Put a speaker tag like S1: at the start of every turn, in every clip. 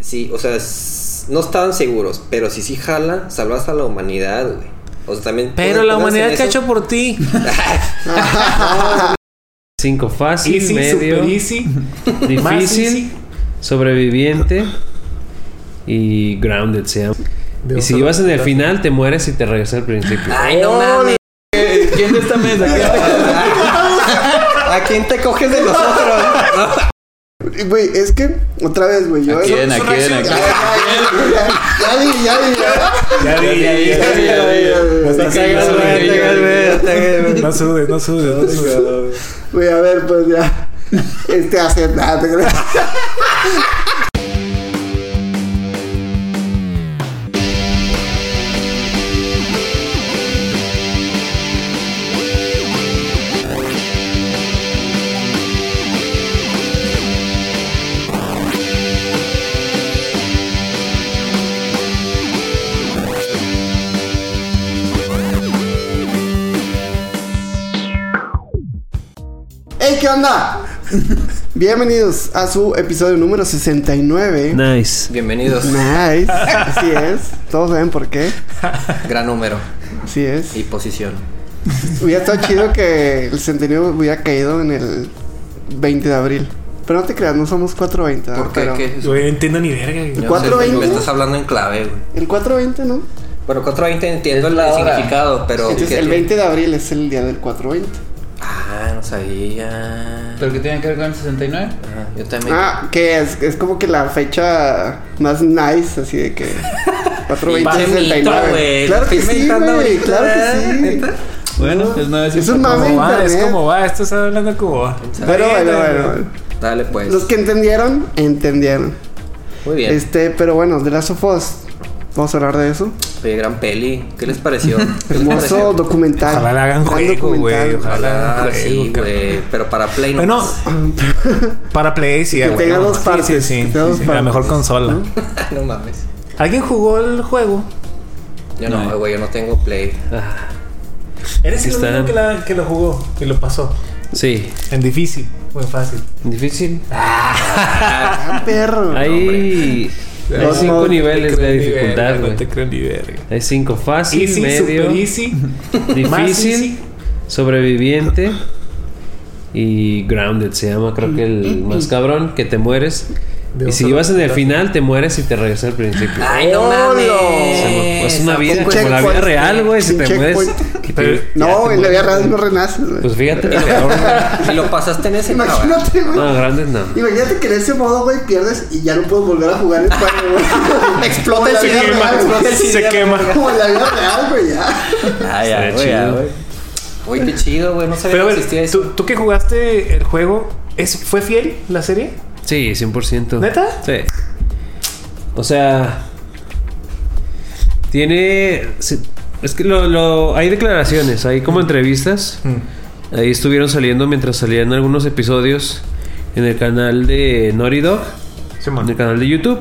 S1: sí, o sea, s- no estaban seguros, pero si sí jala, salvas a la humanidad, güey. O sea, también.
S2: Pero
S1: pongan-
S2: la
S1: pónganse
S2: humanidad
S1: en
S2: que ha
S1: eso.
S2: hecho por ti. Cinco fácil,
S3: Easy,
S2: medio,
S3: super easy. más
S2: difícil,
S3: easy.
S2: sobreviviente y grounded se llama.
S4: De
S2: Y si
S4: otra
S2: ibas en el final, te mueres y te regresas al principio.
S1: Ay, no mames.
S3: Eh, ¿Quién de esta mesa? ¿Quién de-
S1: ¿A quién te coges de los otros?
S4: Güey, es que, otra vez, güey, yo.
S3: ¿A quién?
S4: Ya,
S3: ¿A quién? ¿A
S4: ya,
S3: quién?
S4: ya, di, ya, di, ya.
S5: Ya vi, ya vi, ya vi, ya vi. No
S1: Te hagas ver, te hagas ver, te hagas ver.
S5: No sudes, no sudes, no sudes.
S4: Güey, a ver, pues ya. Este hace nada, te creas. ¡Hey, qué onda! Bienvenidos a su episodio número 69.
S2: Nice.
S1: Bienvenidos,
S4: Nice. Así es. Todos saben por qué.
S1: gran número
S4: Así es.
S1: y posición.
S4: Hubiera estado chido que el centenario hubiera caído en el 20 de abril. Pero no te creas, no somos 420.
S3: Ah,
S4: ¿no?
S1: ¿Por qué?
S4: Pero
S1: ¿Qué es eso?
S5: Güey, no entiendo ni verga. güey.
S1: Yo
S4: cuatro
S1: no sé,
S4: veinte?
S1: Me estás hablando en clave, güey.
S4: El 420, ¿no?
S1: Bueno, 420 entiendo el
S3: hora.
S1: significado, pero.
S3: Este
S4: Entonces
S1: ¿qué
S4: el
S1: tiene?
S4: 20 de abril es el día del 420.
S1: Ah, no sabía.
S3: ¿Pero qué tiene que ver con el 69?
S1: Ajá, yo también.
S4: Ah, que es, es como que la fecha más nice, así de que. 420
S1: Pinche mito,
S4: 69.
S1: güey,
S4: Claro
S1: lo
S4: que
S1: estoy
S4: sí,
S1: inventando
S4: güey.
S1: ahorita,
S4: Claro
S1: ¿eh?
S4: que sí.
S1: ¿Neta?
S3: Bueno, es nueve
S4: Es un
S3: cinco.
S4: mame
S5: Como va, es
S4: internet.
S5: como va, esto está hablando como va.
S4: Pero bueno, bueno, bueno.
S1: Dale, pues.
S4: Los que entendieron, entendieron.
S1: Muy bien.
S4: Este, pero bueno, de Last of Us. Vamos a hablar de eso.
S1: Oye, gran peli. ¿Qué les pareció? ¿Qué les
S4: Hermoso
S1: pareció?
S4: documental.
S5: Ojalá le hagan
S4: Gran
S5: juego, güey.
S4: documental.
S5: Ojalá
S1: Ah,
S5: hagan
S1: sí,
S5: juego, carnal.
S1: güey. Pero para Play no.
S5: Bueno, para Play sí,
S4: Que
S5: güey.
S4: tenga
S5: no,
S4: dos
S5: sí,
S4: partes,
S5: Sí,
S4: que
S5: sí,
S4: tenga
S5: sí,
S4: dos
S5: sí, La
S4: partes.
S5: mejor consola.
S1: no mames.
S5: ¿Alguien jugó el juego?
S1: Yo no,
S3: No.
S1: güey, yo no tengo Play.
S2: Ah,
S5: Eres el
S2: Está-
S5: único que, la- que lo jugó y lo pasó.
S2: Sí.
S5: En difícil o en fácil.
S2: Difícil.
S4: Ah, perro.
S2: Hay, hay
S5: No,
S2: cinco
S5: no,
S2: niveles
S5: te creo
S2: de
S5: ni verga,
S2: dificultad,
S5: No te
S2: güey.
S5: creo ni verga.
S2: Hay cinco fácil,
S5: Easy,
S2: medio,
S5: super easy. más
S2: difícil,
S5: easy.
S2: sobreviviente y grounded se llama, creo que el más cabrón, que te mueres.
S5: Mm, De
S2: Y si
S5: otro-
S2: ibas en el final, te mueres y te regresas al principio.
S1: Ay, no
S4: ¡Hola!
S1: mames.
S2: O sea, no, es una
S1: ¿A
S2: vida
S4: un
S1: poco
S2: como la vida
S4: checkpoint.
S2: real, güey. Si
S4: Un
S2: te mueres.
S4: checkpoint.
S2: y te-
S5: Pero-
S2: ya te
S4: No, en la
S2: mueres.
S4: vida real no renaces, güey.
S2: Pues fíjate que
S1: Y lo-
S2: cabrón.
S1: Y lo pasaste en ese cabrón.
S4: Imagínate, güey.
S2: No, grandes no.
S4: Imagínate que en ese modo, güey, pierdes y ya no puedes volver a jugar el juego, güey. Explota
S1: el
S4: la vida
S1: cerebro,
S4: real,
S1: explota
S4: güey.
S1: el
S5: Se quema.
S4: Como en la vida real, güey, ya.
S1: Ay, ya,
S2: Estaría
S1: güey, ya,
S2: chido.
S1: güey. Uy, qué chido, güey. No sabía
S5: Pero a
S1: que
S5: ver,
S1: existía eso.
S5: ¿tú, tú que jugaste el juego, ¿es, ¿fue fiel la serie?
S2: Sí, 100%.
S5: ¿Neta?
S2: Sí. O sea, tiene... se- Es que lo, lo- hay declaraciones, hay como entrevistas. Ahí estuvieron saliendo mientras salían algunos episodios en el canal de Naughty Dog, en el canal de YouTube,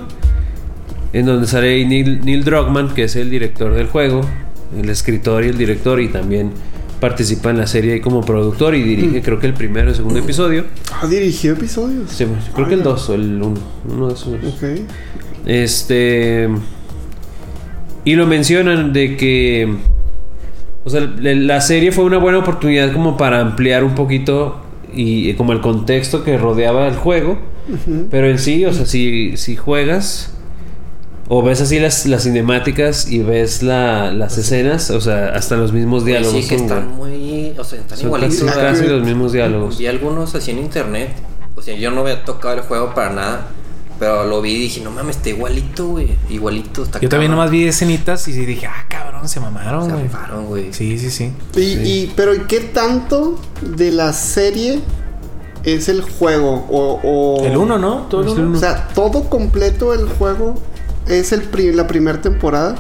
S2: en donde sale Neil, Neil Druckmann, que es el director del juego, el escritor y el director, y también participa en la serie como productor y dirige creo que el primero o segundo episodio.
S4: ¿Has dirigido Ah, episodios?
S2: Sí, creo que el 2 o el 1. Uno de esos. dos.
S4: Ok.
S2: Este. Y lo mencionan de que. O sea, le- la serie fue una buena oportunidad como para ampliar un poquito y eh, como el contexto que rodeaba el juego. Pero en sí, o sea, si, si juegas o ves así las, las cinemáticas y ves la- las escenas, o sea, hasta los mismos
S1: Güey,
S2: diálogos.
S1: Pues Sí, que
S2: son,
S1: están
S2: güey.
S1: muy. O sea, están
S2: Son casi-
S1: igualitos. güey.
S2: casi los mismos diálogos.
S1: Vi algunos así en internet. O sea, yo no había tocado el juego para nada. Pero lo vi y dije, no mames, está igualito, güey. Igualito. Está
S5: Yo también nomás
S1: cabrón.
S5: vi escenitas y dije, ah, cabrón, se mamaron,
S1: Se
S5: güey.
S1: rifaron, güey.
S5: Sí, sí, sí.
S4: Y, y- pero ¿y qué tanto de la serie es el juego? O, o-
S5: El 1, ¿no? Todo el
S2: Es el
S5: uno.
S4: O sea, todo completo el juego es el pri- la primera temporada.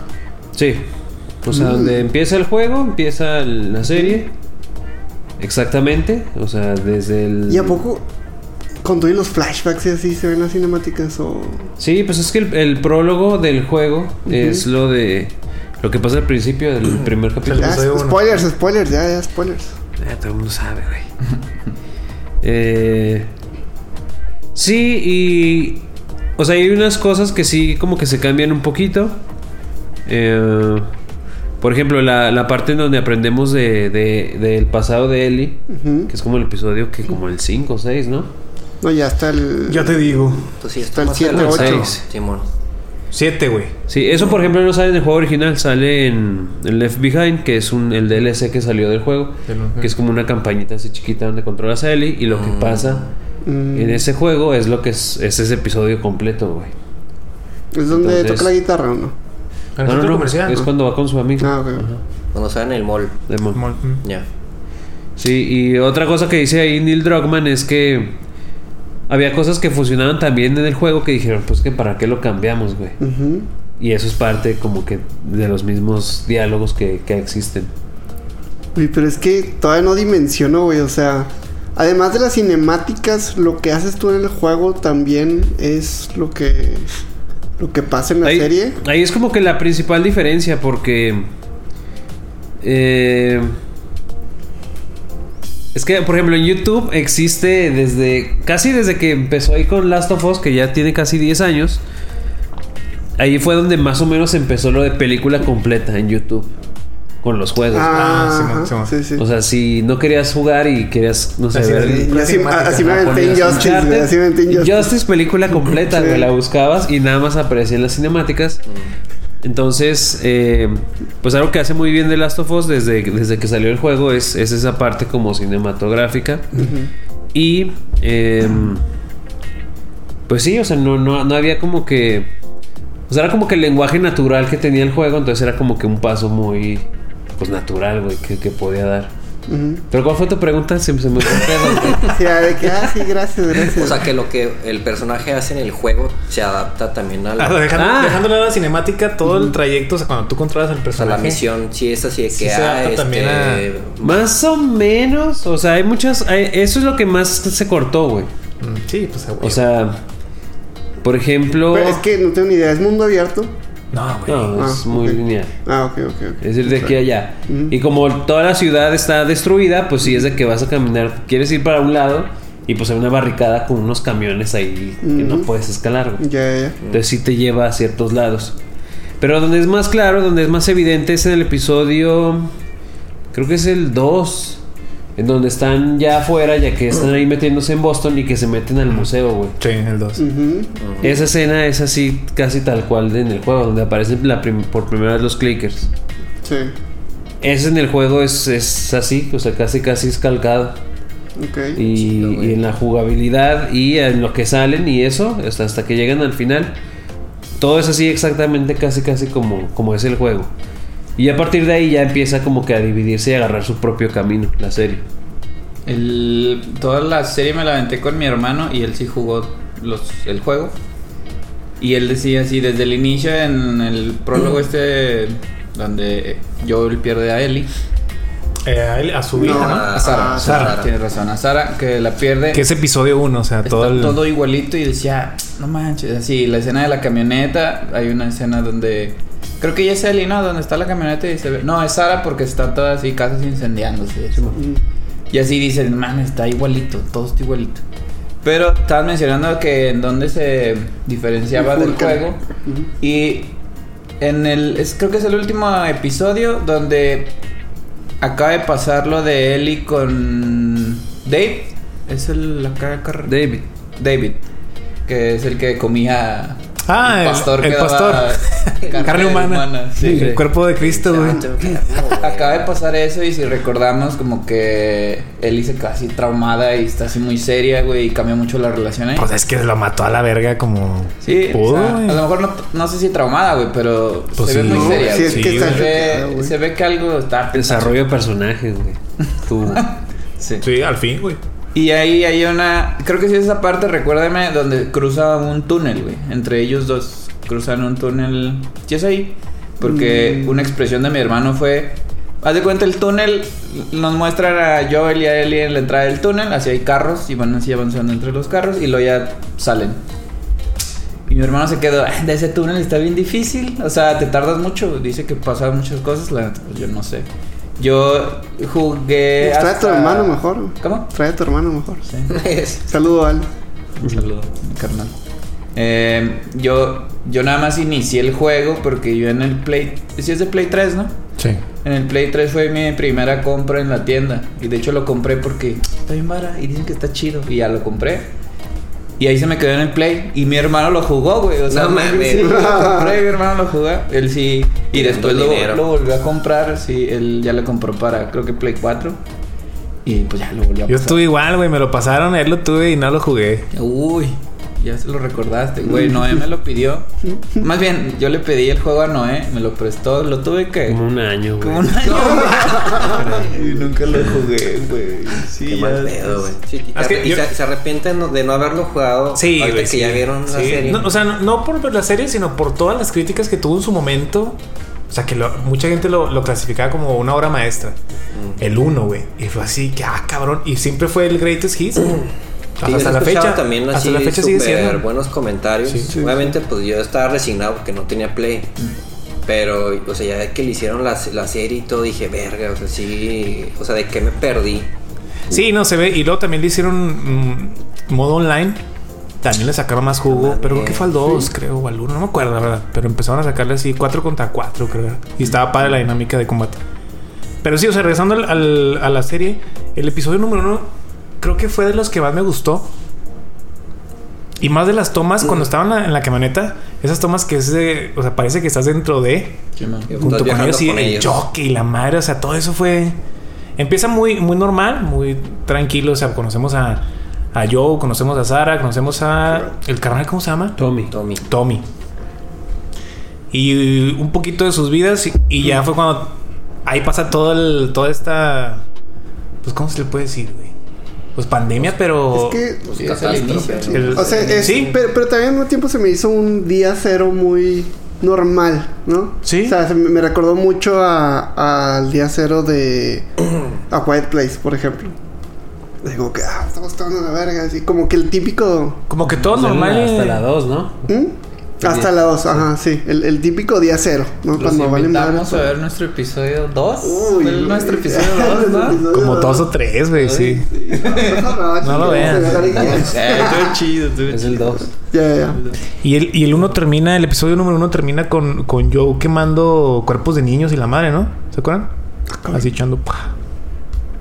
S2: Sí. O sea, donde
S4: Mm.
S2: empieza el juego, empieza el- la serie. Exactamente. O sea, desde el.
S4: ¿Y a poco con todo y los flashbacks y así se ven las cinemáticas o...?
S2: Sí, pues es que el, el prólogo del juego es lo de. Lo que pasa al principio del primer capítulo.
S4: Ya,
S2: Ah,
S5: episodio uno.
S4: spoilers, spoilers, ya, ya, spoilers.
S2: todo el mundo sabe, güey. Eh, sí, y. O sea, hay unas cosas que sí como que se cambian un poquito. Eh, por ejemplo, la, la parte en donde aprendemos de, de- del pasado de Ellie,
S4: Ujú.
S2: que es como el episodio que como el 5 o 6, ¿no?
S4: No, ya está el.
S5: Yo te digo.
S1: Entonces, sí,
S4: Está
S1: está
S4: el
S1: más
S4: siete,
S1: adelante.
S2: ocho.
S1: Seis. Simón.
S5: Siete, güey.
S2: Sí, eso por ejemplo no sale en el juego original, sale en el Left Behind, que es un, el DLC que salió del juego, que es como una campañita así chiquita donde controlas a Ellie y lo que pasa
S4: Mm,
S2: en ese juego es lo que es, es ese episodio completo, güey.
S4: es donde
S2: entonces-
S4: toca la guitarra o no.
S5: En el centro comercial.
S2: es
S5: ¿no?
S2: cuando va con su amigo.
S4: Ah, ok.
S1: Cuando salen en el mall.
S2: de Mon.
S5: Mol- mm.
S1: Ya.
S2: Sí, y otra cosa que dice ahí Neil Druckmann es que había cosas que funcionaban también en el juego que dijeron, pues que para qué lo cambiamos, güey.
S4: Ujú.
S2: Y eso es parte como que de los mismos diálogos que, que existen.
S4: Uy, pero es que todavía no dimensiono, güey. O sea, además de las cinemáticas, lo que haces tú en el juego también es lo que. Lo que pasa en la
S2: ahí,
S4: serie.
S2: ahí es como que la principal diferencia porque... eh, es que, por ejemplo, en YouTube existe desde... Casi desde que empezó ahí con Last of Us, que ya tiene casi 10 años. Ahí fue donde más o menos empezó lo de película completa en YouTube. Con los juegos.
S4: Ah,
S5: Ah, Simón,
S4: ajá,
S5: Simón.
S4: sí, sí.
S2: O sea, si no querías jugar y querías, no sé,
S5: Así
S2: ver...
S5: es,
S4: Y así,
S5: cinemática,
S4: así ah, me
S5: la
S4: aventé
S5: ponías
S4: Injustice, güey,
S2: Uncharted,
S4: así me aventé Injustice.
S2: Injustice, película completa,
S4: Sí.
S2: güey, la buscabas y nada más aparecían las cinemáticas. Entonces, eh, pues algo que hace muy bien The Last of Us desde, desde que salió el juego es, es esa parte como cinematográfica. Y, eh, pues sí, o sea, no, no, no había como que... O sea, era como que el lenguaje natural que tenía el juego, entonces era como que un paso muy, pues natural, güey, que, que podía dar.
S4: Ujú.
S2: Pero ¿cuál fue tu pregunta? Se, se me fue el pedo, güey.
S4: Sí, ah, de que, ah, sí, gracias, gracias.
S1: O sea, que lo que el personaje hace en el juego se adapta también a la,
S5: Ah, dejando,
S2: Ah.
S5: Dejándole a la cinemática todo el trayecto, o sea, cuando tú controlas al
S1: o sea, la
S5: personaje.
S1: misión. Sí, es así de que.
S5: Sí se
S1: ah,
S5: adapta
S1: este,
S5: también
S2: Más o menos, o sea, hay muchas, hay- eso es lo que más se cortó, güey.
S5: Mm, Sí, pues, güey.
S2: O sea, por ejemplo,
S4: Pero es que no tengo ni idea, es mundo abierto.
S5: No, güey.
S2: no, es
S4: Ah,
S2: Pues muy
S4: ok.
S2: lineal.
S4: Ah, ok, ok, ok.
S2: Es decir, de aquí a allá. Y como toda la ciudad está destruida, pues sí es de que vas a caminar, quieres ir para un lado y pues hay una barricada con unos camiones ahí que no
S4: Ujú.
S2: puedes escalar, güey.
S4: Ya, ya.
S2: Entonces sí te lleva a ciertos lados. Pero donde es más claro, donde es más evidente es en el episodio, creo que es el 2, en donde están ya afuera, ya que están ahí metiéndose en Boston y que se meten al museo, güey.
S5: Sí, el 2.
S4: Ujú.
S2: Esa escena es así, casi tal cual de en el juego, donde aparecen la prim- por primera vez los clickers.
S4: Sí.
S2: Ese en el juego es, es así, o sea, casi casi es calcado.
S4: Ok.
S2: Y,
S1: Chido, güey.
S2: y en la jugabilidad y en lo que salen y eso, hasta, hasta que llegan al final. Todo es así exactamente casi casi como, como es el juego. Y a partir de ahí ya empieza como que a dividirse y a agarrar su propio camino, la serie.
S3: El, toda la serie me la aventé con mi hermano y él sí jugó los, el juego. Y él decía así, desde el inicio en el prólogo este donde Joel pierde a Ellie.
S5: Eh, a, él- a su
S4: No.
S5: hija, ¿no?
S1: Ah,
S4: A
S1: Sara.
S4: Sara.
S5: Sara.
S3: Tiene razón, a Sara que la pierde.
S5: Que es episodio 1, o sea,
S3: Está
S5: todo
S3: todo,
S5: el.
S3: igualito y decía, no manches, así, la escena de la camioneta, hay una escena donde, creo que ya es Ellie, ¿no? Donde está la camioneta y se ve, no, es Sara porque está toda así, casi incendiándose.
S4: Mm.
S3: Y así dicen, man, está igualito, todo está igualito. Pero estabas mencionando que en dónde se diferenciaba del
S4: Bifurcan.
S3: juego.
S4: Ujú.
S3: Y en el, es- creo que es el último episodio donde acaba de pasar lo de Ellie con Dave. Es el acá, acá-
S2: David.
S3: David, que es el que comía
S5: Ah, el- el
S3: daba
S5: pastor. Carne humana.
S3: sí.
S5: El cuerpo de Cristo, güey.
S1: Ah, tengo que verlo, güey.
S3: Acaba de pasar eso y si recordamos como que Ellie se queda así traumada y está así muy seria, güey, y cambia mucho la relación ahí.
S5: Pues es que lo mató a la verga como.
S3: Sí, o
S5: pudo,
S3: sea,
S5: güey.
S3: a lo mejor no, no sé si traumada, güey, pero
S5: Pues
S3: se
S5: sí.
S3: ve muy
S5: No,
S3: seria.
S4: sí,
S3: güey.
S4: es que está
S3: se,
S4: choqueada,
S3: ve,
S4: güey.
S3: se ve que algo está...
S2: Desarrollo de personajes, güey. Tú.
S3: Sí.
S5: Sí, al fin, güey.
S3: Y ahí hay una. Creo que sí es esa parte, recuérdame, donde cruza un túnel, güey. Entre ellos dos cruzan un túnel. Sí, es ahí.
S4: Mm.
S3: Porque una expresión de mi hermano fue. Haz de cuenta el túnel, nos muestran a Joel y a Ellie en la entrada del túnel, así hay carros y van así avanzando entre los carros y luego ya salen. Y mi hermano se quedó, "Ah, de ese túnel está bien difícil, o sea, te tardas mucho, dice que pasan muchas cosas, la neta, pues yo no sé. Yo jugué...
S4: Pues trae a tu
S3: eh, hasta-
S4: hermano mejor. güey.
S3: ¿Cómo?
S4: Trae a tu hermano mejor.
S3: Sí.
S1: Es-
S4: Saludo, Al.
S3: Un saludo, mi carnal. Eh, yo, yo nada más inicié el juego porque yo en el Play... Si es de Play 3, ¿no?
S6: Sí.
S3: En el Play 3 fue mi primera compra en la tienda. Y de hecho lo compré porque está bien vara y dicen que está chido. Y ya lo compré. Y ahí se me quedó en el Play. Y mi hermano lo jugó, güey. O sea,
S1: No mames.
S3: sí, lo compré, mi hermano lo jugó. Él sí. Y
S1: Tirando
S3: después lo,
S1: dinero.
S3: lo volvió a comprar. Sí, él ya lo compró para, creo que Play 4. Y pues ya lo volvió a
S5: Yo
S3: pasar.
S5: estuve igual, güey. Me lo pasaron, él lo tuve y no lo jugué.
S3: Uy, ya se lo recordaste, güey. Noé me lo pidió. Más bien, yo le pedí el juego a Noé, me lo prestó, lo tuve que.
S2: Como un año, güey.
S3: Como un año. y nunca lo jugué, güey. Sí,
S1: Qué mal pedo, güey. Sí, y
S5: Es que
S1: se- y
S5: yo-
S1: se, se arrepienten de no haberlo jugado.
S5: Sí,
S1: ahorita
S5: güey,
S1: que
S5: sí.
S1: ya vieron la
S5: Sí.
S1: serie.
S5: No, o sea, no, no por la serie, sino por todas las críticas que tuvo en su momento. O sea, que lo- mucha gente lo, lo clasificaba como una obra maestra.
S1: Mm.
S5: El uno, güey. Y fue así que, ah, cabrón. Y siempre fue el greatest hits. Hasta,
S1: Sí, yo
S5: hasta
S1: he
S5: la
S1: escuchado
S5: fecha.
S1: También
S5: hasta
S1: así
S5: la fecha sigue
S1: súper
S5: siendo.
S1: buenos comentarios. Obviamente, pues yo estaba resignado porque no tenía play. Pero, o sea, ya que le hicieron la, la serie y todo, dije, verga, o sea, sí. O sea, ¿de qué me perdí?
S5: Sí, no se ve. Y luego también le hicieron mm, modo online. También le sacaron más jugo.
S1: Mames.
S5: pero creo que fue al 2, creo, o al 1. No me acuerdo, la verdad. Pero empezaron a sacarle así 4 contra 4, creo. Y estaba padre la dinámica de combate. Pero sí, o sea, regresando al- al- a la serie, el episodio número 1 creo que fue de los que más me gustó. Y más de las tomas cuando estaban en la, en la camioneta, esas tomas que es de, o sea, parece que estás dentro de, junto con
S1: viajando
S5: ellos y
S1: con
S5: el
S1: ellos.
S5: choque y la madre, o sea, todo eso fue. Empieza muy, muy normal, muy tranquilo. O sea, conocemos a, a Joe, conocemos a Sara, conocemos a. ¿El carnal cómo se llama?
S2: Tommy.
S1: Tommy.
S5: Tommy. Y un poquito de sus vidas, y, y ya fue cuando. Ahí pasa todo el, toda esta. Pues, ¿cómo se le puede decir, güey? Pues pandemia, pero.
S4: Es que
S3: Sí, es el inicio.
S4: Sí,
S5: El-
S4: o sea, es-
S5: pues, sí.
S4: pero, pero también al mismo tiempo se me hizo un día cero muy normal, ¿no?
S5: Sí.
S4: O sea, se me me recordó mucho a- al día cero de A Quiet Place, por ejemplo. Digo que, ah, estamos tomando la verga, así como que el típico...
S5: Como que todo
S1: Pues
S2: Hasta la-
S5: normal.
S2: Hasta la 2, ¿no?
S4: ¿Mm? Hasta la 2, ajá, sí. El, el típico día cero, ¿no?
S3: Los
S4: valen madre
S3: invitamos a
S4: todo.
S3: ver nuestro episodio 2.
S4: Uy,
S3: Fue nuestro episodio 2, ¿no?
S4: episodio
S5: Como dos
S4: dos.
S5: o tres, güey, sí.
S4: No
S5: lo vean.
S3: Eh, estuvo chido, estuvo
S2: Es
S3: chido.
S2: el 2.
S4: Ya, ya.
S5: Y el, y el uno termina, el episodio número uno termina con, con Joe quemando cuerpos de niños y la madre, ¿no? ¿Se acuerdan? Así echando ¡pua!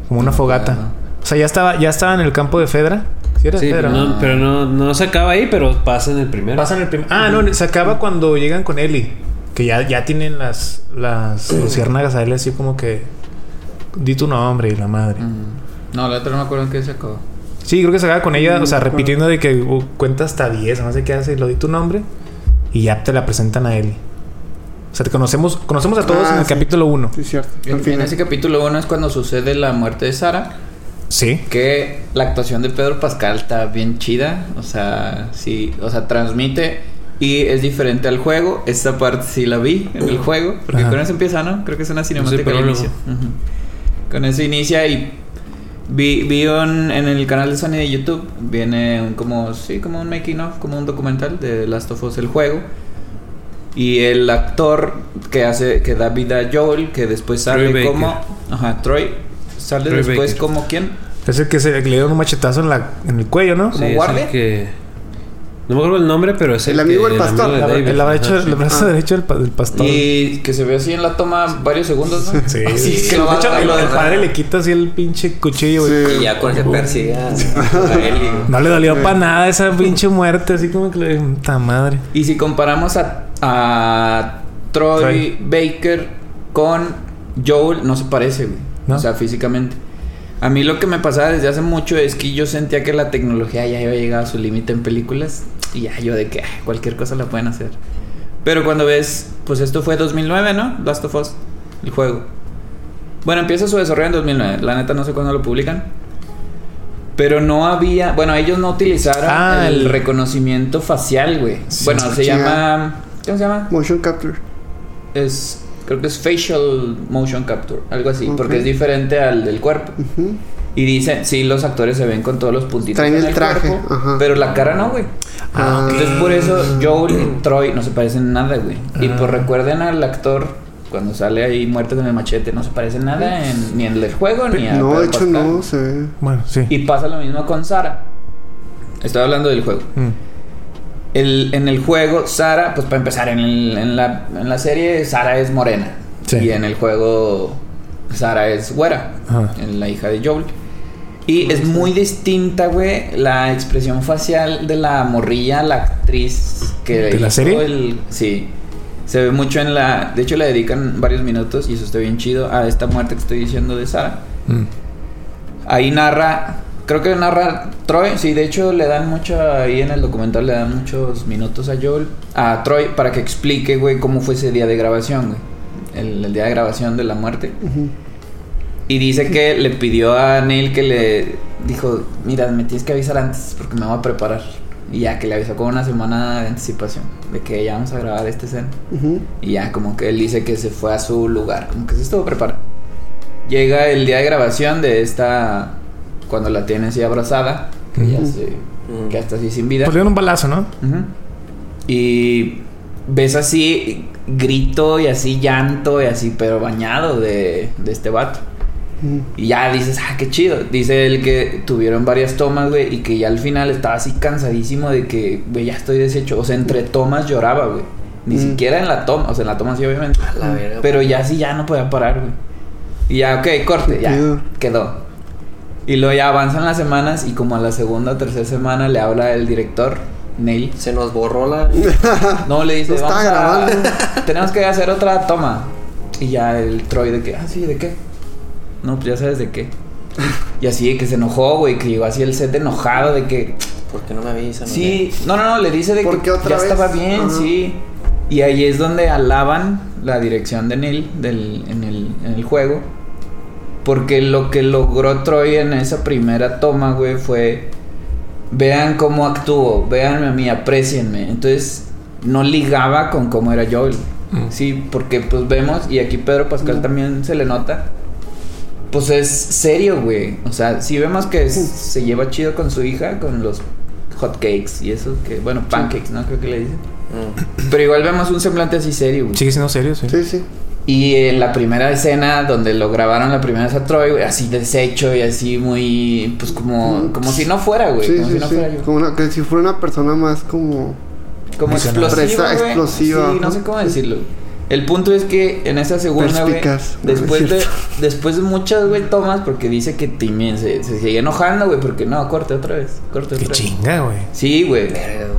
S5: como una fogata.
S3: claro.
S5: O sea, ya estaba, ya estaba en el campo de Fedra. Sí, era
S2: Ah, Sí, pero,
S5: Fedra.
S2: no, pero no, no se acaba ahí, pero pasa en el primero.
S5: Pasan el primer. Ah, no, se acaba cuando llegan con Ellie. Que ya, ya tienen las, las luciérnagas a él así como que. Di tu nombre y la madre.
S3: Mm. No, la otra no me acuerdo en qué se acabó.
S5: Sí, creo que se acaba con ella, o sea, repitiendo de que uh, cuenta hasta 10, no sé qué hace, lo di tu nombre y ya te la presentan a él. O sea, te conocemos, conocemos a todos
S4: Ah,
S5: en el
S4: sí.
S5: capítulo 1.
S4: Sí, cierto. Al
S3: En, en
S4: final.
S3: ese capítulo 1 es cuando sucede la muerte de Sara.
S5: Sí.
S3: Que la actuación de Pedro Pascal está bien chida. O sea, sí, o sea, transmite y es diferente al juego. Esta parte sí la vi en el juego. Porque
S5: Ajá.
S3: con eso empieza, ¿no? Creo que es una
S2: Sí,
S3: cinemática al
S2: prólogo.
S3: inicio. Ujú. Con eso inicia y vi, vi un- en el canal de Sony de YouTube. Viene un como, sí, como un making of, como un documental de Last of Us, el juego. Y el actor que hace, que da vida a Joel, que después sale
S2: Troy Baker.
S3: como. Ajá, Troy. Sale
S2: Troy
S3: después
S2: Baker.
S3: como quién?
S5: Es el que se que le dieron un machetazo en, la, en el cuello, ¿no?
S3: ¿Como
S2: es
S3: guardia?
S2: el que... No me acuerdo el nombre, pero es el,
S4: El amigo
S2: que-
S4: del pastor.
S2: amigo de
S5: La-
S2: David.
S5: el, brazo,
S2: Ajá, sí.
S5: el brazo derecho del, pa- del pastor.
S3: Y que se ve así en la toma varios segundos, ¿no?
S5: Sí,
S3: Así
S5: sí.
S3: que
S5: de
S3: lo
S5: hecho,
S3: va-
S5: el,
S3: lo
S5: el
S3: va-
S5: padre le quita así el pinche cuchillo, güey.
S1: Y
S4: Sí.
S1: ya con ese
S5: Uh.
S1: persigue a, a él y-
S5: No le dolió para nada esa pinche muerte, así como que le. ¡Ta madre!
S3: Y si comparamos a, a Troy,
S5: Troy.
S3: Baker con Joel, no se parece, güey.
S5: ¿No?
S3: O sea, físicamente. A mí lo que me pasaba desde hace mucho es que yo sentía que la tecnología ya había llegado a su límite en películas. Y ya yo de que ah, cualquier cosa la pueden hacer. Pero cuando ves, pues esto fue 2009, ¿no? Last of Us, el juego. Bueno, empieza su desarrollo en 2009. La neta no sé cuándo lo publican. Pero no había... Bueno, ellos no utilizaron
S5: Ah,
S3: el
S5: el-
S3: reconocimiento facial, güey.
S5: Sí,
S3: bueno, se
S4: chingada.
S3: llama... ¿Cómo se llama?
S4: Motion capture.
S3: Es... Creo que es facial motion capture, algo así,
S4: Ok.
S3: porque es diferente al del cuerpo.
S4: Ujú.
S3: Y dicen, sí, los actores se ven con todos los puntitos.
S4: Traen
S3: en
S4: el traje, ajá.
S3: pero la cara no, güey.
S5: Ah, ok.
S3: Entonces por eso Joel y Troy no se parecen en nada, güey. Y
S5: Ah.
S3: pues recuerden al actor cuando sale ahí muerto con el machete, no se parece en nada en- ni en el juego ni a
S4: No,
S3: Pedro
S4: de hecho
S3: Pascal.
S4: no, se ve.
S5: Bueno, sí.
S3: Y pasa lo mismo con Sara. Estoy hablando del juego.
S5: Mm.
S3: el- en el juego, Sara, pues para empezar, en, el- en la, en la serie Sara es morena.
S5: Sí.
S3: Y en el juego Sara es güera,
S5: Ajá.
S3: en la hija de Joel. Y es muy distinta, güey, la expresión facial de la morrilla, la actriz que...
S5: ¿De la
S3: hizo
S5: serie?
S3: el- sí. Se ve mucho en la... De hecho, le dedican varios minutos, y eso está bien chido, a esta muerte que estoy diciendo de Sara.
S5: Mm.
S3: Ahí narra, creo que narra Troy, sí, de hecho le dan mucho, ahí en el documental le dan muchos minutos a Joel, a Troy, para que explique, güey, cómo fue ese día de grabación, güey. El, el día de grabación de la muerte.
S4: Ujú.
S3: Y dice que le pidió a Neil que le dijo, mira, me tienes que avisar antes porque me voy a preparar. Y ya que le avisó con una semana de anticipación de que ya vamos a grabar esta escena.
S4: Ujú.
S3: Y ya como que él dice que se fue a su lugar, como que se estuvo preparando. Llega el día de grabación de esta, cuando la tiene así abrazada, que ya
S4: Ujú.
S3: se,
S1: Mm.
S3: que hasta así sin vida.
S5: Pues le dieron un balazo, ¿no?
S3: Ujú. Y ves así grito y así llanto y así, pero bañado de, de este vato.
S4: Ujú.
S3: Y ya dices, ah, qué chido. Dice él que tuvieron varias tomas, güey, y que ya al final estaba así cansadísimo de que, güey, ya estoy deshecho. O sea, entre tomas lloraba, güey. Ni
S4: Mm.
S3: siquiera en la toma, o sea, en la toma sí, obviamente.
S1: A la verga.
S3: Pero ya sí, ya no podía parar, güey. Y ya, ok, corte,
S4: Qué
S3: ya,
S4: pedo.
S3: quedó. Y luego ya avanzan las semanas y como a la segunda o tercera semana le habla el director, Neil.
S1: Se nos borró la.
S3: No, le dice,
S4: No estaba
S3: vamos a-
S4: grabando".
S3: tenemos que hacer otra toma. Y ya el Troy de que, ah, sí, ¿de qué? No, pues ya sabes de qué. Y así de que se enojó, güey, que llegó así el set enojado de que,
S1: ¿Por qué no me avisan?
S3: sí, no, no, no, le dice de
S4: ¿Por
S3: que
S4: qué otra
S3: ya
S4: vez?
S3: estaba bien,
S4: Ajá.
S3: sí. Y ahí es donde alaban la dirección de Neil del, en, el, en el juego. Porque lo que logró Troy en esa primera toma, güey, fue... Vean cómo actúo, véanme a mí, aprecienme. Entonces, no ligaba con cómo era Joel.
S5: Mm.
S3: Sí, porque pues vemos, y aquí Pedro Pascal también se le nota. Pues es serio, güey. O sea, si vemos que es- se lleva chido con su hija, con los hotcakes y eso, que, bueno, pancakes, ¿no? Creo que le dicen.
S1: Mm.
S3: Pero igual vemos un semblante así serio, güey.
S5: Sigue siendo serio, sí.
S4: Sí, sí.
S3: Y en la primera escena donde lo grabaron la primera vez a Troy, güey, así deshecho y así muy, pues como, como si no fuera, güey.
S4: Mm. Sí,
S3: como
S4: sí,
S3: si no
S4: sí.
S3: fuera yo.
S4: Como una- que si fuera una persona más como.
S3: Como
S5: Visionario.
S3: explosiva,
S4: Presa
S3: güey.
S4: explosiva,
S3: Sí, no
S4: ajá.
S3: sé cómo decirlo. El punto es que en esa segunda, güey,
S4: Perspicaz, no,
S3: después,
S4: no
S3: de,
S4: es
S3: después de muchas, güey, tomas, porque dice que Timmy se, se sigue enojando, güey, porque no, corte otra vez, corte
S5: Qué
S3: otra vez.
S5: chinga, güey.
S3: Sí, güey.
S1: Verga, güey.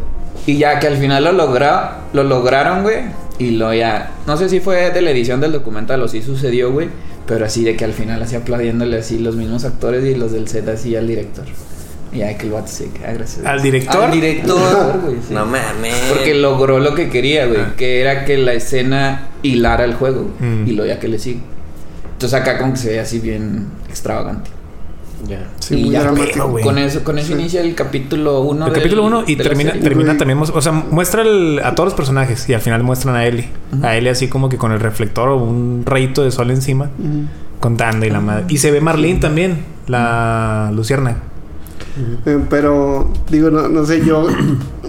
S3: Y ya que al final lo logra, lo lograron, güey. Y lo ya. No sé si fue de la edición del documental o si sucedió, güey. Pero así de que al final así aplaudiéndole así los mismos actores y los del set así al director. Y ya que el vato se queda, gracias.
S5: ¿Al director?
S3: Al director, güey. sí.
S1: No mames.
S3: Porque logró lo que quería, güey.
S5: Ah.
S3: Que era que la escena hilara el juego. güey,
S5: Mm.
S3: Y lo ya que le sigue. Entonces acá como que se ve así bien extravagante.
S1: Ya.
S4: Sí,
S3: Y
S4: muy
S3: ya,
S4: dramático.
S5: güey.
S3: Con eso, con eso
S4: Sí.
S3: inicia el capítulo 1.
S5: El capítulo 1 y termina, termina
S4: Güey.
S5: también, mos- o sea, muestra el- a todos los personajes y al final muestran a Ellie. A Ellie así como que con el reflector o un rayito de sol encima,
S4: Ujú.
S5: contando y la madre. Y se ve Marlene también, la lucierna.
S4: Eh, Pero, digo, no, no sé, yo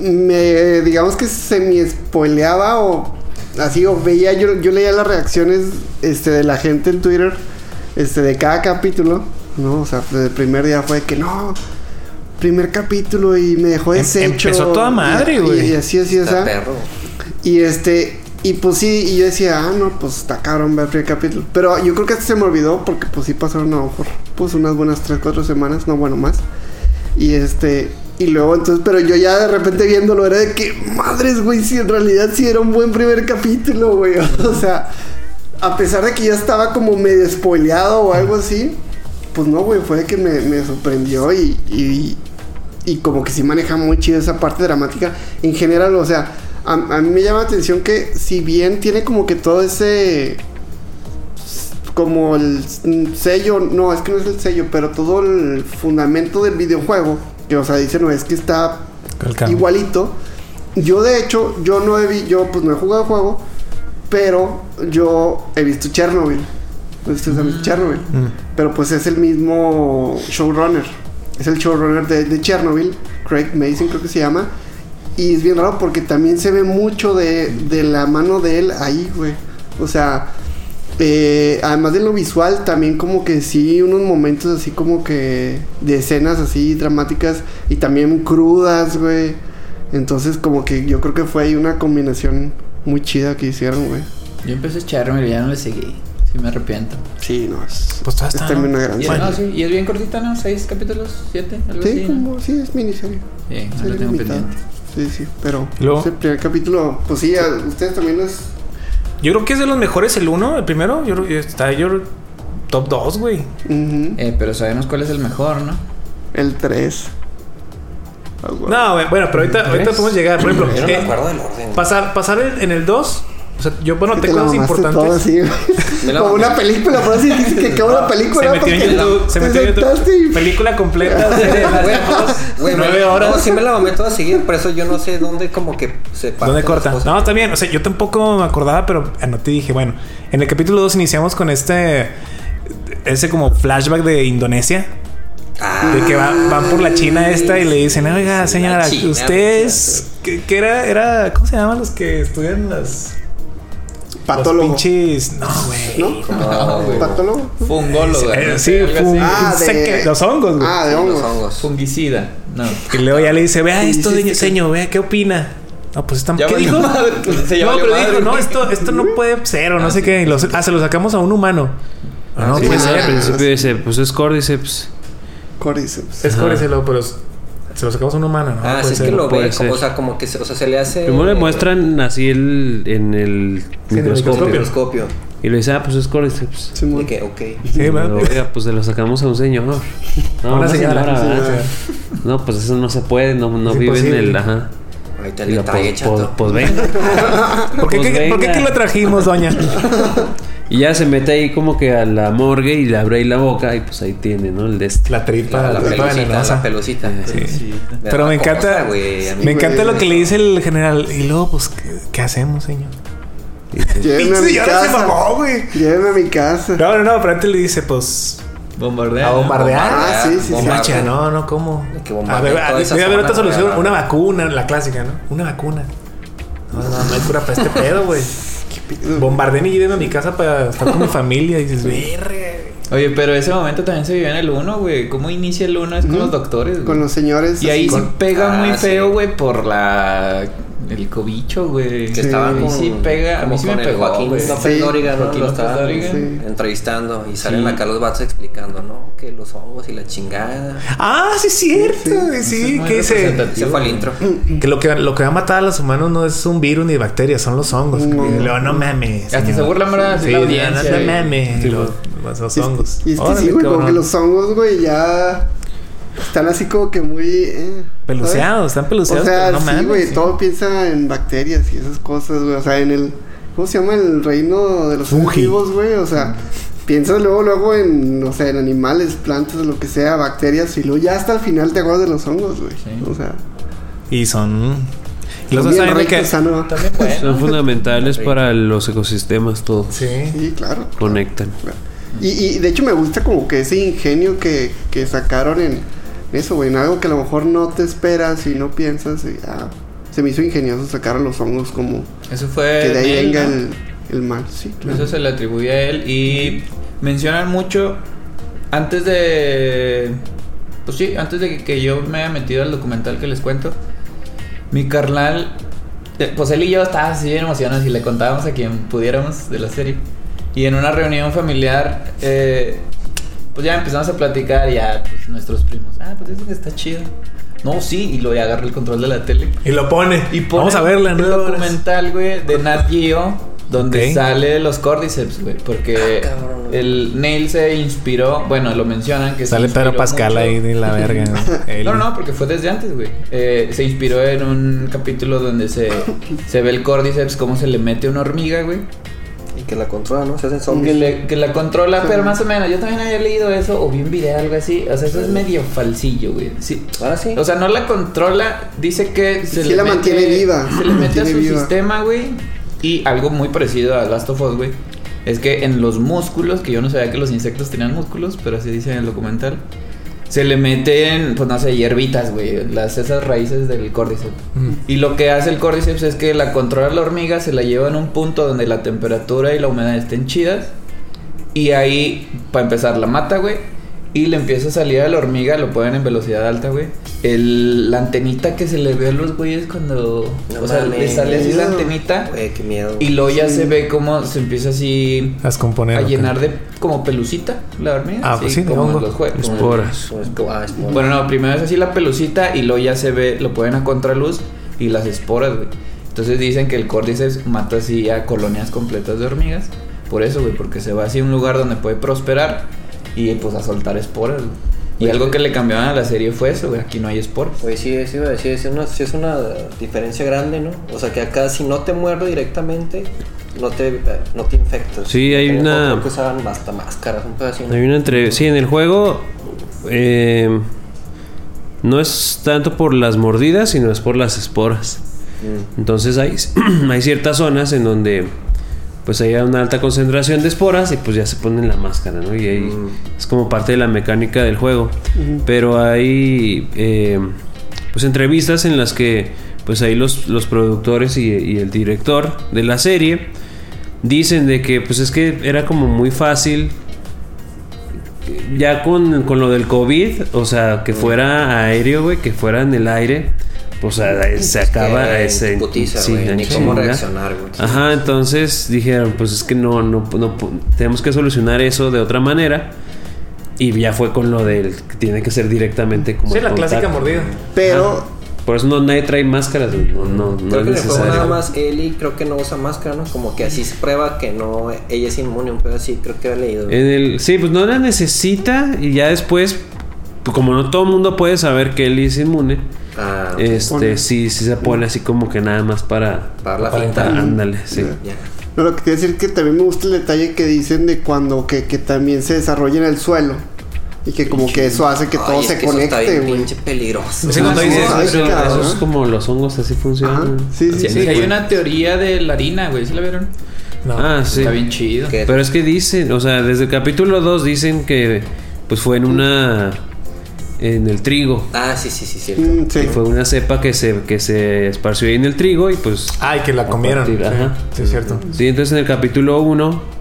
S4: me, digamos que se me spoileaba o así, o veía, yo, yo leía las reacciones este, de la gente en Twitter, este, de cada capítulo, ¿no? O sea, desde el primer día fue que no, primer capítulo y me dejó
S5: Em-
S4: deshecho.
S5: empezó toda madre,
S4: Y-
S5: güey.
S4: Y, así, así, o
S1: Está
S4: sea.
S1: perro.
S4: Y este, y pues sí, y yo decía, ah, no, pues está cabrón ver el primer capítulo. Pero yo creo que se me olvidó porque pues sí pasaron a lo mejor, pues unas buenas 3, 4 semanas, no bueno, más. Y este, y luego entonces, pero yo ya de repente viéndolo era de que, madres, güey, si en realidad sí era un buen primer capítulo, güey. O sea, a pesar de que ya estaba como medio spoileado o algo así, pues no, güey, fue de que me, me sorprendió y, y, y como que sí maneja muy chido esa parte dramática en general, o sea, a, a mí me llama la atención que si bien tiene como que todo ese como el mm, sello, no, es que no es el sello, pero todo el fundamento del videojuego, que o sea, dice, no, es que está
S5: El cambio.
S4: igualito. Yo de hecho, yo no he vi- yo pues no he jugado el juego, pero yo he visto Chernobyl. Ustedes han visto Chernobyl.
S5: Mm.
S4: Pero pues es el mismo showrunner. Es el showrunner de, de Chernobyl, Craig Mason creo que se llama. Y es bien raro porque también se ve mucho de, de la mano de él ahí, güey. O sea, eh, además de lo visual, también como que sí, unos momentos así como que de escenas así dramáticas y también crudas, güey. Entonces, como que yo creo que fue ahí una combinación muy chida que hicieron, güey.
S3: Yo empecé a echarme, pero ya no le seguí. Sí, me arrepiento.
S4: Sí, no, es.
S5: Pues todas
S4: es
S5: están,
S4: también
S5: ¿no?
S4: una gran
S3: Y es,
S4: serie.
S3: no, sí, y es bien cortita, ¿no? ¿Seis capítulos? ¿Siete? Algo
S4: Ah, Sí,
S3: así. ¿no?
S4: como, sí, es miniserie.
S3: Sí, no
S4: serie
S3: Ah, lo tengo
S4: limitada.
S3: pendiente.
S4: Sí, sí, pero.
S5: ¿Y luego?
S4: ese primer capítulo, pues sí, a- ustedes también es.
S5: Yo creo que es de los mejores el uno, el primero. Yo creo que está yo creo, top 2, güey.
S4: Ujú.
S3: Eh, pero sabemos cuál es el mejor, ¿no?
S4: El Ah, 3.
S5: No, güey, bueno, pero ahorita, ahorita podemos llegar. Por ejemplo,
S1: Pues, Yo no me
S5: eh,
S1: acuerdo del orden.
S5: pasar, pasar en, en el 2. O sea, yo, bueno,
S4: te
S5: te
S4: la
S5: cosas
S4: mamaste todo
S5: importantes.
S4: así, güey.
S1: Me la
S4: Como una
S1: mamaste.
S4: película, pero así dice que acabó la película.
S5: Se metió
S4: porque
S5: en YouTube. Se
S4: te
S5: metió en
S4: sentaste y-
S5: YouTube. Película completa. serie, la-
S1: Güey, güey,
S5: Nueve
S1: me-
S5: horas.
S1: No, sí me la mamé toda seguida, por eso yo no sé dónde como que se parten
S5: ¿Dónde
S1: las
S5: corta?
S1: cosas.
S5: No, está bien. O sea, yo tampoco me acordaba, pero anoté y dije, bueno, en el capítulo 2 iniciamos con este. Ese como flashback de Indonesia.
S1: Ah,
S5: De que van, van por la China esta y le dicen, oiga,
S1: La
S5: señora,
S1: China,
S5: ustedes. ¿Qué, qué era? Era. ¿Cómo se llaman los que estudian las.
S4: Patólogo.
S5: Los pinches. No, güey.
S4: ¿No?
S1: No, güey.
S4: ¿Patólogo?
S3: Fungólogo.
S5: Eh,
S3: ¿no?
S5: sí,
S3: Algo así.
S5: fun-
S4: Ah, de-
S5: seque- los hongos, güey.
S4: Ah, de
S1: los
S4: hongos.
S1: hongos.
S5: Pues
S3: Fungicida. No.
S5: Y luego ya le dice, vea
S4: Sí,
S5: esto,
S4: sí,
S5: señor,
S4: sí.
S5: señor, vea, ¿qué opina? No, pues está...
S3: Ya
S5: ¿Qué
S3: valió
S5: dijo?
S3: madre, pues, se ya
S5: no,
S3: valió
S5: pero
S3: madre.
S5: dijo, no, esto, esto no puede ser o no
S3: Ah,
S5: sé
S3: sí.
S5: qué. Y lo- ah, se lo sacamos a un humano. Ah, no,
S2: Sí,
S5: puede
S2: sí,
S5: ser.
S2: al principio dice, pues es Cordyceps.
S4: Cordyceps.
S5: Es cóbreselo, pero es- se lo sacamos a un humano, ¿no?
S1: Ah,
S5: puede
S1: sí, es
S5: ser.
S1: que lo
S2: puede
S1: ve, como,
S2: ser.
S1: o sea, como que se, o sea, se le hace.
S2: Primero le muestran así el, en el
S5: Sí, en el
S1: el
S2: microscopio.
S1: microscopio.
S2: Y le dice, ah, pues es Cordyceps.
S4: Simón.
S1: De que, ok.
S5: Sí,
S2: Y
S5: ¿verdad?
S2: luego, Oiga, pues se lo sacamos a un señor. No,
S5: Una
S2: una
S5: señora,
S2: señora,
S5: una
S2: ¿verdad?
S4: señora.
S2: No, pues eso no se puede, no, no
S5: Es
S2: vive en
S5: imposible.
S2: el. Ajá.
S1: Ahí está
S2: Y
S1: el
S2: lo,
S1: detalle,
S2: pues, pues,
S1: chato.
S2: pues venga.
S5: ¿Por qué,
S2: Pues
S5: que- ¿Por qué
S2: venga.
S5: que la trajimos, doña?
S2: Y ya se mete ahí como que a la morgue y le abre ahí la boca y pues ahí tiene, ¿no? El de este.
S5: La tripa,
S1: La,
S5: la,
S1: la
S5: tripa
S1: pelucita,
S5: venenosa.
S1: la pelucita.
S5: Sí.
S1: Me
S5: Pero
S1: da
S5: me
S1: cosa,
S5: encanta,
S1: güey, a mí.
S5: me encanta
S4: güey.
S5: lo que le dice el general. Y luego, pues, ¿qué, qué hacemos, señor?
S4: Llévenme a
S5: Pinche
S4: mi
S5: señora se
S4: casa.
S5: mamó, güey.
S4: Llévenme a mi casa.
S5: No, no, no, pero antes le dice, pues,
S3: Bombardear.
S5: A
S3: ¿no?
S5: bombardear.
S4: Ah, sí, sí, sí.
S5: Macha,
S1: Bombardear.
S5: no, no, ¿cómo?
S1: Hay que
S5: A
S1: bombardear
S5: ver,
S1: toda
S5: a-
S1: esa
S5: debe haber
S1: zona,
S5: otra solución.
S1: güey.
S5: Una vacuna, la clásica, ¿no? Una vacuna. No, no, no hay cura para este pedo, güey. Bombarden y llévenme a mi casa para estar con mi familia. Y dices, verga.
S3: Oye, pero ese momento también se vivió en el 1, güey. ¿Cómo inicia el 1? Es con
S4: Ujú.
S3: los doctores, güey.
S4: Con los señores.
S3: Y ahí
S4: así,
S3: sí pega
S1: Ah,
S3: muy
S1: sí.
S3: feo, güey, por la... El cobicho, güey.
S1: Que
S4: Sí.
S1: estaban
S3: A mí
S1: con,
S3: sí pega, a mí
S1: como
S3: sí me
S1: con el
S3: pegó,
S1: Joaquín
S3: güey.
S1: López
S4: Sí,
S1: Dóriga, ¿no?
S3: Joaquín
S1: Lo
S3: López
S1: estaban
S3: Dóriga.
S4: Sí.
S1: entrevistando y salen acá los vatos explicando, ¿no? Que los hongos y la chingada.
S5: Ah, sí, es cierto. Sí,
S3: es muy
S5: que dice.
S1: Se
S3: representativo.
S1: fue al intro.
S5: Que lo, que lo que va a matar a los humanos no es un virus ni bacterias, son los hongos.
S4: No.
S5: Y luego, no mames.
S3: Hasta
S5: señor.
S3: se burlan, ¿verdad? Así
S5: Sí,
S3: la
S5: no,
S3: audiencia,
S5: no,
S3: güey.
S5: mames. Y luego, los
S4: Y es-
S5: hongos.
S4: Y es que sí,
S5: Órale,
S4: güey, como que
S5: cabrón.
S4: los hongos, güey, ya están así como que muy. eh,
S5: Peluceados, están
S4: ¿sabes? O
S5: peluceados.
S4: sea,
S5: pero no
S4: sí,
S5: mames,
S4: güey,
S5: sí.
S4: todo piensa en bacterias y esas cosas, güey. O sea, en el. ¿Cómo se llama el reino de los
S5: Fungi.
S4: fungivos, güey? O sea, piensas luego, luego en, no sé, en animales, plantas, lo que sea, bacterias, y luego ya hasta el final te acuerdas de los hongos, güey.
S3: Sí.
S4: O sea,
S5: Y son. Y los dos
S4: son bien
S5: saben de
S4: rectos,
S5: que.
S4: sano.
S3: También, güey.
S2: Son fundamentales para los ecosistemas, todo.
S5: Sí.
S4: Sí, claro.
S2: Conectan.
S4: Y, y de hecho me gusta como que ese ingenio que, que sacaron en eso, güey, en algo que a lo mejor no te esperas y no piensas. y, ah, se me hizo ingenioso sacar a los hongos como
S3: Eso fue...
S4: que de ahí
S3: él,
S4: venga
S3: Eh, ¿no? Pues
S4: el, el mal. Sí, claro.
S3: Eso se le atribuye a él y mencionan mucho antes de... Pues sí, antes de que, que yo me haya metido al documental que les cuento, mi carnal, eh, pues él y yo estábamos así bien emocionados y le contábamos a quien pudiéramos de la serie. Y en una reunión familiar, eh, pues ya empezamos a platicar y ya pues, nuestros primos, ah, pues dicen que está chido. No, sí, y lo agarró el control de la tele.
S5: Y lo pone.
S3: Y ponen
S5: Vamos a verla en
S3: el
S5: nueve horas.
S3: documental, güey, de Nat Geo, donde
S5: Ok.
S3: sale los Cordyceps, güey, porque
S1: Ah, cabrón.
S3: el Neil se inspiró, bueno, lo mencionan que se
S5: Sale Pedro
S3: inspiró
S5: Pascal
S3: mucho-
S5: ahí de la verga. Él-
S3: No, no, porque fue desde antes, güey. Eh, se inspiró en un capítulo donde se, se ve el Cordyceps cómo se le mete una hormiga, güey.
S1: Y que la controla, ¿no? Se hacen
S3: Que,
S1: zombies.
S3: le- que la controla,
S4: Sí.
S3: pero más o menos. Yo también había leído eso, o vi un video, algo así. O sea, eso es medio falsillo, güey. Sí,
S1: Ahora sí.
S3: o sea, no la controla, dice que se
S4: Sí la mantiene viva,
S3: Se
S4: la
S3: le mete a su
S4: mantiene viva.
S3: sistema, güey. Y algo muy parecido a Last of Us, güey. Es que en los músculos, que yo no sabía que los insectos tenían músculos, pero así dice en el documental. Se le meten, pues no sé, hierbitas, güey. Las esas raíces del córdiceps. Y lo que hace el córdiceps es que la controla la hormiga, se la lleva en un punto donde la temperatura y la humedad estén chidas. Y ahí, para empezar, la mata, güey. Y le empieza a salir a la hormiga, lo ponen en velocidad alta, güey. El, la antenita que se le ve a los güeyes cuando.
S1: No
S3: o sea, le
S1: mames.
S3: sale así la antenita.
S1: Güey, qué miedo.
S3: Y luego ya se ve cómo se empieza así
S5: Las componer.
S3: a
S5: Ah, ok.
S3: llenar de como pelucita la hormiga.
S5: Ah, pues sí, de
S3: como
S5: hongo.
S3: los jue- como-
S2: Esporas.
S1: Pues, como- ah, es por-
S3: Bueno, no, primero es así la pelucita y luego ya se ve, lo ponen a contraluz y las esporas, güey. Entonces dicen que el córdiceps mata así a colonias completas de hormigas. Por eso, güey, porque se va así a un lugar donde puede prosperar y pues a soltar esporas, güey. Y algo que le cambiaban a la serie fue eso, güey. Aquí no hay esporas.
S1: Güey, Pues sí, sí, iba a decir, es una, sí es una diferencia grande, ¿no? O sea, que acá si no te muerde directamente, no te, no te infectas.
S2: Sí, hay
S1: Creo-
S2: una-
S1: creo que usaban hasta máscaras, un pedazo así, ¿no?
S2: Hay una entrevista. Sí, en el juego. eh, no es tanto por las mordidas, sino es por las esporas.
S1: Mm.
S2: Entonces hay, hay ciertas zonas en donde pues hay una alta concentración de esporas y pues ya se ponen la máscara, ¿no? Y ahí
S1: Mm.
S2: es como parte de la mecánica del juego. Pero hay eh, pues entrevistas en las que pues ahí los, los productores y, y el director de la serie dicen de que pues es que era como muy fácil ya con, con lo del COVID, o sea,
S1: Mm.
S2: que fuera aéreo, güey, que fuera en el aire, o sea, eh, se acaba
S1: Que
S2: ese.
S1: putiza,
S2: sí,
S1: güey,
S2: en
S1: ni cómo
S2: chinga.
S1: reaccionar, güey.
S2: Ajá, entonces dijeron, pues es que no, no, no, tenemos que solucionar eso de otra manera. Y ya fue con lo del que tiene que ser directamente como.
S5: Sí,
S2: el
S5: la clásica
S2: contacto.
S5: mordida.
S4: Pero
S2: Por eso no nadie trae máscaras, güey, no, no, no
S1: Creo
S2: es
S1: que en el juego
S2: necesario.
S1: nada más Eli creo que no usa máscara, ¿no? Como que así se prueba que no, ella es inmune, un pedo así, creo que había leído.
S2: En el, sí, pues no la necesita y ya después, pues, como no todo el mundo puede saber que él es inmune,
S1: Ah,
S2: este,
S4: pone.
S2: sí, sí se pone así como que nada más para...
S1: para la
S2: para-
S1: finta.
S2: ándale, sí.
S1: Ya.
S4: No, lo que quiero decir que también me gusta el detalle que dicen de cuando que, que también se desarrolla en el suelo. Y que como que eso hace que
S1: Ay,
S4: todo
S1: es
S4: se
S1: que Eso está
S4: conecte,
S1: bien
S4: güey.
S1: pinche peligroso.
S5: Sí, cuando
S4: Ah,
S5: dices,
S4: ay,
S2: Pero
S4: cabrón.
S2: eso es como los hongos así
S4: Ajá,
S2: funcionan.
S4: sí, sí,
S3: Sí,
S4: sí.
S3: hay una teoría de la harina, güey. ¿Sí la vieron?
S5: No.
S2: Ah, sí.
S3: Está bien chido.
S1: Que-
S2: Pero es que dicen, o sea, desde el capítulo 2 dicen que pues fue en una... en el trigo.
S1: Ah, sí, sí, sí, cierto.
S4: Mm, sí.
S2: Y fue una cepa que se, que se esparció ahí en el trigo y pues...
S4: Ah.
S5: Ay, que la comieron.
S2: partir,
S5: sí,
S2: ajá.
S5: sí, es cierto.
S2: Sí, entonces en el capítulo 1,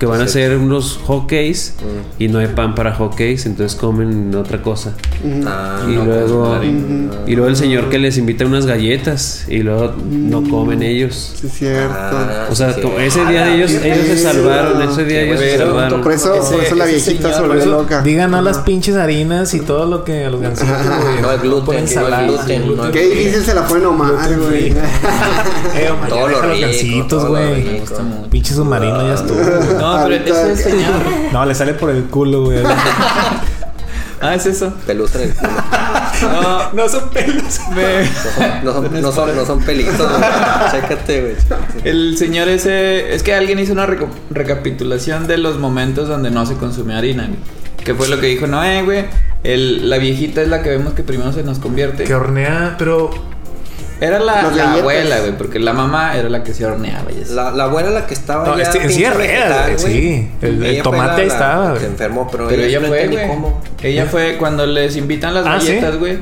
S2: que van a ser unos hotcakes
S1: Mm.
S2: y no hay pan para hotcakes, entonces comen otra cosa.
S4: Mm,
S1: Ah,
S2: y
S1: no,
S2: luego
S1: pues, madre.
S2: y luego el señor que les invita unas galletas y luego no comen ellos.
S4: Sí, Ah, es cierto.
S1: Ah,
S2: O sea,
S1: sí.
S2: como ese día ellos, ellos se salvaron, ese día ellos se
S3: bueno.
S2: salvaron.
S4: por eso,
S3: ese-
S4: por eso la
S3: ese
S4: viejita
S3: señor,
S4: se
S3: por
S4: volvió loca.
S5: Digan no a las pinches harinas y todo lo que a los gansitos, güey.
S1: No hay gluten, que no hay gluten, no hay
S4: Qué difícil se la fue nomás, güey.
S5: Eh, hombre,
S1: Todo
S5: ya
S1: lo
S5: deja los
S1: rico,
S5: gansitos,
S1: todo lo
S5: güey.
S1: rico.
S3: gusta mucho.
S5: Pinche submarino, ya estuvo.
S3: No, pero ese señor.
S5: No, le sale por el culo, güey.
S3: Ah, es eso.
S1: Pelusa en el culo.
S3: No,
S5: no son pelos.
S3: me-
S1: No son, no son, no son pelitos, güey. Chécate, güey.
S3: El señor ese. Es que alguien hizo una reco- recapitulación de los momentos donde no se consume harina, güey. Que fue lo que dijo Noé, güey. El- la viejita es la que vemos que primero se nos convierte.
S5: Que hornea, pero.
S3: Era la,
S4: Las
S3: la
S4: galletas.
S3: abuela, güey, porque la mamá era la que se horneaba. y eso.
S1: La, la abuela la que estaba
S5: No,
S1: ya
S5: este, en
S1: pinche
S5: silla de ruedas,
S1: vegetal,
S5: güey, sí. El- el
S1: Ella fue
S5: tomate
S1: la- la
S5: estaba,
S1: que
S5: güey.
S1: Se enfermó, pero,
S3: Pero ella
S1: no
S3: fue,
S1: entendí
S3: güey.
S1: cómo.
S3: Ella fue cuando les invitan las
S5: Ah, ¿sí?
S3: galletas, güey.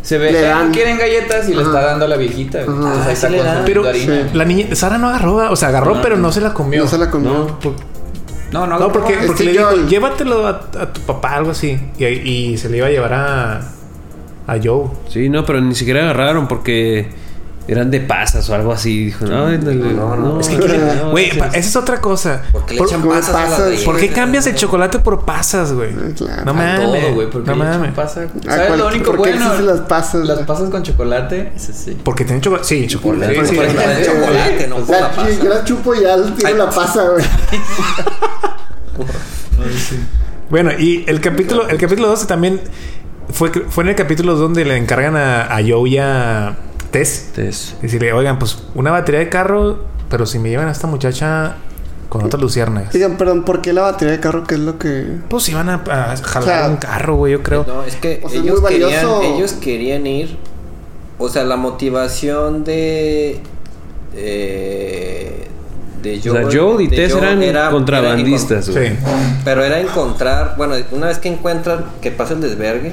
S3: Se ve,
S4: Le
S3: "Eh,
S4: dan.
S3: quieren galletas y le
S4: Ajá.
S3: está dando a la viejita, güey.
S4: Ajá.
S3: Entonces, ahí
S1: Ah,
S3: está
S1: sí le dan.
S3: consumiendo
S5: Pero
S3: harina.
S5: la niña. Sara no agarró, o sea, agarró, pero no se la comió.
S4: No se la comió.
S5: No, por-
S3: No, no,
S5: no, porque,
S4: Es
S5: porque
S4: que
S5: le dijo,
S4: yo-
S5: llévatelo a, a tu papá, algo así. Y, ahí- y se le iba a llevar a. A Joe.
S2: Sí, no, pero ni siquiera agarraron porque eran de pasas o algo así. Dijo, no, no, no.
S5: Es que,
S2: no,
S5: güey,
S2: sí,
S5: pa- esa es otra cosa.
S1: ¿Por qué le
S5: Por-
S1: echan
S4: ¿cómo
S1: pasas a la
S4: pasas?
S1: galleta?
S5: ¿Por qué cambias el chocolate por pasas, güey?
S4: claro.
S5: No
S4: A
S3: A
S5: mames.
S3: todo, güey, porque
S5: no
S3: le echan
S5: mames.
S3: pasa.
S4: Ah,
S3: ¿Sabes
S4: ¿cuál-
S3: lo único
S4: por qué
S3: bueno?
S4: existen las pasas,
S3: Las
S4: güey?
S3: pasas con chocolate, ese sí.
S5: Porque tienen chocolate. Sí, chocolate.
S1: Por
S5: Sí,
S1: eso
S5: sí.
S1: le dan
S4: Eh,
S1: chocolate, no
S4: la-
S1: por la pasa.
S4: Yo la chupo y ya le tiro
S1: Ay.
S4: la pasa, güey.
S5: Bueno, y el capítulo, el capítulo 12 también fue, fue en el capítulo donde le encargan a, a Joe y a Tess.
S2: Entonces,
S5: Decirle, oigan, pues una batería de carro, pero si me llevan a esta muchacha con otras luciérnagas.
S4: Digan, perdón, ¿por qué la batería de carro? ¿Qué es lo que...?
S5: Pues iban a, a jalar
S4: O sea,
S5: un carro, güey, yo creo.
S1: No, es que
S4: O sea, es
S1: ellos,
S4: muy
S1: querían,
S4: valioso.
S1: ellos querían ir. O sea, la motivación de. eh, de
S2: o sea, Joe y
S1: de
S2: Tess
S1: Joe
S2: eran
S1: era-
S2: contrabandistas,
S5: Sí.
S2: güey.
S1: era encon- pero era encontrar. Bueno, una vez que encuentran que pasa el desvergue,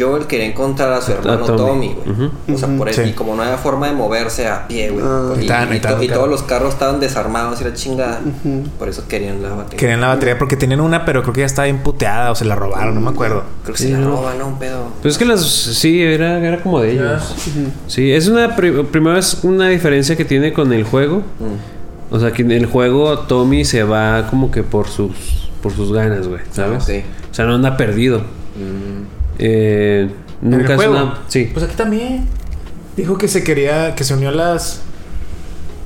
S1: Joel quería encontrar a su hermano
S2: Tommy.
S1: Tommy, güey.
S2: Ujú.
S1: O sea, por eso.
S5: Sí.
S1: Y como no había forma de moverse a pie, güey.
S4: Ah.
S1: y,
S5: Estaban-
S1: y to-
S5: estaban-
S1: y todos los carros estaban desarmados y la chingada.
S4: Ujú.
S1: Por eso querían la batería.
S5: Querían la batería porque tenían una, pero creo que ya estaba bien puteada o se la robaron, no me acuerdo.
S1: Creo que se la roban, ¿no? Un pedo.
S2: Pues es que las. Sí, era, era como de ellos. Sí, es una. pri- Primero es una diferencia que tiene con el juego. O sea, que en el juego Tommy se va como que por sus. Por sus ganas, güey, ¿sabes?
S1: sí.
S2: O sea, no anda perdido.
S1: Mm.
S2: Eh,
S5: ¿En el
S2: nunca es
S5: juego?
S2: una. Sí.
S5: Pues aquí también. Dijo que se quería, que se unió a las.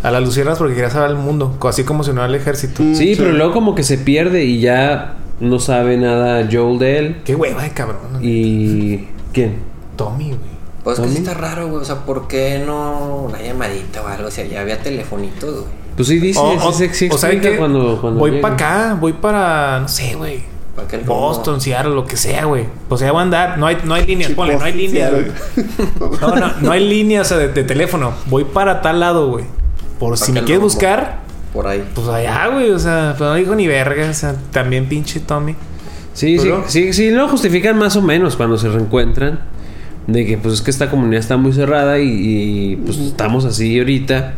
S5: A las luciernas porque quería salvar el mundo. co- Así como se unió al ejército.
S4: Mm,
S2: Sí,
S4: sí.
S2: pero luego como que se pierde y ya no sabe nada Joel de él.
S5: Qué hueva de cabrón.
S2: Y. ¿Quién?
S5: Tommy, güey.
S1: Pues es que sí
S2: Tommy.
S1: está raro, güey. O sea, ¿por qué no una llamadita o algo? O sea, ya había telefonitos, güey.
S2: Pues sí dice,
S5: O-
S2: sí,
S5: o-
S2: se- sí
S5: o saben
S2: explica
S5: que
S2: cuando, cuando
S5: voy
S2: llega.
S5: para acá, voy para. No sé, güey.
S1: ¿Para qué el rumbo?
S5: Boston, Seattle, lo que sea, güey. O sea, voy a andar. No hay, no hay líneas.
S4: Sí,
S5: Ponle, no hay
S4: pues,
S5: líneas,
S4: sí,
S5: güey. No, no, no hay líneas o sea, de, de teléfono. Voy para tal lado, güey. Por si
S1: Saca
S5: me
S1: el
S5: quieres
S1: rumbo.
S5: buscar,
S1: Por ahí.
S5: pues allá, güey. O sea, pues no dijo ni verga. O sea, también pinche Tommy.
S2: Sí, sí,
S5: Pero-
S2: sí, sí, lo justifican más o menos cuando se reencuentran. De que pues es que esta comunidad está muy cerrada y, y, pues estamos así ahorita.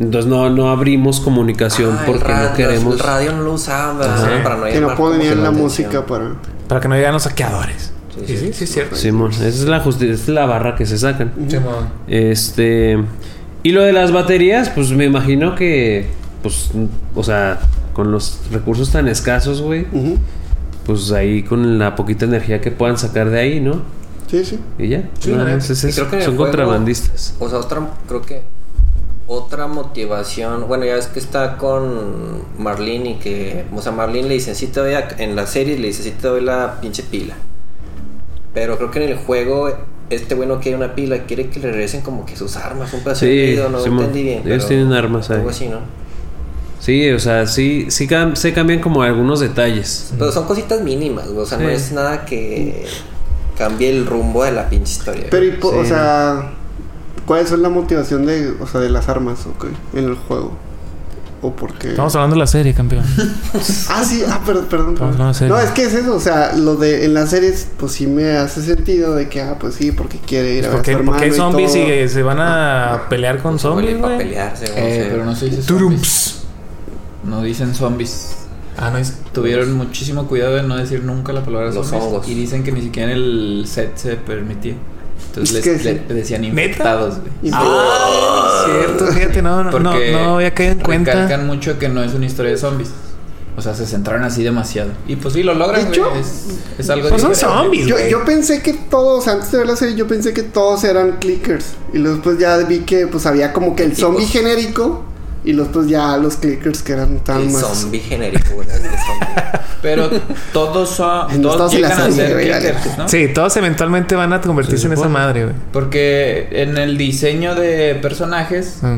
S2: Entonces no, no abrimos comunicación
S1: Ah, el
S2: porque
S1: radio-
S2: no queremos.
S1: El radio no lo usaban, ¿verdad?
S2: Ajá.
S1: Para no
S4: Que no
S1: llamar
S4: puedo
S1: como
S4: ni
S1: que
S4: en la
S1: atención.
S4: música para.
S5: Para que no llegan los saqueadores.
S1: Sí,
S5: Sí,
S1: sí,
S5: sí, sí, es cierto.
S2: Simón, esa es la justi- esa es la barra que se sacan.
S5: Simón.
S2: Este. Y lo de las baterías, pues me imagino que. Pues, o sea, con los recursos tan escasos, güey.
S4: Ujú.
S2: Pues ahí con la poquita energía que puedan sacar de ahí, ¿no?
S4: Sí, sí.
S2: Y ya.
S5: Sí,
S2: Nada
S5: la
S2: más
S5: neta.
S2: es
S1: Y
S2: eso.
S1: creo que en el
S2: Son
S1: juego,
S2: contrabandistas.
S1: O sea, otra, creo que otra motivación. Bueno, ya ves que está con Marlene y que. O sea, Marlene le dice: Sí, te doy a- en la serie, le dice: Sí, te doy la pinche pila. Pero creo que en el juego, este güey no quiere una pila, quiere que le regresen como que sus armas. Un pedazo
S2: Sí,
S1: de video, no
S2: Simón.
S1: entendí bien.
S2: Ellos
S1: pero
S2: tienen armas ahí.
S1: Algo así, ¿no?
S2: Sí, o sea, sí, sí cam- se cambian como algunos detalles.
S1: Pero son cositas mínimas, güey, O sea, no
S2: Sí.
S1: es nada que cambie el rumbo de la pinche historia.
S4: Pero, y po-
S2: Sí.
S4: o sea, ¿cuál es la motivación de, o sea, de las armas ok, en el juego? ¿O por qué?
S5: Estamos hablando de la serie, campeón.
S4: Ah, sí, ah, perdón, perdón.
S5: Estamos hablando de serie.
S4: No, es que es eso, o sea, lo de en las series, pues sí me hace sentido de que, ah, pues sí, porque quiere ir a ver a su
S5: porque, porque hay
S4: hermano y
S5: zombies y,
S4: todo.
S5: eh, se van a pelear
S1: pues,
S5: con zombies,
S1: para
S5: güey.
S1: pelearse, güey, o
S3: Eh,
S1: sea,
S3: pero no se dice zombies.
S5: Turumps.
S3: No dicen zombies.
S5: Ah, no es.
S3: Tuvieron muchísimo cuidado de no decir nunca la palabra
S1: Los
S3: zombies.
S1: hongos.
S3: Y dicen que ni siquiera en el set se permitía. Entonces
S4: Es
S3: les,
S4: que sí.
S3: le- le decían
S5: ¿Neta?
S3: infectados, güey.
S4: Y-
S5: Ah, cierto, fíjate, no, no, no,
S3: Porque
S5: no había caído en cuenta.
S3: Recalcan mucho que no es una historia de zombies. O sea, se centraron así demasiado. Y pues sí, lo logran,
S4: De
S3: güey.
S4: hecho,
S3: Es, es algo
S5: Pues son
S3: diferente.
S5: zombies,
S4: Yo,
S5: güey.
S4: yo pensé que todos, antes de ver la serie, yo pensé que todos eran clickers. Y luego después ya vi que pues había como que el
S1: Tipos.
S4: zombie genérico y los pues ya los clickers que eran tan
S1: El
S4: más.
S1: zombie genérico, güey, el zombie.
S3: Pero todos son.
S4: En
S3: todos
S4: Estados Unidos
S3: llegan a
S4: la zombie,
S3: ser
S4: güey, la
S3: clickers, ¿no?
S5: Sí, todos eventualmente van a convertirse en esa madre, güey.
S3: Porque en el diseño de personajes
S5: Mm.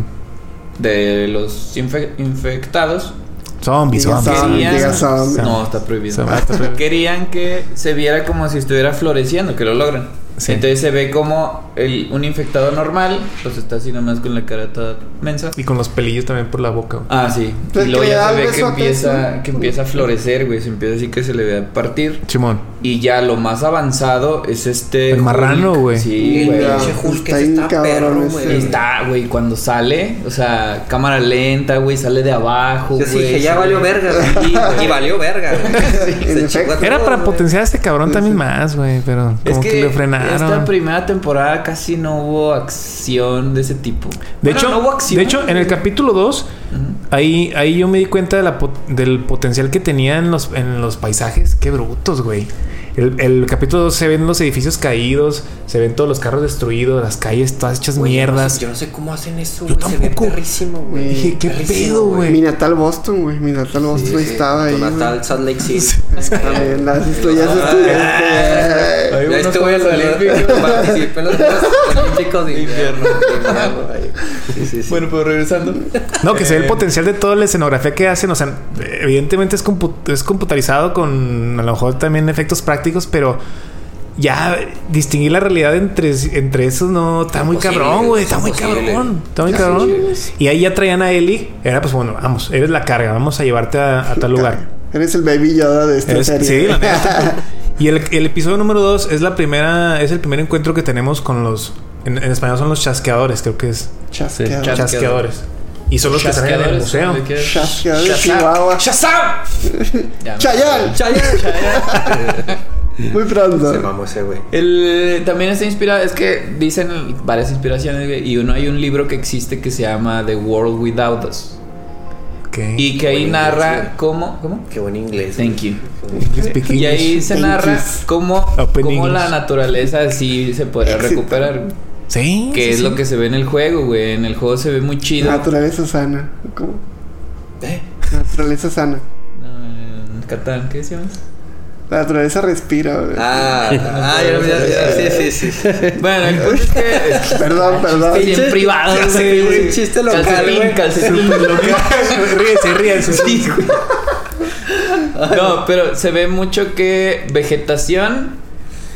S3: de los infe- infectados,
S5: Zombies,
S4: Diga
S5: zombies.
S4: zombie,
S3: Querían-
S4: diga zombie.
S3: No, está
S5: Se
S3: prohibido.
S5: va, está prohibido.
S3: Querían que se viera como si estuviera floreciendo, que lo logran.
S5: Sí.
S3: Entonces se ve como el, un infectado normal, pues está así nomás con la cara toda mensa.
S5: Y con los pelillos también por la boca, güey.
S3: Ah, sí. Y
S4: Pues
S3: luego
S4: que le
S3: ya
S4: da
S3: se
S4: el
S3: ve que
S4: besote,
S3: empieza,
S4: sí.
S3: que empieza a florecer, güey. Se empieza así que se le ve a partir.
S5: Chimón.
S3: Y ya lo más avanzado es este.
S5: El
S3: Hulk.
S5: marrano, güey.
S3: Sí,
S1: el
S3: güey.
S4: Ya,
S1: pinche Hulk
S4: está
S1: ese
S4: bien
S1: está
S4: cabrón
S1: perro,
S4: ese.
S1: güey.
S3: Y Está, güey, cuando sale, o sea, cámara lenta, güey, sale de abajo,
S1: Yo
S3: güey.
S1: sí dije, ya
S3: sale-
S1: valió verga. güey. Y, y valió verga. güey.
S4: En
S1: Se
S4: efecto.
S1: chingó a
S5: Era
S1: todos,
S5: para
S1: güey.
S5: potenciar a este cabrón también más, güey, pero como
S3: Es
S5: que,
S3: que
S5: lo frenaron.
S3: esta primera temporada casi no hubo acción de ese tipo.
S5: De
S3: Bueno,
S5: hecho,
S3: no hubo acción.
S5: de hecho, en el capítulo 2, ahí, ahí yo me di cuenta de la pot- del potencial que tenía en los, en los paisajes. Qué brutos, güey. El, el capítulo 2 se ven los edificios caídos, se ven todos los carros destruidos, las calles todas hechas
S1: Güey, yo no
S5: mierdas.
S1: sé- Yo no sé cómo hacen eso,
S5: Yo
S1: güey. Se ve
S5: tampoco.
S1: perrísimo, güey.
S5: Dije, ¿qué
S1: Perrísimo,
S5: pedo, güey?
S4: Mi natal Boston, güey. Mi natal Boston
S1: Sí,
S4: estaba ahí.
S1: Tu
S4: güey.
S1: natal, Ah. Salt Lake City.
S4: También las estrellas estudiantes.
S3: Ahí
S1: Ya
S3: unos
S1: estuve en los
S3: Juegos
S1: Olímpicos. Participé en los Juegos Olímpicos de invierno. Sí, sí, sí.
S3: Bueno, pero regresando.
S5: No, que se
S4: eh,
S5: ve el potencial de toda la escenografía que hacen. O sea, evidentemente es, compu- es computarizado con a lo mejor también efectos prácticos, pero ya distinguir la realidad entre, entre esos no está muy
S1: Imposible,
S5: cabrón, güey. Está muy
S1: imposible.
S5: cabrón. Está muy
S1: Ya,
S5: cabrón.
S1: sí,
S5: Y ahí ya traían a Eli. Era pues bueno, vamos, eres la carga, vamos a llevarte a, a tal lugar.
S4: Eres el baby Yoda de esta
S5: Eres-
S4: serie.
S5: sí, la neta. Y el, el episodio número 2 es la primera, es el primer encuentro que tenemos con los. En, en español son los chasqueadores, creo que es.
S4: Chasqueador.
S3: Sí. Chas- Chasqueadores.
S5: Chasqueadores. Y son los que están en el museo.
S3: ¿dónde quieres?
S4: Chasqueador de
S3: Shazam.
S4: Chihuahua.
S5: ¡Shazam!
S3: Ya, no.
S4: Chayal.
S1: Chayanne,
S4: Muy
S1: Se
S4: pronto.
S1: mamó ese güey.
S3: El, también está inspirado, es que dicen varias inspiraciones güey, y uno hay un libro que existe que se llama The World Without Us
S5: Ok.
S3: y que ahí
S1: Buen inglés,
S3: narra
S1: güey.
S3: cómo, cómo
S1: Qué buen inglés.
S3: Thank
S1: güey.
S3: you.
S5: Speak
S3: y ahí
S5: English.
S3: se
S4: Thank
S3: narra
S4: yous.
S3: cómo,
S5: Open
S3: cómo la
S5: English.
S3: naturaleza sí se podría recuperar, güey,
S5: Sí.
S3: que
S5: sí,
S3: es
S5: sí.
S3: lo que se ve en el juego, güey, en el juego se ve muy chido.
S1: Ah,
S4: Naturaleza sana. ¿Cómo?
S3: Eh,
S4: Naturaleza sana.
S3: no, en Catán, ¿qué decíamos?
S4: La naturaleza respira. güey.
S1: Ah, ah, ya, ya, ya, sí, sí, sí.
S3: Bueno, el punto es que
S1: Ah,
S4: Perdón, perdón.
S3: Bien
S1: Pinche-
S3: privado,
S1: ya sé,
S3: güey.
S1: güey, chiste local,
S3: Calcetín,
S1: güey.
S3: calcetín.
S5: ríense, ríense.
S3: No, pero se ve mucho que vegetación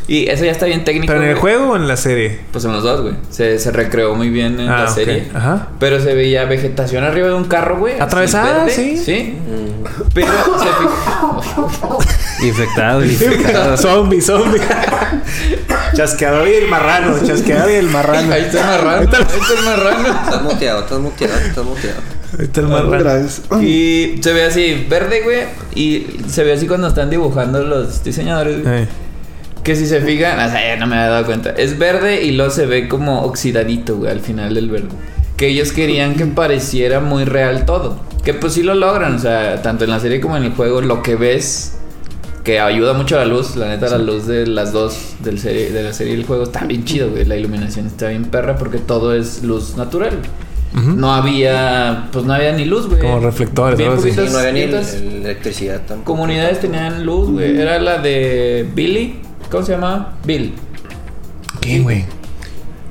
S3: y eso ya está bien técnico.
S5: ¿Pero en el
S3: güey.
S5: juego o en la serie?
S3: Pues en los dos, güey. Se, se recreó muy bien en la
S5: Ah, ok.
S3: serie.
S5: Ajá.
S3: Pero se veía vegetación arriba de un carro, güey. así
S5: Atravesada,
S3: verde,
S5: sí.
S3: Sí.
S1: Mm,
S3: Pero se fijó.
S2: Infectado, infectado.
S5: zombie, zombie. chasqueador y el marrano, chasqueador y el marrano.
S3: Ahí está el marrano. Ahí está el marrano.
S1: Estás muteado, estás muteado, estás muteado.
S5: Ahí está el
S4: Otra
S5: marrano.
S4: vez.
S3: Y se ve así, verde, güey. Y se ve así cuando están dibujando los diseñadores. güey.
S5: Eh,
S3: Que si se fijan, o sea, ya no me había dado cuenta. Es verde y luego se ve como oxidadito, güey, al final del verde. Que ellos querían que pareciera muy real todo. Que pues sí lo logran, o sea, tanto en la serie como en el juego, lo que ves, que ayuda mucho la luz, la neta, la luz de las dos, del serie, de la serie y el juego, está bien chido, güey. La iluminación está bien perra porque todo es luz natural. güey.
S5: Ujú.
S3: No había, pues no había ni luz, güey.
S5: Como reflectores,
S3: Bien
S5: algo así.
S1: Y
S3: poquitas-
S1: no había ni
S3: poquitas-
S1: electricidad tampoco.
S3: comunidades tenían luz, güey. Era la de Billy. ¿Cómo se llamaba? Bill.
S5: ¿Qué, güey?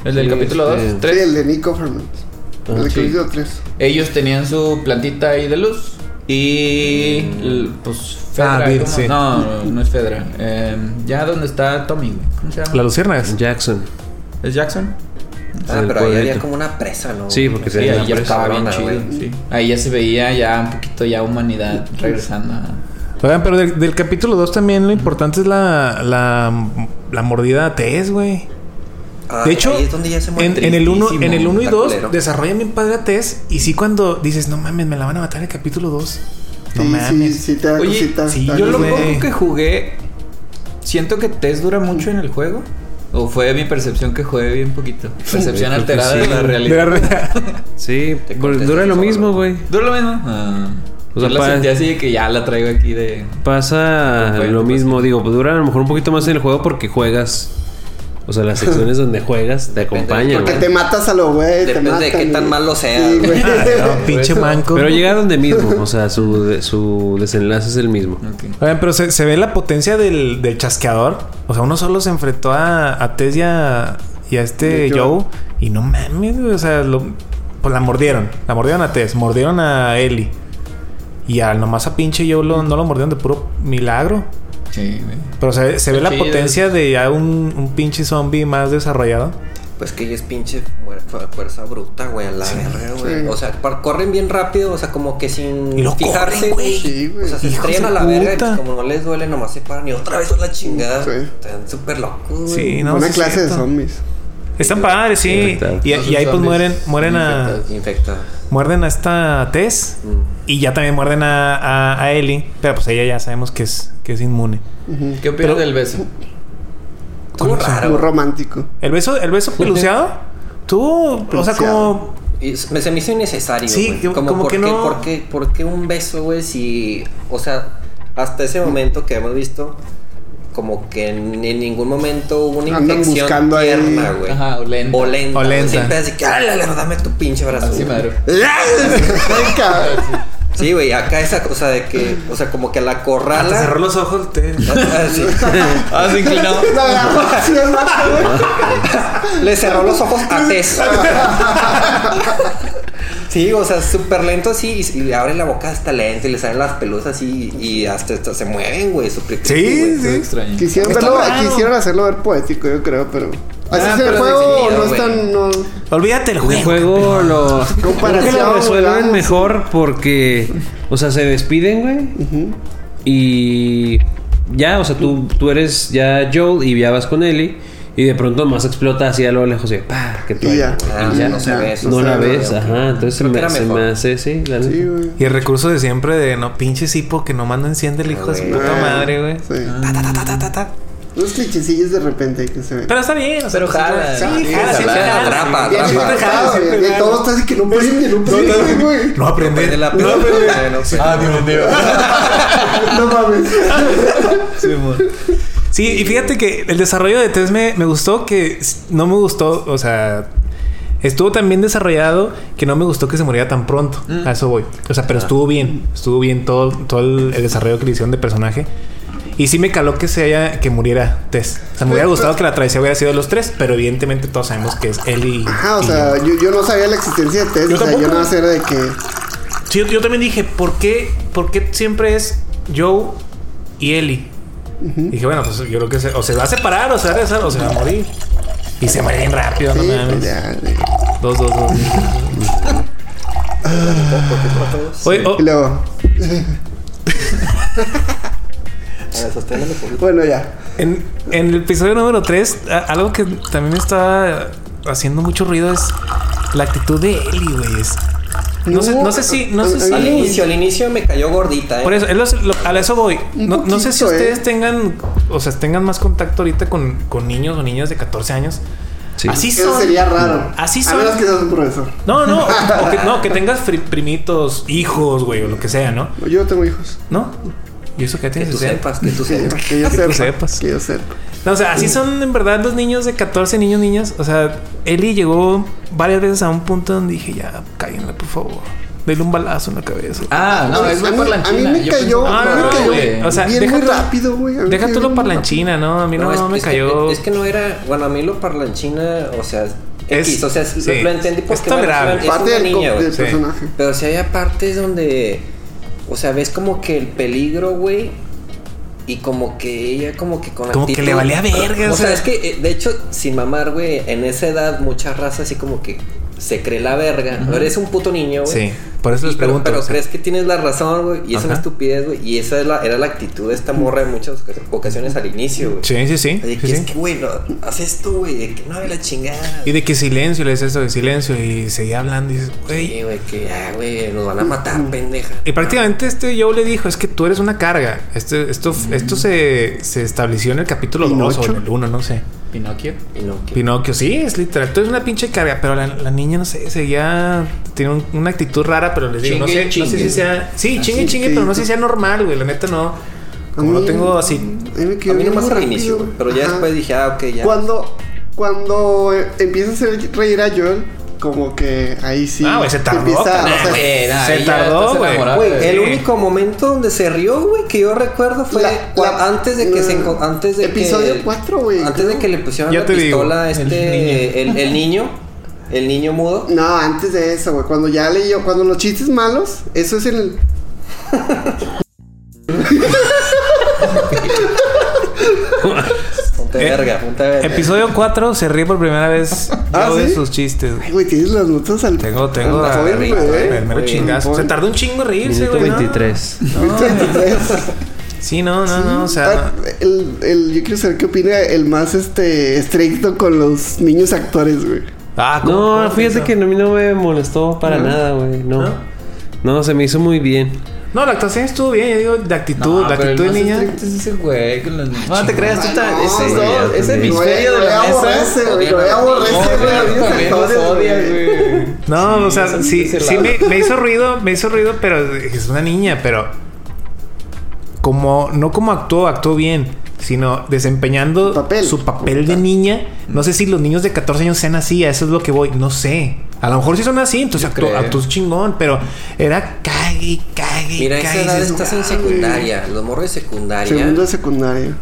S3: El del
S1: Sí,
S3: capítulo 2,
S1: este,
S3: 3.
S4: Sí, el de Nico Fernández.
S5: Ah,
S4: El de
S3: sí.
S4: Coliseo 3.
S3: Ellos tenían su plantita ahí de luz. Y. l- Pues Fedra.
S5: Ah, Bill,
S3: ¿cómo?
S5: sí.
S3: No, no es Fedra. Eh, ya donde está Tommy, güey. ¿Cómo se
S5: ¿La
S3: llama?
S5: luciérnagas?
S2: Jackson.
S3: ¿Es Jackson?
S1: Ah,
S2: El
S1: pero ahí había
S2: pueblito.
S1: como una presa, ¿no?
S2: Sí, porque
S3: Sí,
S2: tenía
S3: ahí ya
S2: presa.
S3: estaba bien
S1: cabrona,
S3: chido.
S1: güey.
S3: sí. Ahí ya se veía ya un poquito ya humanidad regresando a.
S5: Oigan, pero del, del capítulo 2 también lo importante es la, la, la mordida a Tess, güey.
S1: Ah,
S5: De hecho,
S1: ahí es donde ya se muere
S5: en, en el 1 en el
S1: tristísimo,
S5: uno y
S1: está
S5: 2
S1: culero.
S5: desarrollan bien padre a Tess. Y sí, cuando dices, no mames, me la van a matar en el capítulo 2. No
S4: Sí, sí,
S5: mames.
S4: sí, te da
S3: Oye,
S4: cosita.
S5: sí,
S4: Está
S3: Yo
S4: bien,
S3: lo
S5: güey.
S3: poco que jugué. Siento que Tess dura mucho en el juego. ¿O fue mi percepción que jugué bien poquito? Percepción
S2: creo que
S3: alterada
S2: sí.
S3: de la
S5: De
S3: realidad.
S5: la realidad.
S2: Sí,
S1: Te
S2: porque
S1: contestas
S2: dura lo
S1: solo.
S2: mismo, güey.
S3: Dura lo mismo. Ah.
S2: O sea,
S3: Yo la
S2: pa-
S3: sentí así de que ya la traigo aquí de.
S2: Pasa
S3: Bueno,
S2: lo
S3: pues,
S2: mismo, digo, pues, dura a lo mejor un poquito más en el juego porque juegas. O sea, las secciones donde juegas te
S1: Depende,
S2: acompañan.
S4: Porque
S2: güey.
S4: te matas a lo güey. te
S1: Depende de
S4: matan,
S1: qué tan
S4: güey.
S1: malo seas,
S4: Sí,
S1: güey.
S5: Ah, No, pinche manco.
S2: Pero llega donde mismo, o sea, su, de- su desenlace es el mismo.
S3: Ok.
S5: Oigan, pero se, se ve la potencia del, del chasqueador. O sea, uno solo se enfrentó a, a Tess y a, y a este
S4: Y
S5: Joe.
S4: Joe.
S5: Y no mames, güey, O sea, lo- pues la mordieron. La mordieron a Tess, mordieron a Ellie. Y al nomás a pinche Joe lo- no lo mordieron de puro milagro.
S3: Sí, güey.
S5: Pero se, se ve
S3: Está
S5: la
S3: chido.
S5: potencia de ya un, un pinche zombie más desarrollado.
S1: Pues que ella es pinche fuer- fu- fuerza bruta, güey, a la verga, güey.
S4: Sí.
S1: O sea, par- corren bien rápido, o sea, como que sin
S5: Y lo
S1: fijarse,
S5: corren, güey.
S4: Sí, güey.
S1: O sea, se
S5: Hijos
S1: estrellan
S5: de
S1: a la verga y
S5: puta.
S1: pues, como no les duele, nomás se paran y otra vez a la chingada.
S4: Sí.
S1: Están súper locos, güey.
S5: Sí, no
S4: Una
S5: sí es
S4: clase de
S5: cierto.
S4: zombies.
S5: Están padres, sí.
S2: Infectados.
S5: Y, y ahí pues
S3: Zombies
S5: mueren, mueren a.
S3: infectados.
S1: Infectados.
S5: Muerden a esta Tess. Y ya también muerden a, a, a Ellie. Pero pues ella ya sabemos que es, que es inmune.
S4: Ujú.
S3: ¿Qué opinas del beso?
S1: Estuvo
S4: Muy
S1: raro.
S4: romántico.
S5: El beso, el beso peluceado. Tú, o sea, como.
S1: Y s- me, se me hizo innecesario.
S5: Sí,
S1: güey.
S5: que- como
S1: ¿por
S5: que
S1: qué-
S5: no-
S1: ¿por qué, por qué un beso, güey? Si. O sea, hasta ese momento que hemos visto, como que en, en ningún momento hubo una
S4: Andan
S1: infección
S4: buscando ahí.
S1: tierna, güey.
S3: Ajá, olenta.
S1: O lenta.
S5: O lenta.
S1: Siempre así que, "Ay, la verdad, dame tu pinche brazo.
S3: Así,
S1: güey".
S3: madre.
S4: Ay, cabrón.
S1: Sí, güey, acá esa cosa de que, o sea, como que la corrala.
S5: Hasta cerró los ojos. te-
S1: Ah, sí.
S3: Ah, se inclinó.
S4: La agarró así el vato, güey.
S1: Le cerró los ojos a Tess. Sí, o sea, súper lento así y, y abre la boca hasta lento y le salen las pelusas así y hasta, hasta se mueven, güey. súper creepy,
S5: Sí,
S1: güey.
S5: sí.
S3: Extraño.
S4: Quisieron,
S5: Está
S4: verlo,
S5: raro.
S4: quisieron hacerlo ver poético, yo creo, pero. Así
S1: Ah,
S4: es el
S1: pero
S4: juego,
S1: definido,
S4: no es
S1: güey.
S4: tan. No,
S5: Olvídate el
S2: El
S5: juego.
S2: juego lo, creo que
S4: Comparación,
S2: lo
S4: güey,
S2: resuelven
S4: vamos.
S2: mejor porque, o sea, se despiden, güey. Y ya, o sea, tú, tú eres ya Joel y ya vas con Ellie. Y de pronto más explota así a lo lejos y pa, que tú
S4: Y ya.
S1: Ah,
S2: Y ya.
S1: no se ve eso.
S2: No
S4: O sea,
S2: la ves,
S1: ok.
S2: ajá. Entonces se
S1: Creo que
S2: me,
S1: era
S2: se me
S1: mejor.
S2: hace, sí, la
S4: Sí,
S2: neta.
S4: güey.
S5: Y el recurso de siempre de no pinches hipo que nomás no enciende el hijo de su
S1: güey.
S5: puta madre, güey.
S4: Sí.
S5: Ta, ta, ta, ta, ta, ta, ta.
S4: Los clichecillos de repente que se ven.
S5: Pero está bien, o sea,
S3: Pero
S5: pues,
S3: jala,
S5: Sí,
S3: sí,
S5: jala, sí,
S1: jala,
S5: jala.
S1: atrapa,
S4: Bien,
S1: atrapa.
S4: siempre jala, güey. De todo está así que no prende, no prende, güey.
S5: No aprende.
S1: Prende la
S5: No aprende.
S1: no sé.
S6: Ah, Dios mío.
S4: No mames.
S5: Sí, y fíjate que el desarrollo de Tess me, me gustó, que s- no me gustó, o sea, estuvo tan bien desarrollado que no me gustó que se muriera tan pronto.
S3: Mm.
S5: A eso voy. O sea, pero
S3: Ah.
S5: estuvo bien, estuvo bien todo, todo el, el desarrollo que le hicieron de personaje. Y sí me caló que se haya, que muriera Tess. O sea, me hubiera gustado que la travesía hubiera sido de los tres, pero evidentemente todos sabemos que es él y.
S4: Ajá, o
S5: y
S4: sea, yo, yo no sabía la existencia de Tess.
S5: Yo
S4: o sea, yo
S5: tampoco.
S4: no sé era de que.
S5: Sí, yo, yo también dije, ¿por qué, por qué siempre es Joe y Ellie? Dije, bueno, pues yo creo que se, o se va a separar, o se va a regresar, o se va a morir. Y se muere bien rápido, no
S4: Sí, pues
S5: mames.
S4: ya, güey.
S5: Dos, dos, dos. Oye, oh,
S4: Y luego.
S1: Eh, sosténmelo, por favor.
S4: Bueno, ya.
S5: en, en el episodio número 3, algo que también me está haciendo mucho ruido es la actitud de Ellie, güey. Es- No sé, no sé si, no
S4: a-
S5: sé
S4: a
S5: si.
S4: mí
S1: Al inicio, al inicio me cayó gordita, eh.
S5: Por eso, es los- lo- a eso voy.
S4: Un
S5: No, no sé si
S4: poquito,
S5: ustedes
S4: eh.
S5: tengan, o sea, tengan más contacto ahorita con, con niños o niñas de 14 años.
S2: Sí.
S5: Así
S4: Eso
S5: son.
S4: sería raro.
S5: Así
S4: A
S5: son.
S4: menos que seas un profesor.
S5: No, no, o que, no, que tengas fri- primitos, hijos, güey, o lo que sea, ¿no?
S4: Yo tengo hijos.
S5: ¿No? ¿Y eso qué
S1: Que
S5: tienes?
S1: tú
S5: O sea,
S1: sepas, que tú
S4: Que,
S1: sepas.
S4: que yo
S5: Que tú
S4: sepa.
S5: sepas.
S4: Que yo sepa.
S5: No, o sea, así son en verdad los niños de 14 niños, niñas. O sea, Eli llegó varias veces a un punto donde dije, ya, cállenla, por favor. Dele un balazo en la cabeza.
S3: Ah, no,
S4: A mí-
S3: es muy
S4: a mí-
S3: parlanchina.
S4: a mí me
S3: Yo
S4: cayó-
S5: Ah,
S3: pensé-
S4: a mí me cayó-
S3: güey.
S5: O sea,
S4: bien
S5: deja
S4: muy
S5: tú-
S4: rápido, güey. A mí
S5: Deja
S4: me
S5: tú lo
S4: bien
S5: parlanchina, ¿no? A mí no,
S1: es-
S5: me
S1: es
S5: cayó.
S1: Que, es que no era. Bueno, a mí lo parlanchina, o sea.
S5: Es-
S1: X, o sea,
S5: sí.
S1: lo, lo entendí porque
S5: Es tolerable.
S1: bueno, es
S4: Parte
S1: una
S4: del,
S1: niña,
S4: co-
S1: güey.
S4: del
S5: sí.
S4: personaje.
S1: Pero si hay apartes donde. O sea, ves como que el peligro, güey. Y como que ella, como que con
S5: Como que le valía verga,
S1: O,
S5: o
S1: sea,
S5: sea.
S1: es que, eh, de hecho, sin mamar, güey, en esa edad, muchas razas así como que se cree la verga. Eres un puto niño, güey.
S5: Sí, por eso
S1: Y
S5: les
S1: pero-
S5: pregunto.
S1: Pero,
S5: o sea,
S1: crees que tienes la razón, güey. Y es una
S5: Ajá.
S1: estupidez, güey. Y esa es la- era la actitud de esta morra en muchas oca- ocasiones al inicio, güey.
S5: Sí, sí, sí.
S1: De
S5: sí,
S1: que es
S5: sí.
S1: que, güey, no, haz esto, güey. De que no, de la chingada.
S5: Y de que silencio, le dices eso de silencio y seguía hablando y dices,
S1: Sí,
S5: güey.
S1: güey, que, ah, güey, nos van a matar, pendeja.
S5: Y prácticamente este Joe le dijo, es que tú eres una carga. Este, esto esto se, se estableció en el capítulo 2 o en
S4: ¿Pinocho?
S5: el 1, no sé.
S3: Pinocchio.
S1: Ah, Y no, que-
S5: Pinocchio, sí, es literal. Tú eres una pinche carga, pero la, la niña, no sé, seguía... Tiene un- una actitud rara, pero les digo, no
S3: Chingue
S5: sé,
S3: y
S5: no sé
S3: chingue.
S5: si sea... Sí, chingue,
S4: sí,
S5: chingue,
S4: sí.
S5: pero no sé si sea normal, güey. La neta no. Como
S4: A
S1: Mm.
S5: lo
S4: mí-
S5: tengo así...
S4: A mí me
S1: A
S4: cayó
S1: mí
S4: bien
S1: nomás
S4: muy
S1: al
S4: rápido,
S1: inicio, güey,
S4: güey.
S1: pero ya
S4: Ajá.
S1: después dije, ah, ok, ya.
S4: Cuando, cuando eh, empieza a hacer reír a Joel, como que ahí sí.
S5: Ah, güey, se tardó,
S4: Empieza,
S5: carnal,
S4: o sea,
S3: güey, nah,
S5: se
S3: ahí ya
S5: tardó,
S3: estás
S5: güey.
S3: enamorado,
S1: Güey,
S5: eh.
S3: güey.
S1: el único momento donde se rió, güey, que yo recuerdo fue
S4: La-
S1: cua-
S4: la-
S1: antes de que se enco-
S4: mm,
S1: antes de
S4: episodio
S1: que-
S4: cuatro, güey,
S1: Antes
S4: creo.
S1: de que le pusieran
S5: Ya
S1: la
S5: te digo,
S1: pistola a
S5: el
S1: este el, el niño, el niño mudo.
S4: No, antes de eso, güey. Cuando ya leyó, cuando los chistes malos, eso es en el.
S1: Ponte
S5: Eh,
S1: verga, ponte verga.
S5: Episodio 4 se ríe por primera vez
S4: Ah,
S5: Joe de
S4: ¿sí?
S5: sus chistes.
S4: Ay, güey, tienes las notas al.
S5: Tengo, tengo.
S4: al
S5: la-
S4: joven,
S5: el-
S4: güey.
S5: el mero
S4: Güey,
S5: chingazo. Se tardó un chingo en reírse,
S2: Minuto
S5: güey. ¿no?
S2: 23.
S5: Sí, no, no, no. O
S4: Ah,
S5: sea,
S4: el, el, yo quiero saber qué opina el más este estricto con los niños actores, güey.
S5: ah, ¿cómo-
S2: No,
S5: cómo
S2: fíjate
S5: pensó?
S2: que a mí no me molestó para nada, güey. No.
S5: ¿No?
S2: No, se me hizo muy bien.
S5: No, la actuación estuvo bien. Yo digo, la actitud,
S3: No,
S5: la
S3: pero
S5: actitud de
S3: el más
S5: niña.
S3: estricto es ese güey con los- No te creas, tú
S4: Ay,
S3: estás.
S4: no,
S3: ese
S4: no,
S3: güey, ese
S2: también.
S3: hemisferio
S4: Lo
S3: de la
S4: voy a aborrecer,
S3: mesa.
S4: güey, lo voy a aborrecer,
S3: No,
S4: güey, a mí
S3: también
S4: me
S3: nos
S4: jodes,
S3: odia,
S4: güey.
S3: güey.
S5: No,
S3: Sí,
S5: o sea,
S3: ese-
S5: sí,
S3: ese
S5: sí
S3: lado.
S5: me, me hizo ruido, me hizo ruido, pero es una niña, pero como no como actuó, actuó bien, sino desempeñando
S4: Su papel.
S5: su papel de niña. No sé si los niños de 14 años sean así, a eso es lo que voy, no sé. A lo mejor sí son así, entonces
S3: Yo
S5: actuó,
S3: creo.
S5: actuó chingón, pero era cague, cague,
S1: Mira, esa
S5: cague.
S1: edad
S5: dices,
S1: estás en
S5: "Ah,
S1: secundaria, los morros de secundaria.
S4: Segundo de secundaria.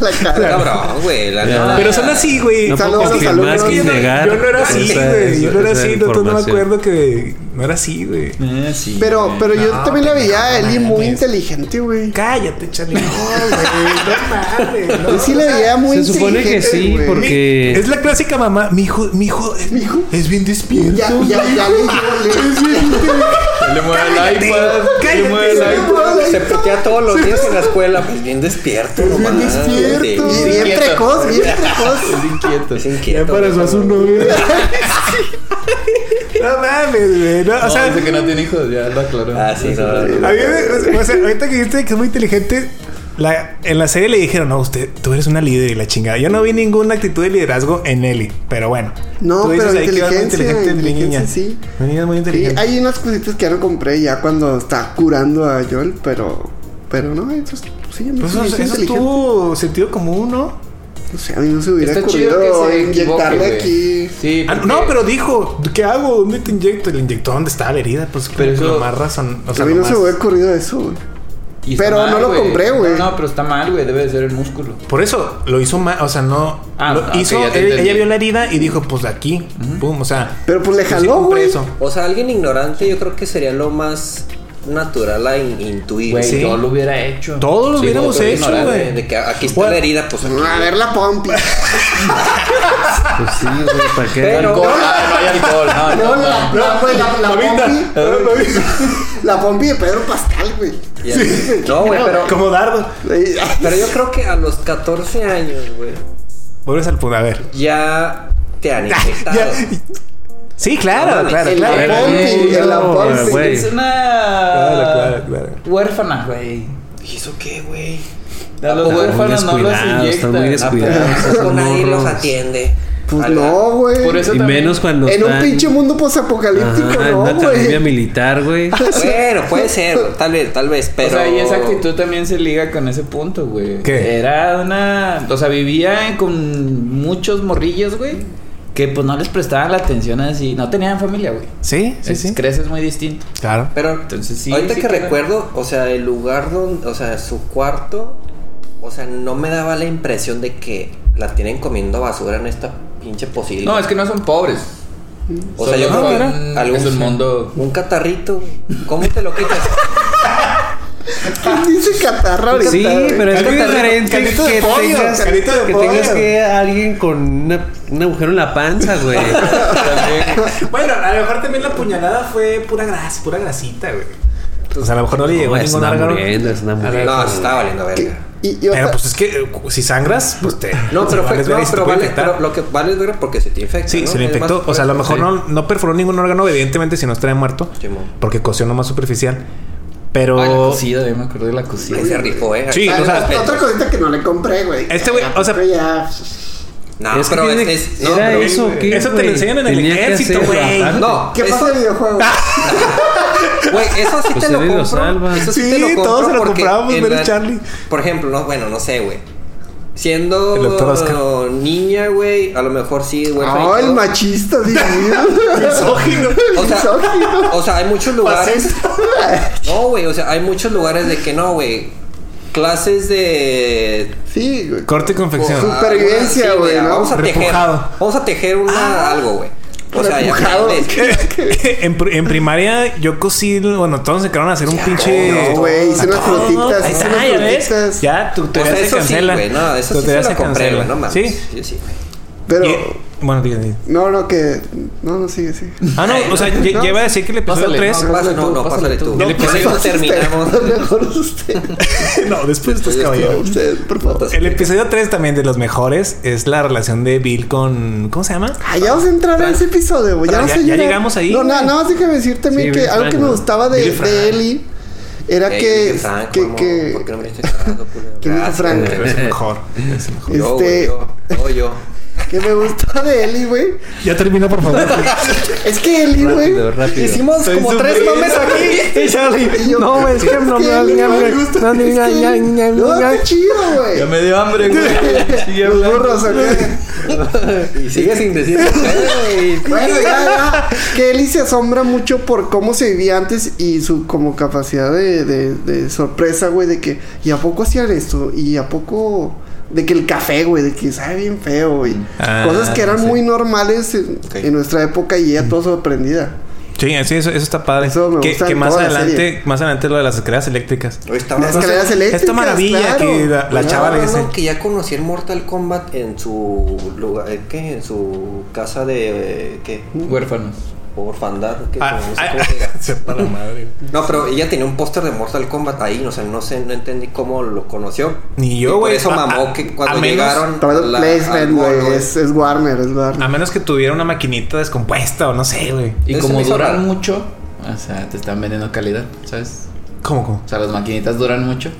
S4: La cara.
S1: Cabrón, güey, la
S3: Ah,
S1: neta.
S5: Pero son así, güey.
S2: No puedo
S4: Saludos a los
S2: confirmar ni
S4: alumnos. Es que yo no-
S2: negar.
S5: Yo no era así,
S2: esa-
S5: güey. Yo no era
S2: esa
S5: así. No, no me
S2: información.
S5: acuerdo que. No era así, güey.
S3: Eh, sí,
S4: Pero,
S3: güey.
S4: pero yo
S5: No,
S4: también la
S5: pendejo,
S4: veía a
S5: no
S4: Eli muy
S5: mames.
S4: inteligente, güey.
S5: Cállate, Charlie. No, güey. No mames.
S4: Yo
S5: no.
S4: sí la veía muy
S2: Se supone
S4: inteligente.
S2: que sí,
S4: güey.
S2: porque- que-
S5: Es la clásica mamá. Mi hijo, mi hijo, es,
S4: Mi hijo.
S5: es bien despierto.
S4: Ya, ya, ya le digo,
S3: Le mueve el iPad. Le mueve el
S4: cállate.
S3: iPad.
S1: Se putea todos los días en la escuela, pues bien despierto,
S4: le- bien
S1: nomás,
S4: despierto.
S1: sí,
S4: Y
S1: sí,
S4: bien
S3: inquieto.
S4: precoz, bien precoz.
S3: Es inquieto.
S1: Es inquieto. güey.
S5: novio. No mames, güey. No, o
S3: No,
S5: sea,
S3: dice que no tiene hijos, ya lo aclaró.
S1: Ah, sí, no, no, no.
S5: a mí me- o sea, ahorita que dijiste que es muy inteligente, la- en la serie le dijeron, no, usted, tú eres una líder y la chingada. Yo no vi ninguna actitud de liderazgo en Ellie, pero bueno.
S4: No,
S5: Tú
S4: pero
S5: ahí que era muy
S4: inteligencia,
S5: mi
S4: inteligencia,
S5: niña.
S4: sí.
S5: Mi niña es muy
S4: Sí,
S5: inteligente.
S4: hay unas cositas que ya no compré ya cuando está curando a Joel, pero. Pero no, eso es- sí, a mí
S5: Pues
S4: se
S5: eso,
S4: me hizo
S5: eso es
S4: inteligente.
S5: tu sentido común, ¿no?
S4: No sé, a mí no se hubiera
S3: Está chido
S4: ocurrido
S3: que se
S4: inyectarle
S3: equivoque,
S4: aquí.
S3: güey. Sí,
S5: Ah, no, pero dijo, ¿qué hago? ¿Dónde te inyecto? Le inyectó donde estaba la herida, pues
S3: Pero
S5: pero
S3: eso-
S5: lo más razón. O sea,
S4: a mí
S5: lo
S4: no
S5: más-
S4: se hubiera ocurrido eso, güey.
S3: Y está
S4: pero no lo compré, güey.
S3: No, no, pero está mal, güey. Debe de ser el músculo.
S5: Por eso lo hizo mal, o sea, no.
S3: Ah,
S5: lo
S3: ok,
S5: hizo,
S3: ya te
S5: él-
S3: entendí.
S5: ella vio la herida y dijo, pues de aquí, pum, o sea.
S4: Pero pues le
S5: yo sí
S4: jaló,
S5: compré
S4: güey.
S5: eso.
S1: O sea, alguien ignorante yo creo que sería lo más natural a in- intuir.
S3: Güey,
S5: Sí.
S3: yo lo hubiera hecho.
S5: Todos lo hubiéramos
S1: Todo
S5: hecho,
S1: ignorante,
S5: güey.
S1: De que "Ah, aquí está
S5: Bueno.
S1: la herida, pues aquí.
S4: A ver la pompi.
S2: Pues sí, güey, ¿para qué?
S1: Pero-
S3: Alcohol, ah, no hay alcohol. No,
S4: No,
S3: no, no.
S4: la, no, güey, la, la pompi. La pompi de Pedro Pascal, güey.
S1: Ya. No, güey, pero,
S5: Como dardo.
S1: pero yo creo que a los 14 años, güey,
S5: Vuelves al punto, a ver.
S1: ya te han infectado.
S5: Ah, Sí, claro,
S1: Ahora,
S5: claro,
S1: el
S5: claro.
S1: Pompi,
S5: Güey,
S4: el
S5: no,
S4: Pompi.
S2: güey.
S3: Es una.
S5: Claro, claro, claro.
S3: Huérfana, güey.
S1: ¿Y eso qué, güey?
S3: A los
S1: Están
S2: muy
S3: huérfanos no los
S2: descuidados, están muy
S3: inyectan.
S2: descuidados.
S1: Ah,
S2: esos
S1: pues nadie
S2: morros.
S1: los atiende.
S4: Pues
S1: A la-
S4: no, güey.
S3: Por eso
S2: Y
S3: también-
S2: menos cuando
S4: En un
S2: están-
S4: pinche mundo posapocalíptico,
S2: Ajá, en
S4: no,
S2: una academia
S4: güey.
S2: militar, güey.
S1: Bueno, puede ser, güey, tal vez, tal vez, pero.
S3: O sea, y esa actitud también se liga con ese punto, güey.
S5: ¿Qué?
S3: Era una... O sea, vivía con muchos morrillos, güey. Que pues no les prestaban la atención así. No tenían familia, güey.
S5: Sí, sí,
S3: Es-
S5: sí.
S3: Creces muy distinto.
S5: Claro.
S1: Pero
S3: Entonces, sí,
S1: ahorita
S3: sí,
S1: que
S3: claro.
S1: recuerdo, o sea, el lugar donde, o sea, su cuarto, o sea, no me daba la impresión de que la tienen comiendo basura en esta pinche posible.
S3: No, es que no son pobres.
S1: o sea,
S3: solo
S1: yo creo
S3: son-
S1: que algún-
S3: es un mundo-
S1: un catarrito, güey. ¿cómo te lo quitas?
S4: ¿Quién dice catarra ahorita?
S2: Sí,
S4: güey?
S2: pero es muy
S5: Carita de-
S2: diferente
S5: carita de
S2: que
S5: pollo,
S2: tengas,
S5: carita de
S2: que
S5: pollo.
S2: tengas que alguien con una- un agujero en la panza, güey.
S5: Bueno, a lo mejor también la puñalada fue pura grasa, pura grasita, güey. O sea, a lo mejor no le llegó
S2: No, es
S5: ningún
S2: una
S5: órgano.
S2: murienda, es una
S5: A ver,
S2: murienda.
S1: No, se estaba valiendo verga.
S4: Y, y, o
S5: Pero
S4: sea,
S5: pues es que eh, si sangras, pues te.
S1: No,
S5: te
S1: pero, fue,
S5: vales
S1: no,
S5: verga y se te
S1: pero
S5: puede
S1: vale,
S5: infectar.
S1: pero lo que vale es verga porque se te infecta.
S5: Sí,
S1: ¿no?
S5: se le
S1: Es
S5: infectó.
S1: más pues,
S5: O sea, a lo mejor
S1: fuerte.
S5: no, no perforó ningún órgano, evidentemente, si no estaría muerto.
S1: Simón. pues,
S5: Porque coció nomás superficial. Pero.
S3: Ay, la cocida, yo me acordé de la cocida.
S1: Ahí se rifó, eh.
S5: Sí,
S4: ah,
S5: o sea,
S4: otra cosita que no le compré, güey. Ah, pues,
S5: Este güey, o sea-
S4: Ya,
S1: No,
S2: Es que
S1: pero
S2: tiene-
S1: es, es- no,
S2: era
S1: pero-
S2: eso, ¿qué,
S5: Eso te
S2: güey?
S5: lo enseñan en el
S2: Tenía que
S5: ejército,
S2: hacerlo,
S5: güey.
S2: ajá.
S1: No,
S4: ¿Qué
S1: eso-
S4: pasa el videojuego?
S1: Ah, Güey, eso sí
S2: Pues
S1: te lo
S2: Eddie
S1: compro.
S2: lo salva.
S1: Eso sí,
S5: Sí,
S1: te lo compro
S5: todos se lo
S1: porque
S5: comprábamos,
S1: en
S5: menos
S1: la-
S5: Charlie.
S1: Por ejemplo, no, bueno, no sé, güey.
S5: El doctor
S1: Siendo
S5: Oscar.
S1: niña, güey, a lo mejor sí, güey.
S4: Oh, el machista, Dios mío.
S5: Misógino.
S1: O sea,
S4: misógino.
S1: o sea, hay muchos lugares.
S4: Fascista.
S1: No, güey, o sea, hay muchos lugares de que no, güey. Clases de.
S4: Sí, güey.
S5: Corte y confección.
S4: Su- Supervivencia,
S1: Ah, Sí,
S4: güey, ¿no?
S1: Vamos a tejer.
S5: Repujado.
S1: Vamos a tejer una,
S5: Ah,
S1: algo, güey. O sea, ya
S4: Repujado.
S1: aprendes.
S5: en, pr- en primaria yo cocí, bueno, todos se quedaron a hacer un pinche.
S4: No, güey, hice unas frutitas,
S5: Ahí
S4: hice
S5: está,
S4: unas
S5: ya ves.
S4: frutitas.
S5: Ya, tu
S1: O
S5: teoría
S1: sea,
S5: se
S1: eso sí,
S5: cancela.
S1: güey. No, eso
S5: Tu
S1: sí se
S5: teoría
S1: lo compré,
S5: cancela.
S1: güey. No mames.
S5: Sí.
S1: Yo sí, güey.
S4: Pero,
S5: Y- bueno, diga, diga.
S4: no, no, que. No, no, sigue, sigue.
S5: Ah, no, o sea, lle-
S4: No.
S5: lleva a decir que el episodio
S3: Pásale,
S5: 3.
S1: No, pásale tú,
S3: No,
S1: pásale tú.
S5: No,
S1: El episodio
S4: Pásale
S1: Pues terminamos.
S4: usted, Mejor usted.
S5: No, después estás caballero.
S4: Usted, por favor.
S5: El episodio 3 también de los mejores es la relación de Bill con. ¿Cómo se llama?
S4: Ah, ya vamos a entrar a ese episodio, güey. Ya,
S5: Pero
S4: no
S5: ya-
S4: sé
S5: ya
S4: llegar.
S5: llegamos ahí,
S4: No, nada,
S5: güey.
S4: nada más déjame decir también
S2: Sí,
S4: que
S2: Billy
S4: algo
S2: Frank,
S4: que me
S2: ¿no?
S4: gustaba de,
S5: Billy Frank.
S4: de Eli era
S1: Ey,
S4: que.
S1: Billy Frank,
S4: que,
S1: ¿cómo?
S4: que-
S1: ¿Por qué no me estoy cagando, culo?
S4: Que Billy
S1: Gracias,
S4: Frank.
S1: güey.
S5: Es el mejor. Es el mejor.
S1: Yo, güey,
S4: Este-
S1: yo. No, yo.
S4: que me gustaba de Eli, güey.
S5: Ya termina, por favor.
S4: Es que Eli, güey.
S2: Rápido, rápido.
S4: Hicimos
S5: Estoy
S4: como tres
S5: sufriendo.
S4: mames aquí. Y yo,
S2: No, güey, es que no me
S4: Eli,
S2: da ni hambre.
S4: gusta.
S2: No, ni-
S4: Es que
S2: ya,
S4: Eli-
S2: ya,
S4: No,
S2: ya.
S4: está chido,
S3: Ya
S4: güey.
S3: me dio hambre, güey. Sigue
S4: Los
S3: hablando.
S4: burros, ok.
S1: Y sigue sin decir. Ey,
S4: Bueno, ya, ya. Que Eli se asombra mucho por cómo se vivía antes y su como capacidad de, de- de sorpresa, güey, de que, ¿y a poco hacían esto? ¿Y a poco...? De que el café, güey, de que sabe bien feo, güey.
S5: Ah,
S4: Cosas que eran
S5: sí.
S4: muy normales en,
S1: Ok.
S4: en nuestra época y ella todo sorprendida.
S5: Sí, sí, eso, eso está padre.
S4: Eso me
S5: que,
S4: gusta
S5: que
S4: en
S5: más
S4: toda la
S5: adelante,
S4: serie.
S5: más adelante lo de las escaleras eléctricas.
S1: Hoy estaba-
S4: Las escaleras
S5: Esta
S4: eléctricas,
S5: maravilla
S4: claro.
S5: que la, la
S1: Yo
S5: chava le
S1: me acuerdo
S5: dice.
S1: que ya conocí el Mortal Kombat en su lugar, eh, ¿qué? En su casa de eh, ¿qué?
S3: Huérfanos.
S1: orfandad, que
S5: Ah,
S1: no sé
S5: ah,
S1: cómo se diga.
S5: sepa la madre.
S1: No, pero ella tenía un póster de Mortal Kombat ahí, o sea, no sé, no entendí cómo lo conoció.
S5: Ni yo,
S1: Y Por
S5: güey.
S1: eso
S5: A-
S1: mamó
S5: a-
S1: que cuando
S5: a menos-
S1: llegaron
S4: Todo
S1: la- al
S4: placement,
S1: mall,
S4: güey.
S1: güey.
S4: Es, es Warner, es Warner.
S5: A menos que tuviera una maquinita descompuesta o no sé, güey.
S3: Y
S1: Eso
S3: como
S1: me hizo raro.
S3: duran mucho, o sea, te están vendiendo calidad, ¿sabes?
S5: ¿Cómo, cómo?
S3: O sea, las maquinitas duran mucho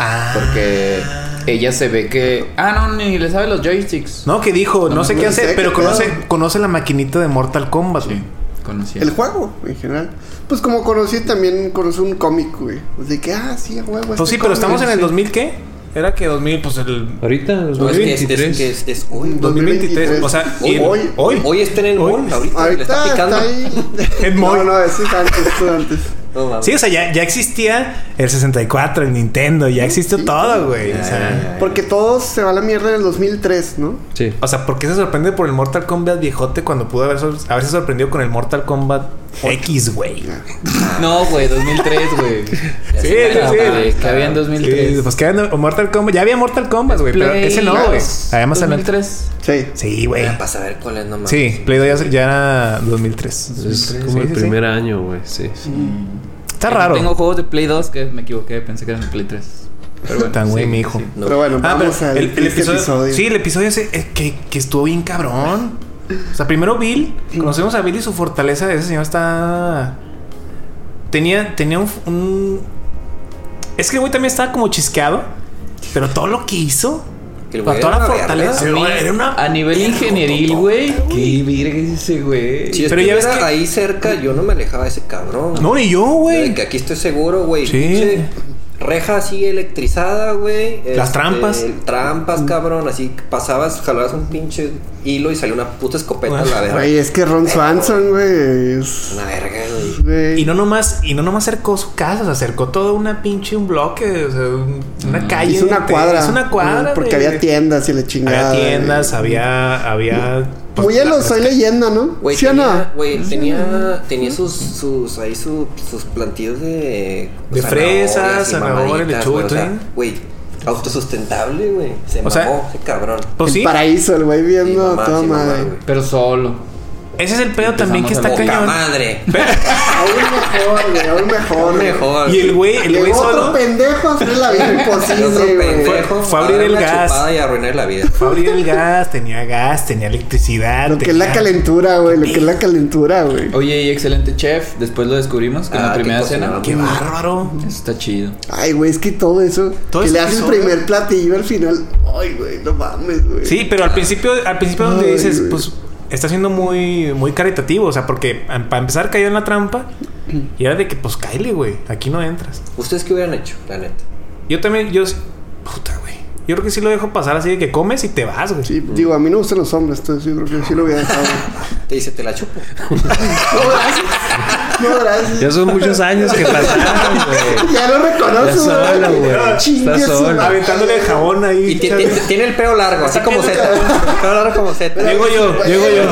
S5: Ah.
S3: porque ella se ve que. Ah, no, ni le sabe los joysticks.
S5: No, que dijo, no,
S3: No,
S5: sé
S4: no
S5: qué
S4: sé
S5: hace,
S4: qué
S5: pero
S4: pedo.
S5: conoce, conoce la maquinita de Mortal Kombat.
S3: Sí,
S5: güey.
S3: conocía.
S4: El juego, en general. Pues como conocí, también conocí un cómic, güey. De que, ah, sí, a huevo.
S5: Pues
S4: este
S5: sí, pero
S4: cómic,
S5: estamos en el
S4: sí.
S5: 2000, ¿qué? Era que 2000, pues el.
S2: Ahorita,
S1: No, es que es,
S2: 2023.
S1: es que es- es hoy.
S5: 2023, o sea,
S4: hoy.
S5: y-
S4: hoy.
S5: hoy.
S1: Hoy está en el
S5: Hoy.
S1: mall, ahorita, le
S4: Ahorita
S1: está picando.
S4: está ahí.
S5: En
S4: no,
S5: mall.
S4: no, eso es antes, eso es antes.
S1: No, mames.
S5: Sí, o sea, ya, ya existía el 64, el Nintendo, ya existió
S4: sí,
S5: todo, güey.
S1: Ya,
S5: O sea,
S1: ya, ya.
S4: Porque todos se va a la mierda en el 2003, ¿no?
S2: Sí.
S5: o sea, ¿por qué se sorprende por el Mortal Kombat viejote cuando pudo haber sor- haberse sorprendido con el Mortal Kombat X, güey?
S3: No, güey, 2003, güey.
S5: Sí,
S3: Ah,
S5: sí,
S3: güey,
S5: sí.
S3: Que había en
S5: Sí,
S3: 2003.
S5: pues que había o Mortal Kombat, ya había Mortal Kombat, güey, pero ese no, güey. Además, adelante.
S3: 2003.
S4: Sí.
S5: Sí, güey.
S1: Era para saber cuál es nomás.
S5: Sí, Play Doh ya, ya era 2003.
S2: Es
S5: Sí,
S2: como el
S5: sí, sí.
S2: primer año, güey. Sí, sí.
S5: Está raro.
S3: Tengo juegos de Play 2 que me equivoqué, pensé que eran de Play 3. Pero bueno,
S5: Tan güey,
S3: sí,
S5: mi hijo.
S3: sí.
S1: No.
S4: Pero bueno,
S5: Ah, pero
S4: vamos al
S5: el, el
S4: este
S5: episodio, Sí, el episodio ese eh, que, que estuvo bien cabrón. O sea, primero Bill, conocemos a Bill y su fortaleza de ese señor está. Tenía, tenía un, un- Es que el güey también estaba como chisqueado. Pero todo lo que hizo.
S1: Que el
S5: Para
S1: güey
S5: toda
S1: era
S5: la
S1: una
S5: fortaleza.
S3: A,
S5: Sí,
S1: verga.
S3: mí,
S5: güey, era una-
S3: a nivel ingenieril, güey. Qué virga es ese güey.
S1: Si
S5: Pero
S1: pero
S5: ya
S1: ya
S5: ves que-
S1: ahí cerca, yo no me alejaba de ese cabrón.
S5: No, ni yo,
S1: De
S5: güey.
S1: Que aquí estoy seguro, güey.
S5: Sí.
S1: Pinche Reja así electrizada, güey. Este,
S5: Las trampas.
S1: Trampas, cabrón. Así que pasabas, jalabas un pinche hilo y salió una puta escopeta a la verga.
S4: Güey, es que Ron Swanson, güey. Es,
S1: Una verga, güey.
S4: güey.
S5: Y no nomás, y no nomás cercó su casa, o sea, acercó todo una pinche un bloque, o sea, un- una calle.
S4: Ah. Hizo una
S5: de-
S4: cuadra.
S5: Hizo una cuadra.
S4: ¿no? Porque
S5: güey.
S4: había tiendas y la
S5: Había
S4: chingada.
S5: tiendas,
S4: güey.
S5: había. había pues,
S4: Muy a lo
S5: las-
S4: soy leyenda, ¿no?
S1: Güey,
S4: ¿Sí o
S1: tenía,
S4: no?
S1: güey, tenía, tenía sus, sus, ahí su- sus plantillos de...
S5: De
S1: zanahorias
S5: fresas,
S1: y
S5: zanahoria,
S1: mamaditas,
S5: lechuga,
S1: güey, o sea,
S5: ¿tú bien?
S1: Güey, autosustentable, güey. Se
S5: O
S1: mamó
S5: sea,
S1: ese cabrón.
S5: Pues
S4: el
S5: sí.
S4: paraíso, el güey
S1: Sí,
S4: viendo
S1: mamá,
S4: toda
S1: sí, mamá,
S4: madre.
S1: güey.
S3: Pero solo.
S5: Ese es el pedo también que está
S3: Empezamos
S1: Poca
S5: Ah, cañón.
S1: madre.
S4: aún mejor, güey, aún mejor. güey.
S1: Mejor.
S5: Y el güey, el güey
S4: Llegó
S5: solo
S4: otro pendejo a hacer la vida
S1: El otro
S4: imposible, güey.
S1: pendejo
S5: Fue a abrir
S1: darle
S5: el
S1: una
S5: gas.
S1: chupada y arruinar la vida.
S5: fue a abrir el gas, tenía gas, tenía electricidad.
S4: Lo que es la
S5: tenía-
S4: calentura, güey. Lo que es la calentura, güey.
S3: Oye, y excelente chef. Después lo descubrimos con
S1: Ah,
S3: la
S1: que
S3: primera cena.
S1: cocinaba.
S5: Qué bárbaro.
S3: Eso está chido.
S4: Ay, güey, es que todo eso.
S5: Todo
S4: que
S5: eso
S4: le
S5: que
S4: haces
S5: sobra.
S4: primer platillo al final. Ay, güey, no mames, güey.
S5: Sí, pero al principio, al principio donde
S4: Ay,
S5: dices,
S4: güey.
S5: pues, está siendo muy, muy caritativo. O sea, porque a- para empezar cayó en la trampa. Y era de que, pues, cáele, güey. Aquí no entras.
S1: ¿Ustedes qué hubieran hecho, la neta?
S5: Yo también, yo. Puta, güey. Yo creo que sí lo dejo pasar así de que comes y te vas, güey.
S4: Sí, digo, a mí no me gustan los hombres, entonces yo creo que sí lo hubiera dejado. no,
S1: Te dice, te la chupo.
S4: gracias. No, gracias.
S2: Ya son muchos años que pasaron, güey.
S4: Ya lo reconozco,
S2: Está
S4: güey.
S2: solo, güey.
S4: Chingue
S2: Está
S4: su
S2: solo.
S4: madre.
S5: Aventándole el jabón ahí.
S1: Y ti- ti- tiene, el pelo largo, así como Z. El pelo largo como Z.
S5: Llego yo, llego yo.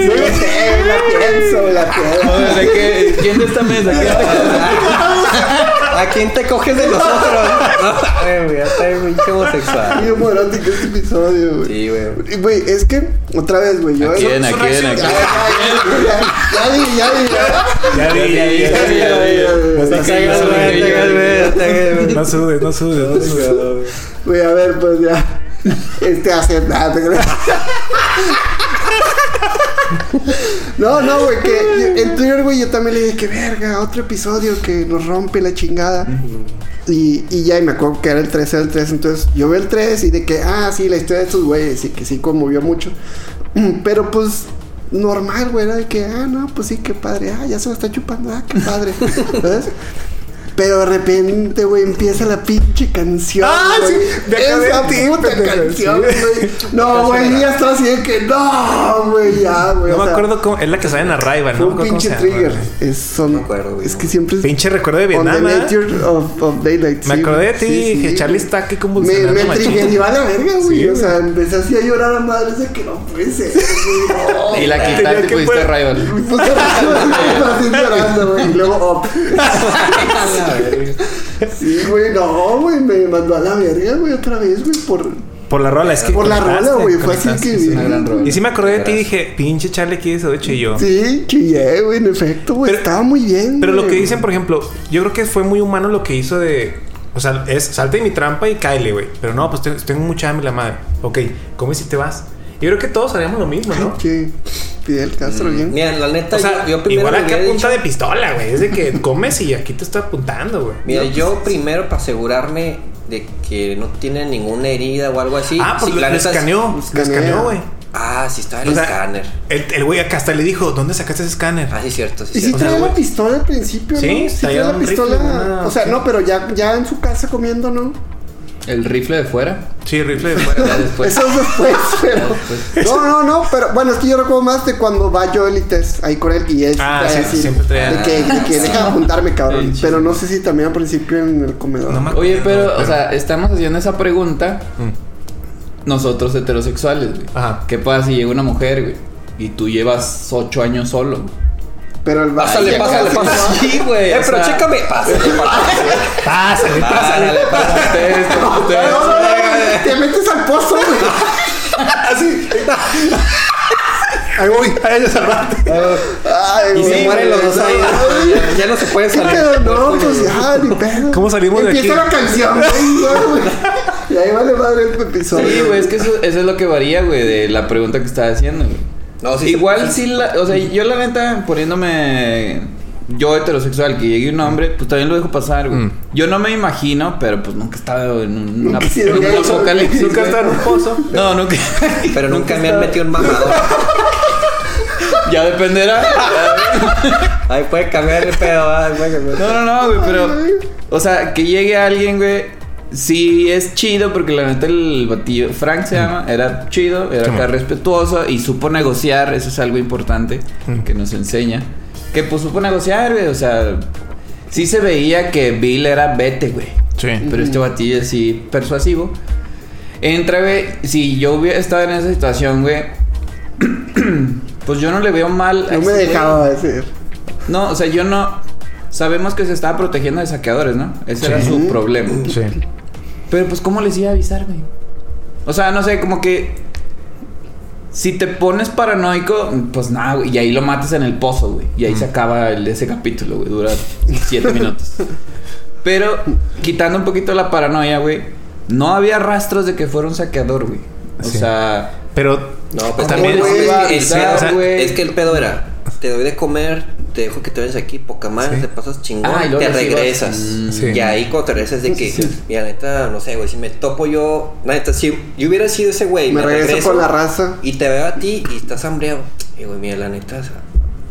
S4: Sí, güey, la pienso, la pienso.
S3: ¿De qué? ¿Quién de esta mesa? ¿Quién de esta
S1: ¿A quién te coges de los otros? No, güey, ya está bien pinche homosexual.
S4: Qué morótico este episodio, güey.
S1: Sí, güey.
S4: Y, Güey, es que, otra vez, güey, yo.
S3: ¿A quién?
S4: Ya,
S3: ¿A
S5: son
S3: quién? ¿A
S5: reacciones.
S4: ya,
S3: quién?
S4: ya, ya vi, ya vi, ya.
S5: Ya vi, ya vi, ya vi.
S4: Está
S5: cagando,
S4: cagado,
S5: güey,
S4: güey,
S5: está
S4: güey.
S5: No subes, no subes. No subes.
S4: Güey, a ver, pues ya. Este hace nada. te creas. No, no, güey, que yo- en Twitter, güey, yo también le dije que verga, otro episodio que nos rompe la chingada. Y, y ya, y me acuerdo que era el 3, era el 3. Entonces yo veo el 3 y de que, ah, sí, la historia de estos güeyes y que sí conmovió mucho. Mm, Pero pues, normal, güey, era de que, ah, no, pues sí, qué padre, ah, ya se la está chupando, ah, qué padre. ¿Ves? Pero de repente, güey, empieza la pinche canción.
S5: Ah,
S4: güey.
S5: sí, deja de
S4: Esa
S5: ti,
S4: puta
S5: pendejo,
S4: canción,
S5: sí.
S4: güey. No, güey, ya estaba así de que, no, güey, ya, güey.
S5: No
S4: o
S5: me
S4: sea,
S5: acuerdo cómo. Es la que sale en Arrival, ¿no? me
S4: Fue un
S5: acuerdo cómo
S4: pinche
S5: se llama,
S4: trigger.
S5: güey.
S4: Es, son-
S1: No me acuerdo, güey,
S4: es
S1: no.
S4: que siempre es.
S5: Pinche recuerdo de
S4: On the
S5: Vietnam. ¿eh?
S4: nature of, of daylight.
S5: Me
S4: sí,
S5: acordé de
S4: güey.
S5: ti, dije, Charlie está aquí convulsionando,
S4: Me, me
S5: machín.
S4: triggerió a la verga, güey.
S5: Sí,
S4: o
S5: güey.
S4: sea, empecé así a llorar a madres de que no puede ser, güey. No,
S3: Y la quitaste y
S4: Ah, que
S3: pusiste
S4: poner-
S3: Rival.
S4: Pues, así llorando, güey. Y luego, op. Sí, güey, no, güey, me mandó a la verga, güey, otra vez, güey, por,
S5: Por la rola, es que.
S4: por la rola,
S5: conectaste,
S4: güey. Fue así
S5: conectaste,
S4: que.
S5: sí.
S3: Es una gran rola.
S5: Y sí me acordé de ti y dije, pinche Charlie que hizo hecho y yo.
S4: Sí, chillé, güey, en efecto, güey.
S5: Pero-
S4: Estaba muy bien.
S5: Pero lo
S4: güey.
S5: que dicen, por ejemplo, yo creo que fue muy humano lo que hizo de. O sea, es salte de mi trampa y cáele, güey. Pero no, pues te- tengo mucha hambre, la madre. Ok, ¿cómo es si te vas? Yo creo que todos haríamos lo mismo, ¿no?
S4: Che, Fidel Castro, bien.
S1: Mira, la neta,
S5: O sea,
S1: yo, yo primero.
S5: igual
S1: le
S5: acá
S1: hubiera
S5: punta
S1: dicho-
S5: de pistola, güey. Es de que comes y aquí te está apuntando, güey.
S1: Mira, yo primero para asegurarme de que no tiene ninguna herida o algo así.
S5: ah, pues
S1: sí,
S5: lo,
S1: la
S5: lo
S1: neta,
S5: escaneó.
S4: es-
S5: Lo escaneó,
S4: escanea.
S5: güey.
S1: Ah, sí, estaba el
S5: O sea,
S1: escáner.
S5: El el güey acá hasta le dijo, ¿dónde sacaste ese escáner?
S1: Ah, sí, cierto. Sí,
S4: Y sí
S1: cierto.
S5: O sea,
S4: traía la
S5: güey.
S4: pistola al principio, ¿no?
S5: Sí, traía
S4: traía la
S5: un rifle,
S4: pistola.
S5: una-
S4: o sea,
S5: sí.
S4: no, pero ya, ya en su casa comiendo, ¿no?
S3: El rifle de fuera.
S5: Sí, rifle de fuera.
S3: Ya después.
S4: Eso es después, pero. No, no, no, pero bueno, es que yo recuerdo más de cuando va Joel y Tess ahí con él y él
S5: Ah,
S4: trae
S5: sí,
S4: así,
S5: siempre traía-
S4: De que, de que deja de apuntarme, cabrón.
S3: Sí,
S4: pero no sé si también al principio en el comedor.
S5: No me acuerdo,
S3: Oye, pero, o sea, estamos haciendo esa pregunta nosotros heterosexuales, güey.
S5: Ajá.
S3: ¿Qué pasa si llega una mujer, güey? Y tú llevas ocho años solo.
S4: pero el vato
S1: Pásale,
S4: llega
S1: pásale,
S4: como si
S1: pásale.
S4: no-
S1: Sí, güey. Eh,
S3: o
S1: pero
S3: sea-
S1: chécame. Pásale, pásale.
S5: Pásale, pásale.
S1: Pásale, pásale.
S3: Ustedes, como ustedes.
S4: No, no, no, güey, te metes al pozo, güey.
S5: Así.
S4: Ahí voy.
S5: Ay, ya salvaste.
S4: Ay,
S1: Y
S4: güey.
S1: se mueren los dos ahí.
S4: Ay,
S1: Ya, ya no se puede
S4: ¿Qué
S1: salir.
S4: pedo? No, pues ya, ni pedo.
S5: ¿Cómo salimos de
S4: Empieza
S5: aquí?
S4: la canción, güey, ya, güey. Y ahí vale madre el episodio.
S3: Sí, güey, es que eso, eso es lo que varía, güey, de la pregunta que estaba haciendo, güey.
S1: No, sí se-
S3: Igual sí, la, o sea, yo la neta, poniéndome yo heterosexual, que llegue un hombre, pues también lo dejo pasar, güey.
S5: Mm.
S3: Yo no me imagino, pero pues nunca he estado en un,
S4: Nunca he sido
S3: en un
S4: gay,
S3: apocalipsis.
S5: Nunca
S3: güey.
S5: está en un pozo.
S3: No, nunca.
S1: Pero nunca me han metido un mamador.
S3: ya dependerá.
S1: Ahí puede cambiar el pedo. ah, puede cambiar.
S3: No, no, no, güey, pero. O sea, que llegue alguien, güey. Sí, es chido porque la neta el batillo, Frank se llama, era chido, era
S5: Sí,
S3: acá
S5: man.
S3: respetuoso y supo negociar, eso es algo importante
S5: Mm.
S3: que nos enseña. Que pues supo negociar, güey, o sea, sí se veía que Bill era vete, güey.
S5: Sí.
S3: Pero este batillo es sí persuasivo. Entra, güey, si yo hubiera estado en esa situación, güey, pues yo no le veo mal. a
S4: No me
S3: ese güey.
S4: dejaba decir.
S3: No, o sea, yo no. Sabemos que se estaba protegiendo de saqueadores, ¿no? Ese era
S5: Sí.
S3: su problema.
S5: Sí.
S3: Pero pues, ¿cómo les iba a avisar, güey? O sea, no sé, como que. Si te pones paranoico, pues nada, güey. Y ahí lo matas en el pozo, güey. Y ahí se acaba el, ese capítulo, güey. Dura siete minutos. Pero, quitando un poquito la paranoia, güey. No había rastros de que fuera un saqueador, güey. O
S5: Sí.
S3: sea.
S5: Pero.
S1: No, pues también.
S5: También
S4: güey,
S1: es,
S4: va a
S1: que el
S3: avisar,
S1: pedo- o sea,
S3: güey.
S1: es que el pedo era: te doy de comer, te dejo que te vayas aquí, poca madre,
S5: Sí.
S1: te pasas chingón,
S3: Ah, y luego
S1: te
S3: te ibas.
S1: regresas.
S3: Mm.
S5: Sí.
S1: Y ahí cuando te regresas, de que, mira, neta, no sé, güey, si me topo yo, la neta, si yo hubiera sido ese güey,
S4: Me regreso con la raza.
S1: Y te veo a ti y estás hambreado. Y güey, mira, la neta, o sea,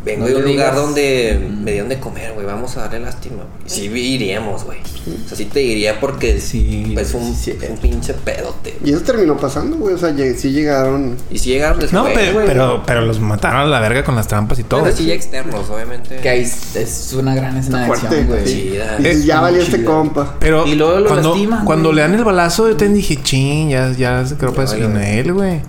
S1: vengo
S3: No
S1: de un
S3: le
S1: lugar
S3: digas.
S1: donde me dieron de comer, güey, vamos a darle lástima. Y sí iríamos, güey. O sea, sí te iría porque pues,
S3: Sí,
S1: es un,
S3: sí, sí.
S1: un pinche pedote.
S4: Y eso terminó pasando, güey. O sea, lleg- sí llegaron.
S1: Y si llegaron después,
S5: No, pero,
S1: güey.
S5: pero, pero los mataron a la verga con las trampas y todo.
S1: Pero sí ya externos, obviamente.
S3: Que ahí es una gran escena de
S4: fuerte,
S3: acción, güey.
S4: sí.
S1: Chida.
S4: Y
S1: Eh,
S4: dices, ya valió este
S3: chida.
S4: compa.
S5: Pero
S3: Y luego lo
S5: cuando,
S3: lastiman,
S5: cuando
S3: güey.
S5: le dan el balazo, yo te dije, chin, ya, ya se creo que
S1: Ya valió.
S5: él, güey.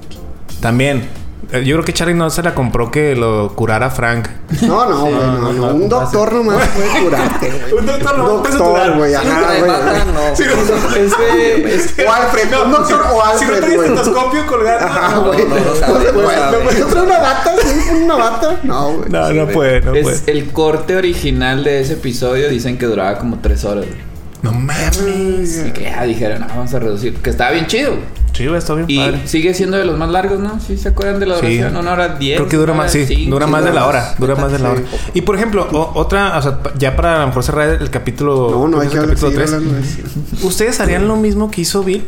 S5: También, eh, yo creo que Charlie no se la compró que lo curara Frank.
S4: No, no, güey.
S5: no,
S4: no,
S5: no,
S4: no.
S5: no,
S4: un
S5: no pasa.
S4: doctor nomás puede curarte, güey.
S5: Un doctor nomás puede curar.
S4: Doctor, güey.
S1: si no
S4: Ajá,
S1: te
S4: güey.
S1: matan, no.
S4: O Alfred. un doctor o Alfred, güey.
S5: colgando.
S4: Ajá,
S1: No,
S4: güey.
S1: no,
S4: No,
S1: no
S4: se
S1: sabe,
S4: puede,
S1: no sabe.
S4: no puede. Trae una bata, sí, una bata. No, güey.
S5: No, no
S1: Sí,
S5: puede, no pues.
S3: Es
S5: puede.
S3: el corte original de ese episodio, dicen que duraba como tres horas. güey.
S5: No mames.
S3: Y que ya dijeron, "Ah, vamos a reducir. Que estaba bien chido. güey.
S5: Sí, güey, está bien
S3: Y
S5: padre.
S3: sigue siendo de los más largos, ¿no? Sí, se acuerdan de la
S5: Sí.
S3: duración, una hora diez.
S5: Creo que dura
S3: una
S5: más,
S3: hora
S5: sí,
S3: cinco,
S5: dura más de la
S3: una
S5: hora, dura más de la hora. Y por ejemplo, o- otra, o sea, pa- ya para a lo mejor cerrar el capítulo,
S4: No, no, hay
S5: el
S4: que hablar
S5: capítulo
S4: seguir
S5: tres,
S4: hablando de eso.
S5: ¿ustedes harían lo mismo que hizo Bill?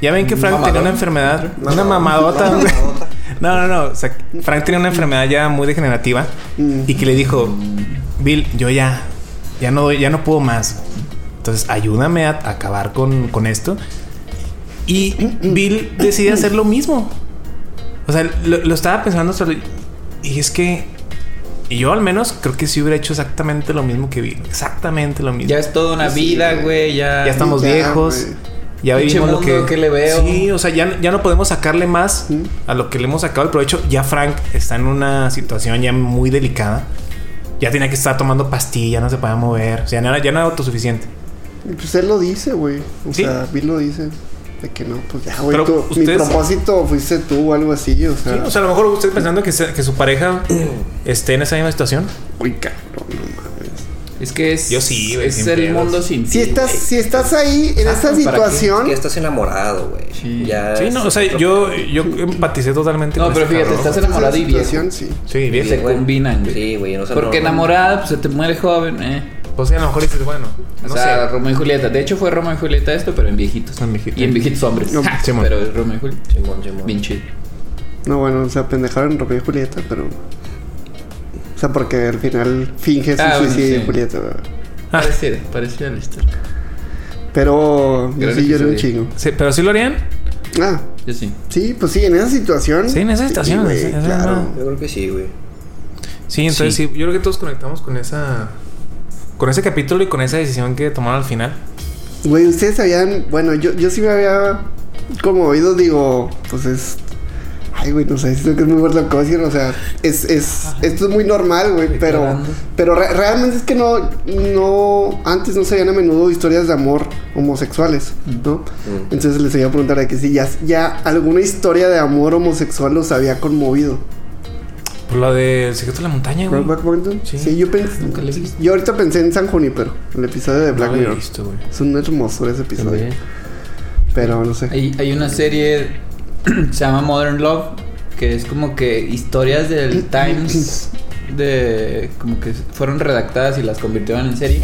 S5: Ya ven que Frank tenía
S3: mamadón.
S5: una enfermedad,
S1: No,
S5: una
S1: no,
S5: mamadota.
S1: no,
S5: güey.
S1: mamadota.
S5: No, no, no, o sea, Frank tenía una enfermedad ya muy degenerativa
S4: Mm.
S5: y que le dijo, "Bill, yo ya ya no doy- ya no puedo más. Entonces, ayúdame a acabar con con esto." Y Bill decide hacer lo mismo. O sea, lo, lo estaba pensando sobre- Y es que. Y yo al menos creo que sí hubiera hecho exactamente lo mismo que vi. Exactamente lo mismo.
S3: Ya es toda una vida, güey. Ya,
S5: Ya estamos
S4: Ya,
S5: viejos.
S4: güey.
S5: Ya
S3: Pinche
S5: vimos lo
S3: mundo
S5: que...
S3: que le veo.
S5: Sí, o sea, ya, ya no podemos sacarle más
S4: Mm.
S5: a lo que le hemos sacado el provecho. Ya Frank está en una situación ya muy delicada. Ya tenía que estar tomando pastilla, no se podía mover. O sea, ya no era, ya no era autosuficiente.
S4: Pues él lo dice, güey. O
S5: Sí.
S4: sea, Bill lo dice. De que no, pues ya, güey.
S5: Pero
S4: tú- Mi
S5: ustedes-
S4: propósito fuiste tú o algo así, o
S5: Sí,
S3: Ah.
S4: sea.
S5: o sea, a lo mejor usted pensando que, se- que su pareja esté en esa misma situación.
S4: Uy, cabrón, no mames.
S3: Es que es.
S5: Yo sí, güey,
S3: Es
S5: sin
S3: el
S5: pedos.
S3: mundo sin
S4: Si
S3: ti,
S4: estás,
S3: güey. Ah, pues,
S4: si estás ahí en esta
S3: ¿para qué?
S4: situación.
S1: Que estás enamorado, güey.
S3: Sí.
S1: Ya
S5: Sí, no,
S1: es
S5: o sea,
S1: otro
S5: yo,
S1: pedo.
S5: yo empaticé totalmente
S3: No,
S5: con
S3: pero
S5: este
S3: fíjate,
S5: cabrón.
S3: estás enamorado y viejo.
S4: situación, sí.
S5: Sí, bien.
S1: Sí,
S3: Se
S1: güey.
S3: combinan, güey.
S1: Sí, güey. o sea,
S3: Porque
S1: no- no-
S3: enamorada, pues se te muere joven, eh.
S5: Pues sí, a lo mejor dices, bueno,
S3: O
S5: no
S3: sea,
S5: sé.
S3: Romeo y Julieta. De hecho, fue Romeo y Julieta esto, pero en viejitos.
S5: En viejito.
S3: Y en viejitos hombres.
S4: No,
S3: Ja,
S5: Simón.
S3: pero es Romeo y Julieta.
S1: Simón, Simón.
S3: Bien chido.
S4: No, bueno, o sea, pendejaron Romeo y Julieta, pero. O sea, porque al final finge su
S3: Ah, bueno,
S4: suicidio
S3: sí.
S4: Julieta, ¿verdad?
S5: Ah.
S3: Parecido, parecido a la historia.
S4: Pero yo
S3: Gran
S4: sí lloré un
S3: episodio.
S4: chingo.
S5: Sí, pero sí lo harían.
S4: Ah,
S3: Yo sí.
S4: sí, pues sí, en esa situación.
S5: Sí, en esa situación,
S4: güey,
S5: sí, esa
S4: claro.
S1: Yo creo que sí, güey.
S5: Sí, entonces
S3: Sí.
S5: sí. yo creo que todos conectamos con esa con ese capítulo y con esa decisión que tomaron al final.
S4: Güey, ustedes sabían. Bueno, yo, yo sí me había como oído, digo, pues es. Ay, güey, no sé, siento que es muy fuerte lo que voy a decir, o sea, es, es, esto es muy normal, güey, pero,
S3: llorando.
S4: pero re- realmente es que no, no, antes no se veían a menudo historias de amor homosexuales, ¿no?
S1: Mm.
S4: Entonces les iba a preguntar a que si ya, ya alguna historia de amor homosexual los había conmovido.
S5: Por la del secreto de la montaña, güey.
S4: ¿Brokeback Mountain?
S5: Sí.
S4: Sí, yo pensé,
S3: Nunca la he visto.
S4: yo ahorita pensé en San Junipero, el episodio de
S5: No
S4: Black
S5: lo he
S4: Mirror.
S5: visto, güey.
S4: Es una hermosura ese episodio,
S2: También.
S4: pero no sé.
S3: Hay, hay una serie. se llama Modern Love. Que es como que historias del Times. De. Como que fueron redactadas y las convirtieron en serie.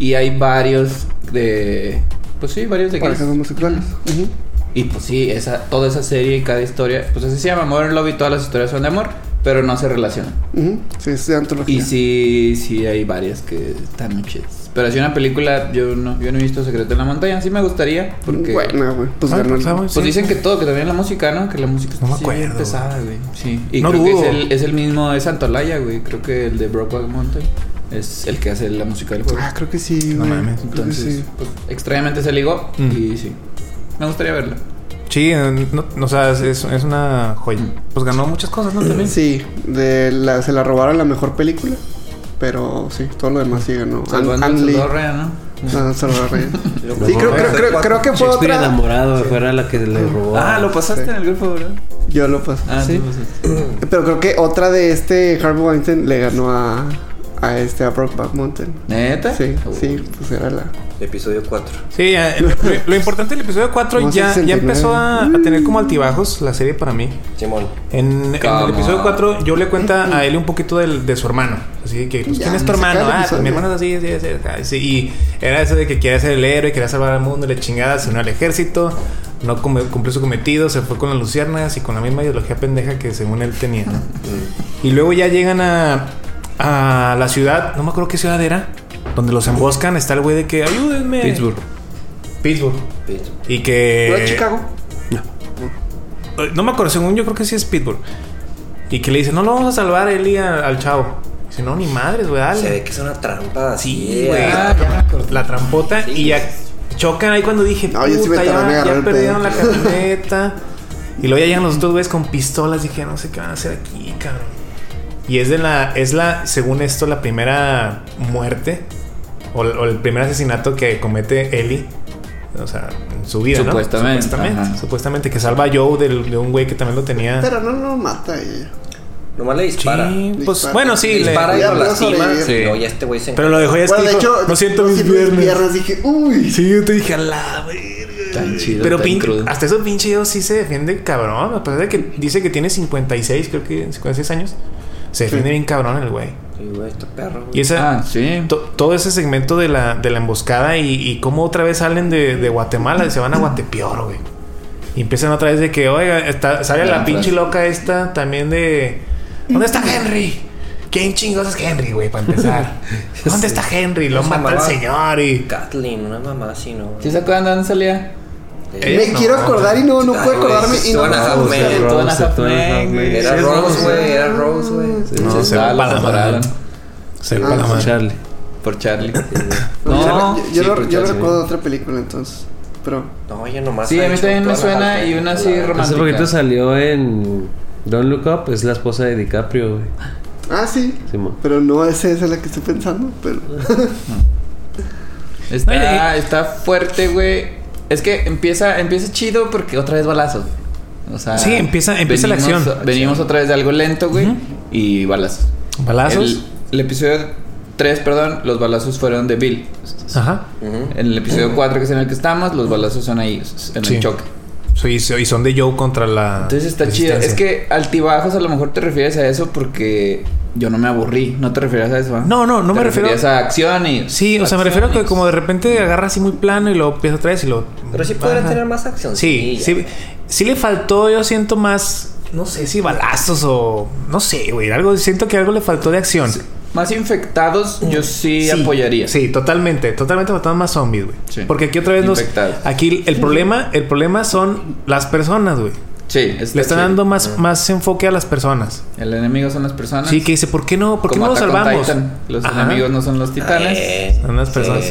S3: Y hay varios de. Pues sí, varios de
S4: Parejas
S3: gays.
S4: homosexuales. Ujú.
S3: Y pues sí, esa, toda esa serie y cada historia, pues así se llama Modern Love y todas las historias son de amor, pero no se relacionan.
S4: Ujú, Sí, es de antología.
S3: Y sí, sí hay varias que están muy chidas. Pero así una película, yo no, yo no he visto Secreto en la Montaña, sí me gustaría, porque...
S4: Bueno, güey. Pues
S5: Ah,
S4: ganó el-
S5: pues, ah, güey,
S3: Pues
S5: sí.
S3: dicen que todo, que también la música, ¿no? Que la música
S5: No me
S3: está bien
S5: acuerdo,
S3: pesada, güey. Sí. Y
S5: No
S3: creo
S5: dudo.
S3: que es el, es el mismo de Santolaya, güey. Creo que el de Brokeback Mountain es el que hace la música del juego.
S4: Ah, creo que sí,
S5: No
S4: güey.
S5: mames.
S4: Creo que
S3: Entonces,
S4: sí.
S3: pues extrañamente se ligó
S5: Mm.
S3: y sí. Me gustaría verla.
S5: Sí, no, no, o sea, es, es una joya. Pues ganó muchas cosas, ¿no? También.
S4: Mm. Sí, de la, se la robaron la mejor película. Pero sí, todo lo demás sí ganó. An-
S3: Salvando
S4: An
S3: el
S4: Lee.
S3: Sudorrea, ¿no?
S4: Ah, Salvador Reyes.
S1: Yo
S4: Sí, creo, creo, creo, creo que fue
S2: Shakespeare
S4: otra.
S2: enamorado fuera la que le robó.
S3: Ah, lo pasaste
S4: Sí.
S3: en el grupo, ¿verdad?
S4: Yo lo paso.
S3: Ah,
S2: Sí.
S3: sí.
S4: Pero creo que otra de este Harvey Weinstein le ganó a, a este a Brokeback Mountain.
S3: ¿Neta?
S4: Sí,
S3: Uh,
S4: sí, pues era la.
S1: Episodio 4.
S5: Sí, ya, el- lo, lo importante del episodio 4
S4: Vamos a
S5: ya, ya
S4: 69.
S5: empezó a, a tener como altibajos la serie para mí.
S1: Simón.
S5: En, en el
S3: Come
S5: episodio
S3: on.
S5: 4 yo le cuenta a él un poquito del, de su hermano. Así de que, pues,
S4: Ya,
S5: ¿quién es tu
S4: me saca
S5: hermano?
S4: el
S5: Ah, pues
S4: episodio.
S5: mi hermano es así, así, así, así, sí. Y era ese de que quería ser el héroe, quería salvar al mundo, le chingada, se unió al ejército, no cum- cumplió su cometido, se fue con las luciernas y con la misma ideología pendeja que según él tenía, ¿no? Y luego ya llegan a, a la ciudad, no me acuerdo qué ciudad era, donde los emboscan, está el güey de que, ayúdenme.
S2: Pittsburgh.
S5: Pittsburgh.
S1: Pinche.
S5: Y que...
S4: ¿No era Chicago?
S5: Eh, No me acuerdo, según yo creo que sí es Pitbull. Y que le dice, no lo vamos a salvar él y a- al chavo. Dice, no, ni madres, güey, dale".
S1: Se ve que es una trampa.
S5: Sí,
S1: así,
S5: güey.
S1: ah,
S3: Ah, ya me acordé.
S5: La trampota
S1: Sí.
S5: y ya chocan ahí cuando dije,
S4: No, yo sí
S5: puta,
S4: me tardé en
S5: ya,
S4: agarrar
S5: ya
S4: el
S5: perdieron la
S4: pedo.
S5: camioneta. y luego ya llegan los dos güeyes con pistolas. Dije, no sé qué van a hacer aquí, cabrón. Y es de la, es la, según esto, la primera muerte o, o el primer asesinato que comete Ellie. O sea, en su vida, ¿no?
S3: Supuestamente,
S5: Supuestamente,
S3: ajá.
S5: supuestamente que salva a Joe del- de un güey que también lo tenía.
S4: Pero no lo mata eh. ella.
S1: Nomás le dispara.
S5: Sí, pues
S4: Dispara.
S5: bueno, sí. le-
S1: Dispara y
S4: Ya
S1: lo
S4: pudo
S1: lastima.
S4: sobrevivir.
S1: Y luego ya este güey se
S5: eh. pero lo dejó ya es
S4: Bueno,
S5: que
S4: de
S5: dijo,
S4: hecho,
S5: no siento
S4: no
S5: mis
S4: siento mis
S5: piernas.
S4: piernas. Dije, uy.
S5: Sí, yo te dije a la verga.
S3: Tan chido,
S5: Pero
S3: tan
S5: pin-
S3: crudo.
S5: hasta esos pinche ellos sí se defienden cabrón. A pesar de que dice que tiene 56, creo que 56 años. Se defiende
S4: Sí.
S5: bien cabrón el güey.
S1: Sí, güey, este perro.
S5: Y
S1: güey.
S5: esa,
S3: Ah, sí.
S5: to- todo ese segmento de la, de la emboscada y, y cómo otra vez salen de, de Guatemala, se van a Guatepeor, güey. Y empiezan otra vez de que, oiga, está- sale la
S3: Gran
S5: pinche
S3: frase.
S5: loca esta también de... ¿Dónde está Henry? ¿Quién chingados es Henry, güey, para empezar? ¿Dónde está Henry? Lo
S1: Se
S5: mata el
S1: llamaba-
S5: señor y...
S1: Kathleen, una mamá así, ¿no?
S3: ¿Sí se acuerdan de dónde salía?
S1: Eh,
S4: Me
S5: no,
S4: quiero
S5: no,
S4: acordar y no, no
S1: Ay,
S4: puedo
S1: Ah, güey,
S4: acordarme
S1: sí,
S4: y no
S1: suena
S4: puedo
S1: Rose,
S4: buscar.
S2: Rose,
S3: Todas las
S2: todas las
S3: Afmen, güey.
S1: Era
S5: Sí, es
S1: Rose,
S5: Rose,
S1: güey, era Rose, güey.
S5: No,
S3: Se
S5: se
S3: va
S5: va
S3: la
S5: para la
S3: moral.
S5: madre. Se va
S4: Ah,
S5: la
S4: sí.
S5: madre.
S2: Charlie.
S3: Por Charlie.
S4: Yo-
S3: no,
S4: yo, yo
S3: sí,
S4: lo-
S3: por
S4: yo
S3: Charlie.
S4: recuerdo otra película entonces. pero
S1: No, yo nomás.
S3: Sí,
S1: ha
S3: a mí
S1: hecho
S3: también me
S1: toda la
S3: suena
S1: parte
S3: y una
S1: de-
S3: así
S1: la-
S3: romántica.
S2: Hace poquito salió en Don't Look Up, es la esposa de DiCaprio, güey.
S4: ah sí,
S2: Simón.
S4: pero no es esa la que estoy pensando, pero
S3: Está,
S5: Oye,
S3: está fuerte, güey. Es que empieza, empieza chido porque otra vez balazos. O sea,
S5: Sí, empieza- empieza la
S3: venimos-
S5: acción.
S3: Venimos otra vez de algo lento, güey.
S5: Ujú.
S3: Y balazos.
S5: ¿Balazos?
S3: El, el episodio 3, perdón, los balazos fueron de Bill.
S5: Ajá.
S1: Ujú.
S3: En el episodio 4, que es en el que estamos, los balazos son ahí, en
S5: Sí.
S3: el choque.
S5: Sí, y so- y son de Joe contra la.
S3: Entonces está chido. Es
S5: resistencia.
S3: que altibajos a lo mejor te refieres a eso porque yo no me aburrí. No te refieres a eso. ¿ah?
S5: No, no, no
S3: Te
S5: me refiero-
S3: referías a acción y.
S5: Sí, o sea, me refiero a que como de repente agarra así muy plano y lo empieza otra vez y lo.
S1: Pero sí podría
S5: Ajá.
S1: tener más acción.
S5: Sí, sí, sí le faltó, yo siento más. No sé si balazos o. No sé, güey. Algo, siento que algo le faltó de acción.
S3: Más infectados, yo sí,
S5: Sí,
S3: apoyaría.
S5: Sí, totalmente, totalmente faltaban más zombies, güey.
S3: Sí.
S5: Porque aquí otra vez nos
S3: Infectados.
S5: aquí el problema, el problema son las personas, güey.
S3: Sí, está
S5: Le están
S3: chido.
S5: dando más más enfoque a las personas.
S3: El enemigo son las personas.
S5: Sí, que dice, "¿Por qué no? ¿Por qué
S3: Como
S5: no los
S3: Attack on
S5: salvamos?"
S3: Titan, Los
S5: Ajá.
S3: enemigos no son los titanes.
S1: Eh,
S5: Son las personas.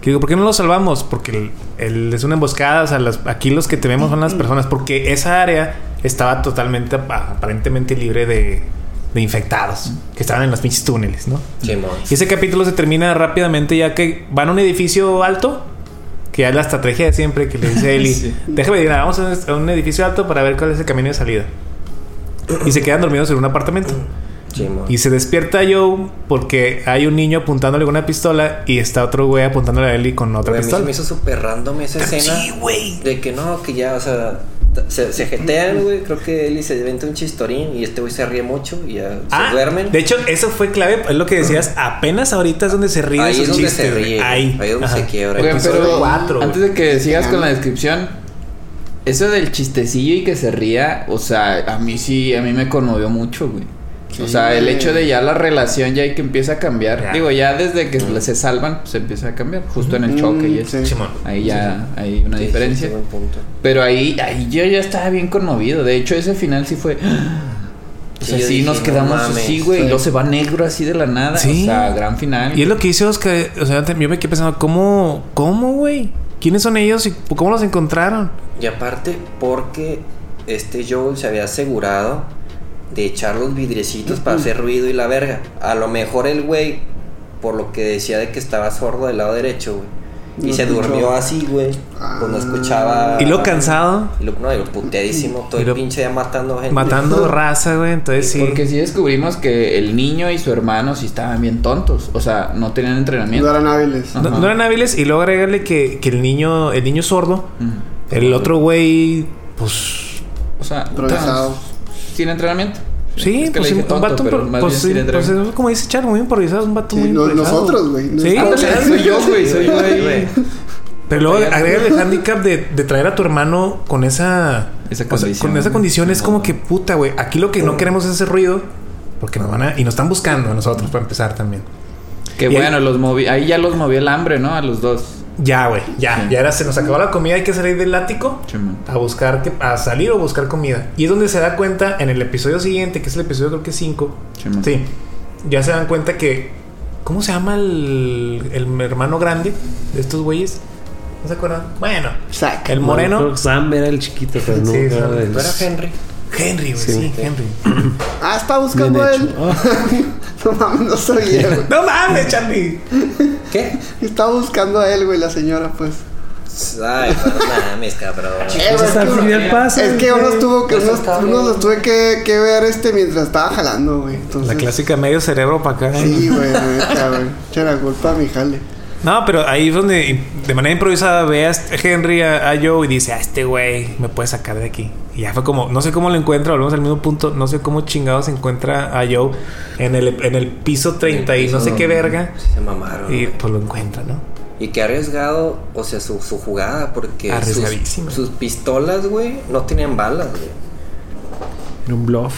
S5: Que digo, ¿por qué no los salvamos? Porque el- el- es una emboscada, o sea, las- aquí los que tememos son las personas porque esa área estaba totalmente ap- aparentemente libre de de infectados que estaban en los pinches túneles, ¿no?
S1: Simón.
S5: Y ese capítulo se termina rápidamente ya que van a un edificio alto, que ya es la estrategia de siempre que le dice Eli,
S3: Sí.
S5: déjame ir, vamos a un, a un edificio alto para ver cuál es el camino de salida. Y se quedan dormidos en un apartamento.
S1: Simón.
S5: Y se despierta Joe porque hay un niño apuntándole con una pistola y está otro güey apuntándole a Eli con otra
S1: Güey, a mí se
S5: pistola.
S1: me hizo súper random esa escena.
S5: Sí, güey.
S1: De que no, que ya, o sea, t- se, se jetean, güey. Creo que Eli se inventa un chistorín y este güey se ríe mucho y ya
S5: Ah,
S1: se duermen.
S5: de hecho, eso fue clave, es lo que decías, apenas ahorita es donde se ríe
S1: Ahí es
S5: esos
S1: donde se
S5: chistes, güey.
S1: ríe,
S5: Ahí,
S1: ahí es donde se quiebra.
S3: Oigan,
S5: Episodio
S3: pero
S5: cuatro, güey.
S3: antes de que sigas con la descripción, eso del chistecillo y que se ría, o sea, a mí sí, a mí me conmovió mucho, güey. O
S4: Sí.
S3: sea, el hecho de ya la relación ya que empieza a cambiar.
S5: Ya.
S3: Digo, ya desde que se salvan, pues, se empieza a cambiar. Justo en el choque y
S4: Mm,
S3: eso.
S4: sí.
S5: Simón.
S3: Ahí ya hay una
S1: Sí, sí,
S3: diferencia.
S1: sí, buen punto.
S3: Pero ahí, ahí yo ya estaba bien conmovido. De hecho, ese final sí fue. O sea,
S1: Sí, yo
S3: sí,
S1: dije,
S3: nos
S1: "No
S3: quedamos
S1: mames".
S3: así, güey. Y
S4: Sí.
S3: luego se va negro así de la nada.
S5: Sí.
S3: O sea, gran final.
S5: Y es lo que dice Oscar. O sea, yo me quedé pensando, ¿cómo, cómo, güey? ¿Quiénes son ellos y cómo los encontraron?
S1: Y aparte, porque este Joel se había asegurado de echar los vidriecitos para hacer ruido y la verga. A lo mejor el güey, por lo que decía de que estaba sordo del lado derecho, güey. Y
S4: No
S1: se
S4: escuchó.
S1: durmió así, güey. Pues no escuchaba.
S5: Y lo cansado,
S1: Y lo, no, y lo puteadísimo, todo
S5: Y
S1: el
S5: lo-
S1: pinche ya matando gente.
S5: matando raza, güey. Entonces sí.
S3: Porque sí descubrimos que el niño y su hermano sí estaban bien tontos. O sea, no tenían
S4: no
S3: entrenamiento.
S4: eran hábiles.
S5: No,
S3: Ajá.
S5: no eran hábiles. Y luego agregarle que, que el niño, el niño sordo,
S3: Ujú.
S5: el otro güey, pues.
S3: O sea,
S4: Improvisados.
S3: entonces, sin entrenamiento.
S5: Sí,
S3: Es que
S5: pues
S3: le
S5: sí,
S3: dije
S5: un
S3: tonto,
S5: vato,
S3: pero
S5: impro-
S3: más
S5: pues,
S3: bien
S5: sí,
S3: sin
S5: pues,
S3: entrenamiento.
S5: es como dice Charo, muy improvisado, un vato
S4: Sí,
S5: muy
S4: no-
S5: improvisado.
S4: nosotros, güey, no
S5: Sí,
S4: estamos-
S3: Ándale, soy yo, güey. Soy yo ahí.
S5: pero luego
S3: Oigan.
S5: agrégale el handicap de, de traer a tu hermano con esa,
S3: Esa
S5: o sea,
S3: condición.
S5: con esa condición es como que puta, güey. Aquí lo que no queremos es ese ruido porque nos van a y nos están buscando a nosotros para empezar también.
S3: Que
S5: Y
S3: bueno,
S5: ahí-
S3: los moví. Ahí ya los movió el hambre, ¿no? A los dos.
S5: Ya, güey, ya, ya era, se nos acabó la comida, hay que salir del ático
S3: Simón.
S5: a buscar que, a salir o buscar comida. Y es donde se da cuenta en el episodio siguiente, que es el episodio creo que 5.
S3: Simón.
S5: Sí. Ya se dan cuenta que ¿cómo se llama el, el hermano grande de estos güeyes? ¿No se acuerdan? Bueno,
S4: Zack.
S5: el moreno
S2: Sam era el chiquito, pero
S5: Sí,
S2: no era
S5: Sam.
S2: el-
S1: Pero era Henry.
S5: Henry, güey, sí,
S2: Sí.
S5: Henry.
S4: Ah, está
S2: Bien
S4: buscando él.
S2: hecho. Ah,
S4: No mames, no sabía, güey.
S5: No mames, Charlie.
S1: ¿Qué?
S4: Está buscando a él, güey, la señora, pues.
S1: Ay, no mames, cabrón.
S4: Eh,
S2: pues
S4: güey,
S2: hasta
S4: es
S2: el
S4: que uno-
S2: final pasa,
S4: Es que
S2: güey.
S4: unos tuvo que
S1: Eso
S4: unos,
S1: está
S4: unos
S1: bien.
S4: los tuve que, que ver este mientras estaba jalando, güey. Entonces,
S5: La clásica medio cerebro para acá.
S4: Sí, güey, neta, güey. Echa la culpa a mi jale.
S5: No, pero ahí es donde de manera improvisada ve a este Henry a, a Joe y dice, a este güey me puede sacar de aquí. Y ya fue como, no sé cómo lo encuentra, volvemos al mismo punto, no sé cómo chingado se encuentra a Joe en el, en el piso 30 y no sé qué verga.
S1: Sí, se mamaron.
S5: Y
S1: güey.
S5: pues lo encuentra, ¿no?
S1: Y que ha arriesgado, o sea, su, su jugada, porque
S5: Arriesgadísima.
S1: sus, sus pistolas, güey, no tenían balas, güey.
S2: Era un bluff.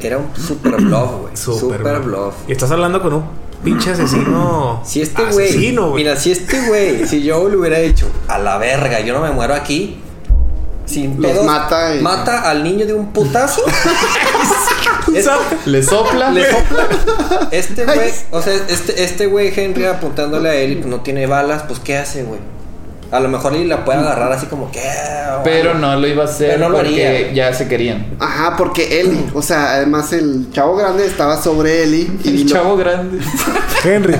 S1: Era un super bluff, güey. Super,
S5: Superman.
S1: bluff.
S5: Y estás hablando con un pinche asesino.
S1: Si este güey,
S5: Ah, Asesino, güey.
S1: mira, si este güey, si yo le hubiera dicho, a la verga, yo no me muero aquí, sin
S4: Los
S1: pedos,
S4: mata y-
S1: mata al niño de un putazo. Es-
S3: Le sopla.
S1: le sopla. Este güey, o sea, este, este güey Henry apuntándole a él y pues no tiene balas, pues ¿qué hace, güey? A lo mejor y la puede agarrar así como que. ah,
S3: Pero no lo iba a hacer
S1: Pero no lo
S3: porque
S1: haría.
S3: ya se querían.
S4: Ajá, porque Eli, o sea, además el chavo grande estaba sobre Eli y
S3: El
S4: lo-
S3: chavo grande.
S5: Henry.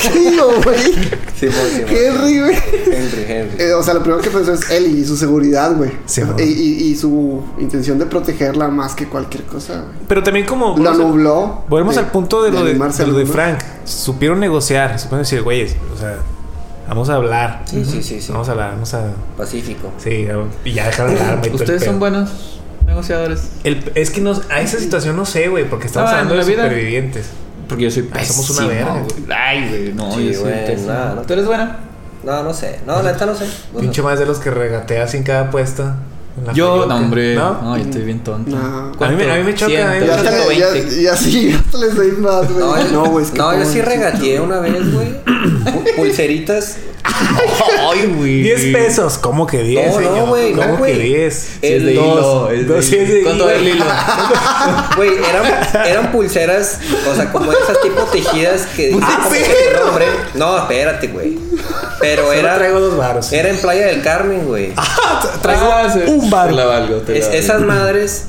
S4: Sí, güey.
S1: Sí, pues, sí, pues.
S4: Henry, güey.
S1: Henry, Henry.
S4: Eh, o sea, lo primero que pensó es Eli y su seguridad, güey.
S5: Sí, güey.
S4: y, y- y su intención de protegerla más que cualquier cosa, güey.
S5: Pero también como...
S4: La
S5: o sea,
S4: nubló.
S5: Volvemos al punto de, lo, de,
S4: animarse
S5: de
S4: al
S5: lo de
S4: mundo.
S5: Frank. Supieron negociar, supieron decir, güeyes, o sea, vamos a hablar.
S1: Sí, sí, sí, sí.
S5: Vamos a hablar, vamos a.
S1: Pacífico.
S5: Sí, a- y ya dejaron el arma y todo el
S3: Ustedes
S5: pedo.
S3: son buenos negociadores.
S5: El- es que nos, a esa situación no sé, güey, porque estamos
S3: Ah,
S5: hablando
S3: en
S5: de
S3: la vida.
S5: supervivientes.
S3: Porque yo soy
S5: Ay,
S3: pésimo.
S5: Ah, somos una verga,
S3: güey. Ay, güey, no,
S1: Sí,
S3: yo soy
S1: güey,
S3: pésimo.
S1: nada, no.
S3: ¿Tú eres buena?
S1: No, no sé. No, la neta no sé. No sé.
S5: Pinche más de los que regatea sin cada apuesta. en la
S3: Yo,
S5: feria.
S3: no, hombre.
S5: ¿No?
S3: No, yo estoy bien tonto.
S4: No.
S5: A mí me- a mí me choca, eh, a mí me
S4: Ya hasta le- ya-
S3: 120.
S4: ya sí, ya hasta les doy más, güey.
S1: No, yo,
S4: No, güey. es que
S1: no, yo
S4: como-
S1: sí regateé una vez, güey. Pu- Pulseritas.
S3: Ay, güey.
S5: 10 pesos, ¿cómo que 10?
S1: No, no,
S5: señor?
S1: güey, no,
S5: ¿Cómo que
S1: güey.
S5: 10?
S1: Eh, El
S3: El
S1: dos,
S3: hilo. es de
S5: dos, sí, es de
S3: hilo. ¿Cuánto
S5: hilo.
S3: es el hilo?
S1: Güey, eran, eran pulseras, o sea, como esas tipo tejidas que. Ah, ¿cómo que el nombre? No, espérate, güey. Pero
S5: Solo
S1: era.
S5: traigo dos varos.
S1: Era en Playa del Carmen, güey.
S3: Ah, sí.
S5: un bar.
S3: Te la valgo, te la
S1: Es-
S3: valgo.
S1: esas madres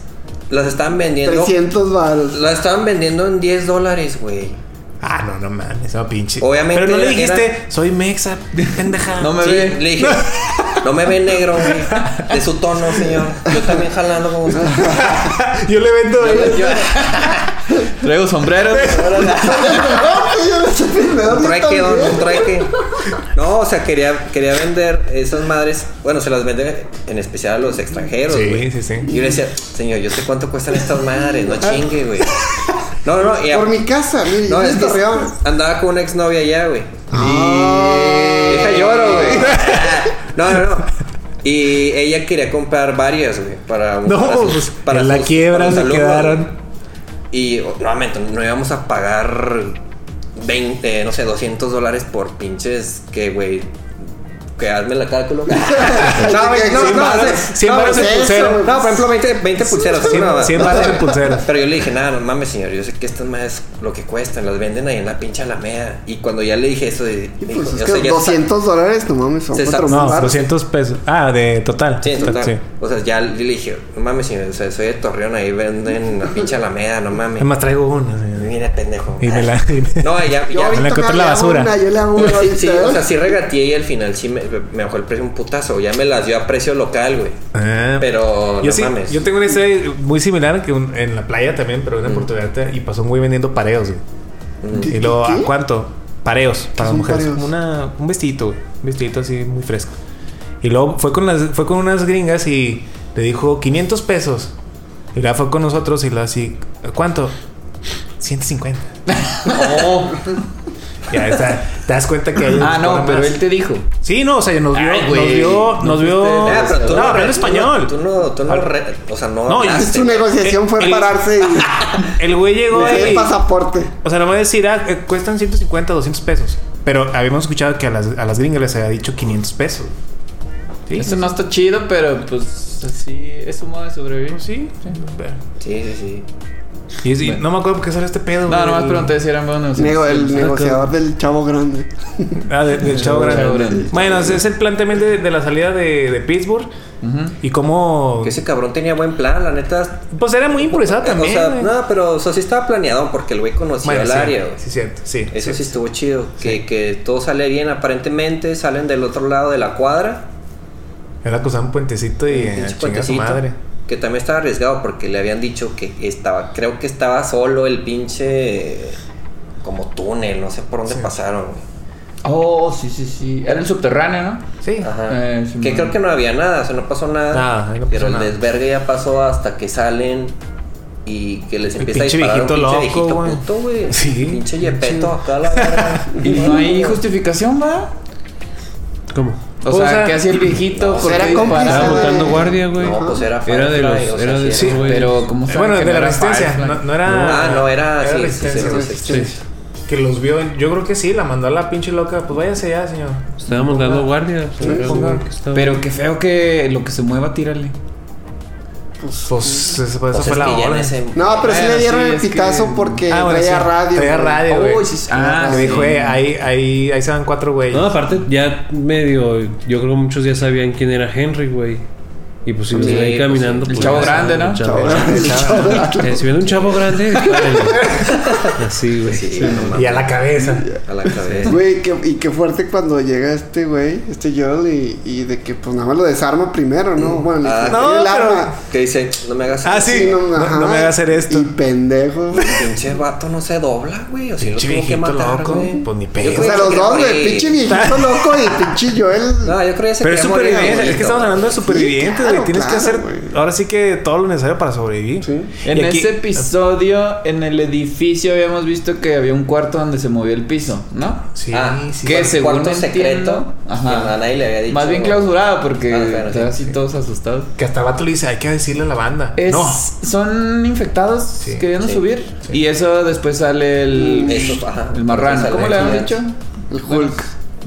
S1: las estaban vendiendo.
S4: 300 varos.
S1: Las estaban vendiendo en 10 dólares, güey.
S5: Ah, no, no mames, no pinche.
S1: Obviamente
S5: Pero no le
S1: era-
S5: dijiste, soy mexa, pendeja.
S3: No me
S1: Sí,
S3: ve.
S1: le dije, no me ve negro, güey. De su tono, señor. Yo también jalando como usted.
S5: Yo le vendo.
S1: Yo,
S3: Traigo sombreros.
S1: un trueque, don, un
S4: Yo
S1: trueque. No, o sea, quería, quería vender esas madres. Bueno, se las vende en especial a los extranjeros,
S5: Sí,
S1: güey.
S5: sí, sí.
S1: Y yo le decía, señor, yo sé cuánto cuestan estas madres, no chingue, güey. No, no, no. y a-
S4: Por mi casa, mire, yo
S1: no, es
S4: en
S1: que
S4: Torreón.
S1: andaba con una exnovia allá, güey.
S4: Ah.
S1: Deja lloro, güey. No, no, no. Y ella quería comprar varias, güey, para
S5: No,
S1: para sus-
S5: pues,
S1: para
S5: en la
S1: sus-
S5: quiebra
S1: para sus
S5: se
S1: alumnos,
S5: quedaron.
S1: güey. Y o- nuevamente, no íbamos a pagar 20, no sé, 200 dólares por pinches que, güey, que hazme la cálculo. no, güey, no,
S4: Cien
S1: no,
S4: varos,
S1: hace-
S5: cien
S1: no,
S5: varos
S1: güey,
S5: en
S1: eso,
S5: pulsera.
S1: güey. No, por ejemplo, 20, 20 pulseras.
S5: Cien-
S1: una-
S5: cien
S1: no,
S5: varos en
S1: no,
S5: pulseras.
S1: Pero yo le dije, nada, no mames, señor, yo sé que estas más lo que cuestan, las venden ahí en la pinche Alameda. Y cuando ya le dije eso, de,
S4: Y
S1: me dijo,
S4: Pues es
S1: yo sé,
S4: que
S1: ya está-
S4: 200 dólares, no mames, son
S1: Se
S4: cuatro
S1: saca-
S5: No,
S4: varos.
S5: 200 pesos. Ah, de total.
S1: Sí,
S5: Total,
S1: total.
S5: sí.
S1: O sea, ya le dije, no mames, señor, o sea, soy de Torreón, ahí venden la pinche Alameda, no mames.
S5: Además traigo una. señor.
S1: Mira, pendejo.
S5: Y me la. y me-
S1: No, ya,
S4: Yo
S1: ya.
S4: ahorita
S5: Me la encontré en la
S4: le hago
S5: basura.
S4: una, yo le hago una
S1: No, sí, sí,
S4: ahorita,
S1: o sea,
S4: ¿eh?
S1: sí regateé y al final sí me, me bajó el precio un putazo. Ya me las dio a precio local, güey.
S5: Ah.
S1: Pero
S5: Yo,
S1: no
S5: sí,
S1: mames.
S5: yo tengo una historia muy similar que un- en la playa también, pero
S3: Mm.
S5: en Puerto Vallarta y pasó un güey vendiendo pareos, güey.
S4: ¿Qué-
S5: Y luego,
S4: qué-
S5: ¿a
S4: qué?
S5: cuánto? Pareos para
S4: son
S5: mujeres.
S4: pareos?
S5: Como una, un vestidito, güey. Un vestidito así muy fresco. Y luego fue con, las, fue con unas gringas y le dijo 500 pesos. Y la fue con nosotros y la así, "¿A ¿cuánto? 150.
S3: No.
S5: Ya está, te das cuenta que hay
S3: Ah, no, pero él te dijo.
S5: Sí, no, o sea, nos vio,
S3: Ay,
S5: nos
S3: güey.
S5: vio,
S3: No
S5: nos vio.
S3: fuiste-
S1: Ah, pero tú
S5: no, habló en
S1: re-
S5: español.
S1: Tú no, tú no,
S5: Al-
S1: re- o sea, no.
S5: No, y-
S1: hablaste.
S4: Su negociación fue
S5: el-
S4: pararse y
S5: El güey llegó
S4: pedir
S5: y.
S4: el pasaporte.
S5: O sea, no voy a decir, ah, eh, cuestan 150, 200 pesos. Pero habíamos escuchado que a las, a las gringas les había dicho 500 pesos. Sí.
S3: Eso no está chido, pero pues así es su modo de sobrevivir.
S5: Sí.
S1: Sí, sí, sí.
S5: Y es- y
S3: Bueno.
S5: no me acuerdo por qué sale este pedo.
S3: No,
S5: güey.
S3: nomás pregunté si eran buenos.
S4: Nego,
S3: negociadores.
S4: el negociador del chavo grande.
S5: Ah, de- del Chavo
S3: Chavo
S5: Grande.
S3: Grande.
S5: Bueno, ese es el planteamiento de, de la salida de, de Pittsburgh.
S3: Ujú.
S5: Y cómo.
S1: Que ese cabrón tenía buen plan, la neta.
S5: Pues era muy improvisado
S1: O
S5: también.
S1: sea,
S5: güey.
S1: no, pero o sea, sí estaba planeado porque el güey conocía
S5: Bueno,
S1: el
S5: sí,
S1: área, güey.
S5: Sí, cierto. Sí.
S1: Eso sí estuvo chido. Que, que todo sale bien, aparentemente. Salen del otro lado de la cuadra.
S5: Era cruzar un puentecito y
S1: pinche
S5: eh, chingar a su
S1: puentecito,
S5: madre.
S1: Que también estaba arriesgado porque le habían dicho que estaba, creo que estaba solo el pinche eh, como túnel, no sé por dónde pasaron. güey.
S3: Oh, sí, sí, sí. Era el subterráneo, ¿no?
S5: Sí.
S1: Ajá.
S3: Eh, sí,
S1: que
S3: man.
S1: creo que no había nada, o sea, no pasó nada.
S5: Nada, ahí no pasó
S1: pero el
S5: nada.
S1: desvergue ya pasó hasta que salen y que les
S5: El
S1: empieza a
S5: pinche
S1: disparar un
S5: viejito
S1: pinche
S5: loco, güey.
S1: viejito puto, güey.
S5: Sí.
S1: Pinche yepeto acá la verga.
S3: Y no hay justificación, ¿va?
S2: ¿Cómo?
S3: Pues, O sea, pues, ¿qué hacía el viejito?
S1: no,
S3: ¿Por
S4: era
S3: qué
S4: cómplice,
S2: Estaba
S3: disparaba?
S4: güey.
S2: montando guardia, güey.
S1: No, pues era
S2: Era de
S1: Firefly,
S2: los-
S1: o sea,
S2: era de
S1: sí
S2: esos, güey.
S3: Pero, ¿cómo saben
S5: Bueno,
S3: que
S5: de
S3: no
S5: la
S3: era
S5: resistencia.
S3: Firefly?
S5: No, no era.
S1: Ah, no, era- sí, sí,
S5: resistencia,
S1: sí,
S5: güey.
S1: sí,
S2: Sí.
S5: Que los vio. en- Yo creo que sí, la mandó a la pinche loca. Pues váyase ya, señor.
S2: Estaba montando guardia. o sea, era un güey que estaba-
S3: Pero qué feo que lo que se mueva, tírale.
S4: pues.
S5: Pues esa, esa
S1: Pues
S5: fue
S1: es
S5: la
S1: que ya en
S5: hora.
S1: ese-
S4: No, pero sí
S3: Bueno,
S4: le dieron
S3: sí,
S4: el
S3: es que-
S4: pitazo porque
S5: Ah, bueno,
S4: traía
S5: sí.
S4: radio.
S5: Traía
S4: güey.
S5: radio, güey.
S1: Uy, sí, sí.
S3: Ah,
S5: Ah, me
S3: sí.
S5: dijo, eh, ahí, ahí, ahí se van cuatro güeyes.
S2: No, aparte, ya medio. Yo creo que muchos ya sabían quién era Henry, güey. Y pues si lo
S1: Sí,
S2: ven
S1: pues,
S2: caminando.
S3: el
S2: pues,
S3: chavo
S2: ya saben,
S3: grande, ¿no?
S2: el chavo
S4: Chavo,
S2: grande.
S4: chavo.
S2: Eh, si ven un chavo grande, dispárenle. Así, güey.
S1: Sí, no mames.
S5: Y a la cabeza.
S1: A la cabeza.
S4: Güey, que- y qué fuerte cuando llega este güey, este Joel, y, y de que pues nada más lo desarma primero, ¿no? Bueno, ni
S1: Ah,
S4: siquiera
S5: no,
S4: el
S5: pero-
S4: arma.
S1: Que dice, no me hagas
S5: Ah, sí.
S4: Sí,
S5: no-
S4: ajá.
S5: no me hagas hacer esto.
S4: Y pendejo. güey.
S1: Pinche vato no se dobla, güey. O sea, lo
S5: Pinche
S1: tengo que
S5: viejito
S1: matar,
S5: loco,
S1: güey.
S5: pues, ni
S1: Yo
S5: pedo.
S1: creo
S4: O sea,
S1: que
S4: los dos, güey.
S1: morir.
S4: Pinche viejito loco y pinche Joel.
S1: No, yo creo que se
S5: Pero es
S1: quería morir,
S5: supervivencia. Es que
S1: abuelito.
S5: estamos hablando de supervivientes, güey.
S4: claro,
S5: Tienes que
S4: claro,
S5: hacer
S4: güey.
S5: ahora sí que todo lo necesario para sobrevivir.
S4: Sí.
S3: En
S5: Y aquí-
S3: ese episodio, en el edificio, habíamos visto que había un cuarto donde se movió el piso, ¿no?
S5: Sí,
S1: Ah,
S5: sí.
S3: ¿qué?
S1: Cuarto
S3: Según entiendo,
S1: secreto.
S3: ajá.
S1: Que a nadie le había dicho.
S3: Más bien clausurado porque
S1: Ah, claro,
S3: estaban
S1: sí,
S3: así
S1: sí.
S3: todos asustados.
S5: Que hasta Vato le dice, hay que decirle a la banda.
S3: Es-
S5: No.
S3: Son infectados
S5: Sí,
S3: queriendo
S1: sí,
S3: subir. Y eso después sale
S4: Mm,
S3: el,
S1: Eso, ajá.
S3: el marrano.
S1: Sale
S3: ¿Cómo le
S1: aquí,
S3: habían
S1: ya.
S3: dicho?
S4: El Hulk.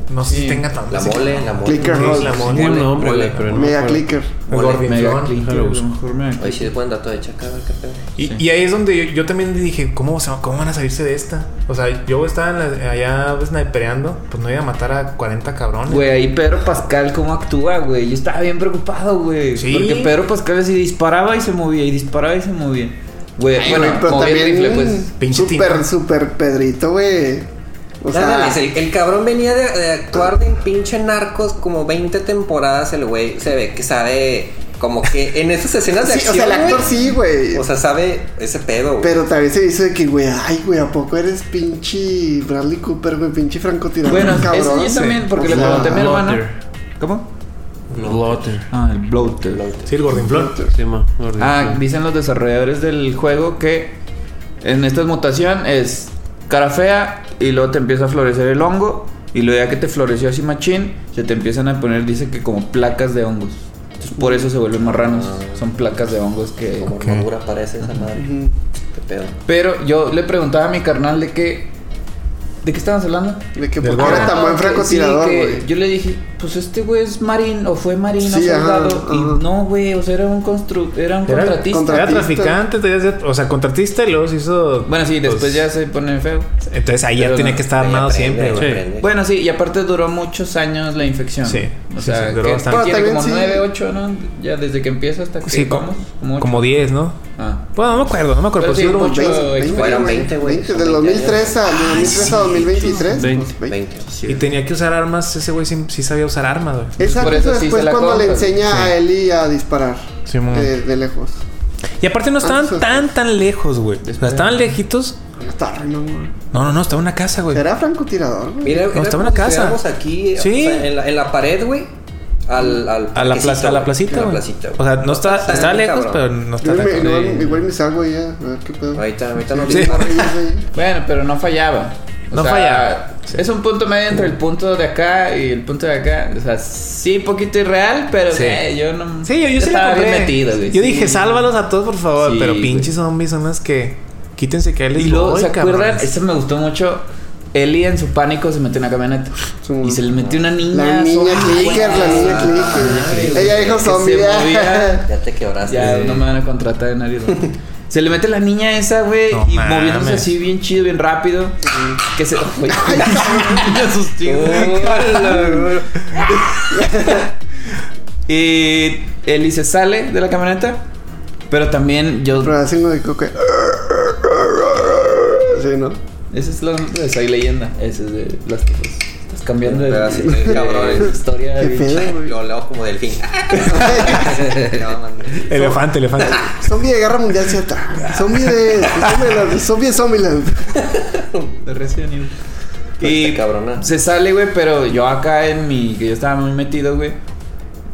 S5: No sé si
S3: Sí.
S5: tenga tanto.
S1: La
S5: así
S1: mole,
S5: que-
S1: la mole.
S4: Clicker
S5: Sí,
S4: Hulk.
S5: la mole.
S2: Tiene un nombre,
S1: Mole,
S2: güey, pero no me
S4: Mega
S2: acuerdo.
S4: clicker.
S5: El gordito.
S3: Mega
S5: ¿no?
S3: Clicker,
S2: Déjalo
S3: a lo
S2: busco.
S3: mejor me-
S1: Oye, sí es buen dato de chaca, a ver qué pedo.
S5: Y,
S3: Sí.
S5: y ahí es donde yo, yo también dije, ¿cómo, se, va- ¿cómo van a salirse de esta? O sea, yo estaba en la- allá snipereando, pues no iba a matar a 40 cabrones.
S3: Güey, ahí Pedro Pascal cómo actúa, güey. Yo estaba bien preocupado, güey.
S5: Sí.
S3: Porque Pedro Pascal así disparaba y se movía, y disparaba y se movía. Güey,
S4: Ay,
S3: bueno,
S4: güey, pero
S3: movía el
S4: también.
S3: rifle, pues.
S5: Pinche
S4: Super,
S5: Tino.
S4: super Pedrito, güey. O sea,
S1: Nada, el, el cabrón venía de, de actuar de pinche narcos como 20 temporadas. El güey se ve que sabe, como que en esas escenas de
S4: sí, o
S1: acción.
S4: sea, el actor
S1: güey,
S4: sí, güey.
S1: O sea, sabe ese pedo, güey.
S4: Pero también se dice que, güey, ay, güey, ¿a poco eres pinche Bradley Cooper, güey? Pinche francotirador,
S3: Bueno,
S4: cabrón.
S3: eso yo también, porque
S4: O
S3: le
S4: sea,
S3: pregunté a mi hermano.
S2: Blotter.
S3: ¿Cómo?
S2: Blotter.
S3: Ah, el bloater.
S5: Sí, el gordinflón.
S2: Sí, ma, gordito.
S3: Ah, dicen los desarrolladores del juego que en esta mutación es cara fea y luego te empieza a florecer el hongo. Y luego ya que te floreció así machín, se te empiezan a poner, dice que como placas de hongos. Entonces por eso se vuelven marranos. Son placas de hongos que...
S1: Como armadura parece esa madre.
S4: Ujú.
S1: Qué pedo.
S3: Pero yo le preguntaba a mi carnal de qué. ¿De qué estaban hablando?
S4: De que
S5: Del
S4: por qué
S5: gordo.
S4: era tan buen
S3: que-
S4: francotirador,
S3: Ah, sí, que
S4: güey.
S3: yo le dije, pues este güey es marín o fue marín o
S4: Sí, ajá,
S3: soldado. y
S4: ajá.
S3: no, güey, o sea, era un constru era un
S5: Era-
S3: contratista.
S4: contra-
S5: Era
S4: Contratista.
S5: traficante, tenía que ser- o sea, contratista y luego se hizo.
S3: Bueno, sí, después
S5: pues,
S3: ya se pone feo.
S5: Entonces ahí
S3: Pero
S5: él tiene
S3: no,
S5: que estar
S1: Ahí
S5: armado
S1: aprende,
S5: siempre,
S1: ahí
S5: güey.
S1: aprende.
S3: Bueno, sí, y aparte duró muchos años la infección.
S5: Sí,
S3: o
S5: sí,
S3: sea,
S5: sí, duró
S3: que
S5: bastante.
S3: tiene
S4: Pero
S3: como
S4: también sí.
S3: 9, 8, ¿no? Ya desde que empieza hasta que
S5: Sí,
S3: vamos.
S5: como,
S3: ocho.
S5: como 10, ¿no?
S3: Ah.
S5: Bueno, no me acuerdo, no me acuerdo. Pero
S3: Pero
S5: sí,
S3: sí,
S5: duró
S3: como
S5: mucho.
S3: veinte.
S1: Fueron 20,
S4: 20,
S1: güey.
S4: Del 2003 a, del 2003 a 2023.
S2: Veinte.
S4: pues, 20.
S1: 20.
S5: Y tenía que usar armas. Ese güey sí, sí sabía usar armas, güey.
S4: Es
S3: Por
S4: antes
S3: eso
S4: o
S3: sí se
S4: después
S3: la
S4: cuando le
S3: compran.
S4: enseña
S5: Sí.
S4: a Eli a disparar.
S5: Sí, mon.
S4: de, de lejos.
S5: Y aparte no estaban
S4: Ah, sí.
S5: tan, tan lejos, güey. O sea, estaban lejitos.
S4: Está re mamón.
S5: No, no, no, estaba en una casa, güey.
S3: Pues,
S4: ¿Será francotirador, güey?
S1: Mira, era
S5: estaba en
S1: como
S5: la
S1: si
S5: casa.
S1: estuviéramos aquí,
S5: Sí.
S1: o sea, en, la, en la pared, güey. Al, al
S5: A la,
S1: parquecito,
S5: plaza, a la
S1: güey.
S5: placita,
S1: A la
S5: güey.
S1: placita,
S5: O
S1: güey.
S5: sea, no está,
S1: Está
S5: está
S1: bien,
S5: lejos,
S1: cabrón.
S5: pero no está
S4: Yo me-
S5: lejos.
S4: igual, igual me salgo ya, a ver qué pedo.
S1: Ahorita, ahorita no
S5: Sí.
S1: digo, güey.
S3: Bueno, pero no fallaba.
S5: No Uh. fallaba.
S3: Es un punto medio entre el punto de acá y el punto de acá. O sea, sí, poquito irreal, pero
S5: Sí.
S3: eh, yo no.
S5: Sí, yo, yo sí la
S3: estaba
S5: compré.
S3: bien metido, güey.
S5: Yo
S3: sí.
S5: dije, sálvalos a todos, por favor.
S3: Sí,
S5: pero
S3: güey.
S5: pinches zombies son las que... Quítense que ahí les
S3: Y luego,
S5: voy,
S3: ¿se
S5: cabrones.
S3: acuerdan? Este me gustó mucho. Eli en su pánico se metió en la camioneta.
S4: Sí.
S3: Y se le metió una niña.
S4: La niña
S3: sola,
S4: clicker,
S3: güey.
S4: la niña
S3: Ay,
S4: clicker.
S3: güey,
S4: Ella dijo
S3: que se
S4: zombie.
S3: movía.
S1: Ya te quebraste.
S3: Ya
S1: güey.
S3: no me van a contratar en Ariel. Este, Se le mete la niña esa, güey,
S5: No
S3: y
S5: mames.
S3: moviéndose así bien chido, bien rápido. Que se. Güey, me asusté, güey. y Eli se sale de la camioneta. Pero también yo.
S4: Pero así como de coque. Sí, ¿no?
S3: Esa es la de Soy Leyenda. Esa es de las que pues, estás cambiando de.
S1: Pero así, cabrones.
S3: de historia.
S4: Qué
S3: bien
S4: pedo.
S3: chida.
S1: Lo leo como delfín. No, man.
S5: Elefante, elefante.
S4: Zombie de Guerra Mundial Z. Zombie de. Zombie de, zombie de Zombieland.
S3: De Resident Evil.
S1: Pues está cabrona.
S3: se sale, güey, pero yo acá en mi. que yo estaba muy metido, güey.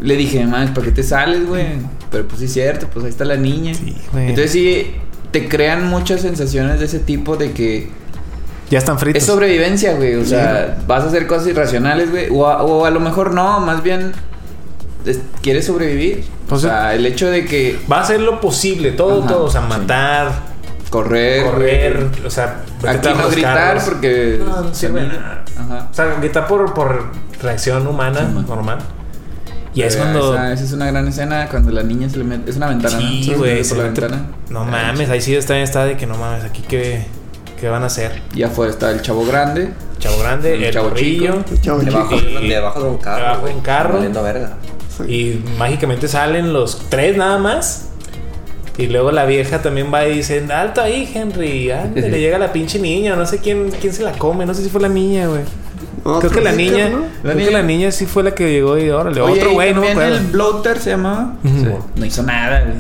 S3: Le dije, man, ¿para qué te sales, güey? Pero pues sí, es cierto, pues ahí está la niña.
S5: Sí, güey.
S3: Entonces sí, te crean muchas sensaciones de ese tipo de que
S5: Ya están fritos.
S3: es sobrevivencia, güey. O sea, vas a hacer cosas irracionales, güey. O a, o a lo mejor no, más bien es- quieres sobrevivir. O
S5: O sea,
S3: sea, el hecho de que
S5: Va a hacer lo posible. Todo,
S3: Ajá,
S5: todo. O sea,
S3: sí.
S5: matar,
S3: correr,
S5: correr. O sea, vete
S3: Aquí
S5: tras
S3: no
S5: los
S3: gritar
S5: carros.
S3: porque.
S5: No, no sirve de nada.
S3: Ajá.
S5: O sea, gritar por, por reacción humana,
S3: Sí, man.
S5: normal. Y es
S3: Eh,
S5: cuando.
S3: Esa, esa es una gran escena cuando la niña se le mete. Es una ventana. ¿no?
S5: Sí,
S3: Se
S5: güey.
S3: mete
S5: se
S3: Por la
S5: mete-
S3: ventana.
S5: No
S3: Ah,
S5: mames, ahí sí está, está de que no mames, aquí qué, qué van a hacer.
S3: Y afuera está el chavo grande.
S5: Chavo grande,
S3: Mm,
S5: el
S3: chavo
S5: morrillo,
S4: Chavo,
S1: Debajo,
S5: Y-
S1: de- debajo de un carro.
S5: debajo de un
S1: güey,
S5: carro.
S1: valiendo verga.
S5: Y mágicamente salen los tres nada más. Y luego la vieja también va y dice, alto ahí, Henry, ándale", le llega la pinche niña, no sé quién, quién se la come, no sé si fue la niña, güey. Creo que la niña, creo que
S3: niña.
S5: la niña sí fue la que llegó y órale,
S3: Oye,
S5: otro
S3: y
S5: güey, no me
S3: también
S5: acuerdo.
S3: el bloater se llamaba.
S5: Ujú.
S3: No hizo nada, güey.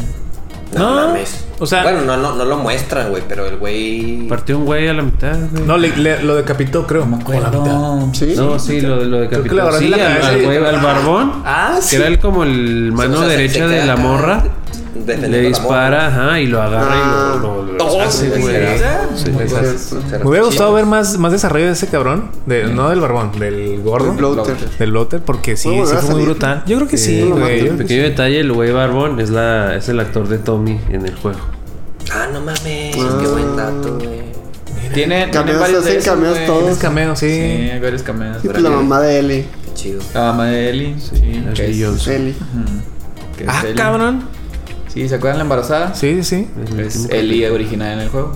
S1: No,
S5: No,
S1: mames.
S5: o sea-
S1: bueno, no, no, no lo muestran, güey, pero el güey.
S2: Partió un güey a la mitad, güey.
S5: No, le- le- lo decapitó, creo.
S3: No me
S5: con la mitad.
S3: acuerdo.
S4: Sí.
S2: No, sí, lo, lo
S5: Creo que le
S2: decapitó.
S5: agarró
S2: Sí,
S5: en la
S2: al,
S5: cabeza
S2: al
S5: y-
S2: güey, al barbón.
S5: Ah, sí.
S2: Que era el, como el mano
S1: O sea, se-
S2: derecha
S1: se
S2: de
S1: queda
S2: la
S1: acá
S2: morra.
S1: defendiendo
S2: Le
S1: la
S2: dispara, ajá, y lo agarra
S4: Ah.
S2: y lo, lo- lo
S1: Todo,
S2: hace,
S1: güey,
S2: güey.
S1: ¿verdad?
S2: Sí,
S4: Muy
S2: sí.
S4: cierto.
S1: morra.
S5: Me hubiera gustado ver más, más desarrollo de ese cabrón. de- No del barbón, del gordo.
S4: El bloater.
S5: Del loter, porque sí,
S4: ¿Puedo
S5: sí
S4: volver a
S5: fue muy
S4: salir?
S5: brutal. Yo creo que sí,
S2: Eh,
S4: lo
S5: güey.
S4: mato.
S5: Yo creo que
S2: Pequeño detalle, el güey Barbón es, la, es el actor de Tommy en el juego.
S1: Ah, no mames.
S4: Ah.
S1: Qué buen dato, güey.
S3: Tiene, tiene
S4: Cameos,
S3: varios
S4: hacen
S3: de esos,
S4: cameos
S3: güey.
S4: todos.
S5: Es cameo, sí.
S3: Sí, hay varios cameos.
S4: Y pues la mamá de Ellie.
S1: Qué chido.
S3: La mamá de Ellie. Sí,
S2: Ashley
S3: que es-
S2: Johnson.
S4: Ellie.
S3: Ujú, que es
S5: Ah,
S3: Ellie.
S5: cabrón.
S3: Sí, ¿se acuerdan la embarazada?
S5: Sí, sí, sí.
S2: Es el
S3: Es
S2: último
S3: Ellie original en el juego.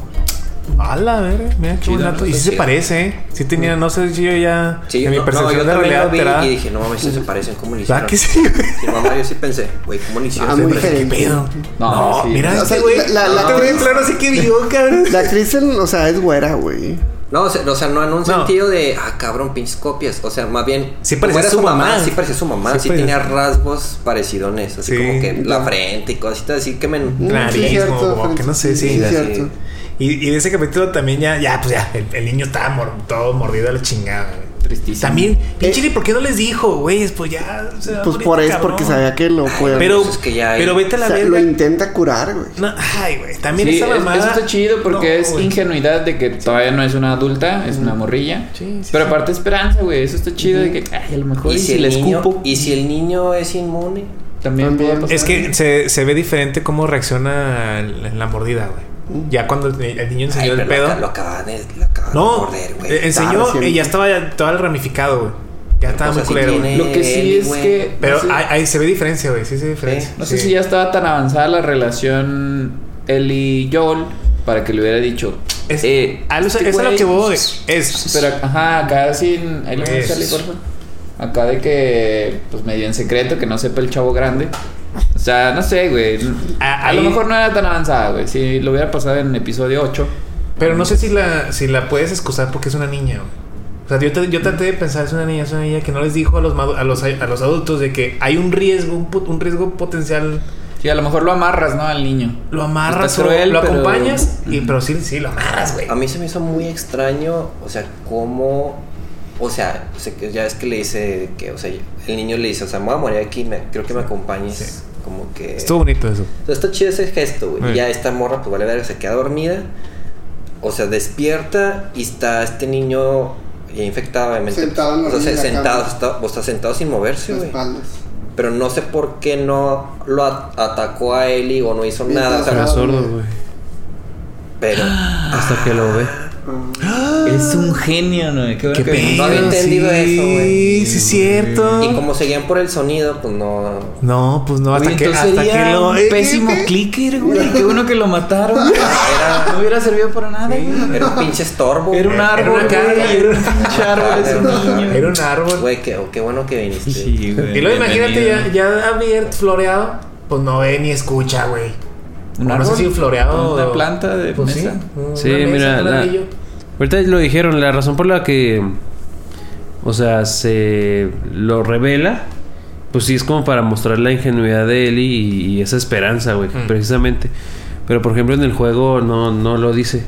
S5: A la verga, mira qué
S1: Chido,
S5: buen dato.
S1: ¿no?
S5: Y sí se
S1: Sí.
S5: parece, ¿eh? Sí tenía, no sé si yo ya.
S1: Sí,
S5: en mi
S1: no,
S5: percepción
S1: no, yo
S5: de
S1: también
S5: realidad
S1: lo vi
S5: alterada.
S1: Y dije, no mames, se parecen. ¿Cómo le hicieron?
S5: ¿Verdad que sí, güey?
S1: Sí, mamá, yo sí pensé, güey, ¿cómo le hicieron?
S4: Ah, muy
S1: Pero-
S5: ¿Qué
S4: diferente.
S5: pedo? No,
S3: No, sí.
S5: mira,
S4: O
S5: este
S4: sea,
S5: güey.
S4: la- la-
S5: este güey, claro, sí que vio, cabrón.
S4: La actriz, en- o sea, es güera, güey.
S1: No, o sea, o sea, no en un
S5: No.
S1: sentido de, ah, cabrón, pinches copias. O sea, más bien.
S5: Sí
S1: como
S5: parecía
S1: era
S5: su mamá.
S1: Sí parecía su mamá.
S5: Sí
S1: Sí,
S5: parecía-
S1: tenía rasgos parecidones. Así
S5: Sí.
S1: como que la frente y cositas así que me.
S4: Mm,
S5: Clarismo, como que no sé, sí,
S4: es
S5: así.
S4: cierto.
S5: Y, y de ese capítulo también ya, ya, pues ya, el, el niño estaba mor- todo mordido a la chingada, güey.
S3: Tristísimo.
S5: También, pinche,
S4: Eh.
S5: Lee, ¿por qué no les dijo, güey? Pues ya. se va a
S4: Pues
S5: morir
S4: por
S5: este
S4: eso, porque
S5: cabrón.
S4: sabía que lo puede.
S5: Pero,
S1: pues es que ya hay-
S5: pero vete a la
S4: o sea, lo
S5: verga.
S4: intenta curar, güey.
S5: No, ay, güey. También
S3: sí,
S5: esa
S3: es-
S5: mamada.
S3: Eso está chido porque
S5: No,
S3: es
S5: güey. Mm.
S3: ingenuidad de que todavía no es una adulta, es una morrilla.
S5: Sí, sí,
S3: Pero
S5: sí.
S3: aparte esperanza, güey. Eso está chido de que, ay, a lo mejor y si,
S1: el
S3: le
S1: niño-
S3: escupo.
S1: ¿Y si el niño es inmune?
S3: también
S4: También.
S3: puede pasar.
S5: Es que se, se ve diferente cómo reacciona el- en la mordida, güey. Ya cuando el, el niño
S1: Ay,
S5: enseñó el
S1: pero
S5: pedo.
S1: Lo, ac- lo acaban de, lo acaban de
S5: no,
S1: morder, güey.
S5: eh, enseñó
S4: recién-
S5: y ya estaba ya todo el ramificado, güey. Ya estaba
S1: pues
S5: muy
S1: así
S5: culero. güey.
S1: tiene
S3: Lo que sí
S1: él,
S3: es
S1: güey.
S3: que.
S5: Pero
S3: no sé,
S5: ahí, ahí se ve diferencia, güey. Sí, se ve diferencia.
S3: no sé
S5: Sí.
S3: si ya estaba tan avanzada la relación él y Joel para que le hubiera dicho.
S5: Es,
S3: eh,
S5: a lo-
S3: este
S5: es a lo
S3: güey-
S5: que voy. Es.
S3: Pero ajá, acá sin. Ahí le voy a
S5: Es-
S3: echarle, porfa. Acá de que. Pues medio en secreto, que no sepa el chavo grande. O sea, no sé, güey.
S5: A-
S3: A, lo
S5: ahí-
S3: mejor no era tan avanzada, güey. Si lo hubiera pasado en episodio 8.
S5: Pero no sé si la, si la puedes excusar porque es una niña, güey. O sea, yo, tra- yo traté de pensar, es una niña, es una niña que no les dijo a los, madu- a los, a los adultos de que hay un riesgo, un, put- un riesgo potencial.
S3: Sí, a lo mejor lo amarras, ¿no? Al niño.
S5: Lo amarras,
S3: Está cruel,
S5: o lo
S3: pero-
S5: acompañas, y, pero sí, sí, lo amarras, güey.
S1: A mí se me hizo muy extraño, o sea, cómo. O sea, o sea, que ya es que le dice que, o sea, el niño le dice, o sea, me voy a morir aquí, me, creo que me acompañes.
S5: Sí.
S1: Como que.
S5: Estuvo bonito eso.
S1: O sea, está chido ese gesto, güey.
S5: Sí.
S1: Y Ya esta morra, pues vale, verga, se queda dormida. O sea, despierta y está este niño infectado, obviamente.
S4: Sentado en la
S1: o sea,
S4: orilla de la
S1: sentado,
S4: cama.
S1: está, o sea, sentado sin moverse,
S4: Las
S1: güey.
S4: espaldas.
S1: Pero no sé por qué no lo at- atacó a Eli o no hizo
S4: Mientras
S1: nada. o sea,
S4: estaba-
S2: Era sordo, güey.
S1: pero
S2: Hasta que lo ve.
S4: Ah.
S3: Es un genio, ¿no? Qué, bueno que-
S1: no había entendido eso, güey.
S5: Sí, sí, es cierto.
S1: y como seguían por el sonido, pues no.
S5: No, pues no, hasta
S3: Oye,
S5: que,
S3: entonces
S5: hasta
S3: sería
S5: que lo.
S3: un
S5: eh,
S3: pésimo
S5: eh,
S3: clicker, güey. Qué bueno que lo mataron. No hubiera servido para nada, güey.
S1: Era un pinche estorbo.
S3: Era
S1: güey.
S3: un
S5: una
S3: árbol,
S5: carga,
S3: güey. Era un pinche árbol, es un niño.
S5: Era un árbol.
S1: Güey, qué, qué bueno que viniste.
S5: Y luego imagínate ya, ya haber floreado, pues no ve ni escucha, güey.
S3: ¿Un
S5: O no
S3: árbol?
S5: sé si floreado.
S3: Una planta de
S5: pues
S3: mesa.
S5: Sí, una
S2: Sí,
S5: mesa,
S2: mira,
S5: un
S2: la-
S5: ladrillo.
S2: Ahorita lo dijeron, la razón por la que. O sea, se lo revela. Pues sí, es como para mostrar la ingenuidad de Eli y, y esa esperanza, güey,
S5: Mm.
S2: precisamente. Pero por ejemplo, en el juego no, no lo dice.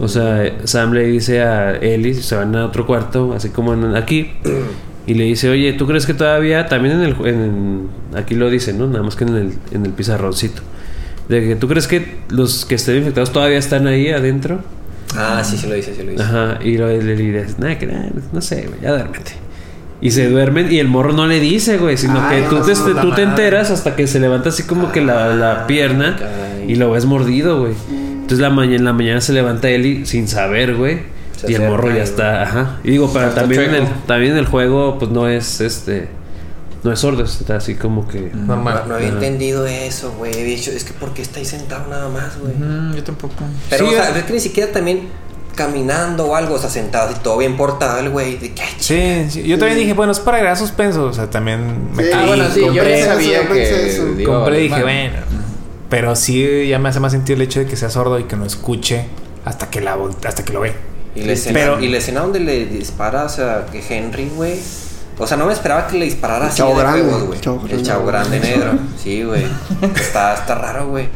S2: O sea, Sam le dice a Eli, se van a otro cuarto, así como en- aquí. Y le dice, oye, ¿tú crees que todavía, también en el, ju- en- aquí lo dice, ¿no? Nada más que en el, en el pizarroncito. De que tú crees que los que estén infectados todavía están ahí adentro.
S1: Ah, sí, sí lo hice, sí lo hice.
S2: Ajá, y lo, le, le dices, nada, que nada, no sé, güey, ya duérmete. Y se duermen y el morro no le dice, güey, sino
S5: Ah,
S2: que
S5: ya
S2: tú,
S5: pasó
S2: te,
S5: la
S2: tú
S5: madre.
S2: te enteras hasta que se levanta así como que la, la pierna
S1: caray.
S2: y lo ves mordido, güey. Entonces la mañana, en la mañana se levanta Eli sin saber, güey.
S1: Se
S2: Y el
S1: acerca
S2: morro
S1: y-
S2: ya está, ajá. Y digo, para
S3: Está
S2: también en, el,
S3: chueco.
S2: también en el juego, pues no es este. No es sordo, está así como que.
S1: No,
S5: Normal.
S1: no había
S2: Ajá.
S1: entendido eso, güey. He dicho, es que porque está ahí sentado nada más, güey.
S3: Mm, yo tampoco.
S1: Pero,
S5: Sí,
S1: o sea,
S5: es-
S1: ves que ni siquiera también caminando o algo, o sea, sentado así, todo bien portado el güey. De que, ay, ch-
S5: Sí, sí, yo también dije, bueno, es para agregar suspenso. O sea, también me
S4: Sí.
S3: Ah,
S5: caí,
S3: bueno, sí, yo
S5: compré,
S3: ya sabía
S4: eso,
S3: que.
S4: pensé eso.
S3: digo,
S5: compré y dije,
S3: bueno,
S5: bueno. Pero sí ya me hace más sentido el hecho de que sea sordo y que no escuche hasta que la vol- hasta que lo ve.
S1: Y la escena,
S5: Pero-
S1: y la escena donde le dispara, o sea, que Henry, güey. O sea, no me esperaba que le disparara
S4: El
S1: así
S4: chavo
S1: de
S4: grande,
S1: huevos, güey.
S4: el chavo
S1: El
S4: grande.
S1: chavo grande negro. Sí, güey. Está, está raro, güey.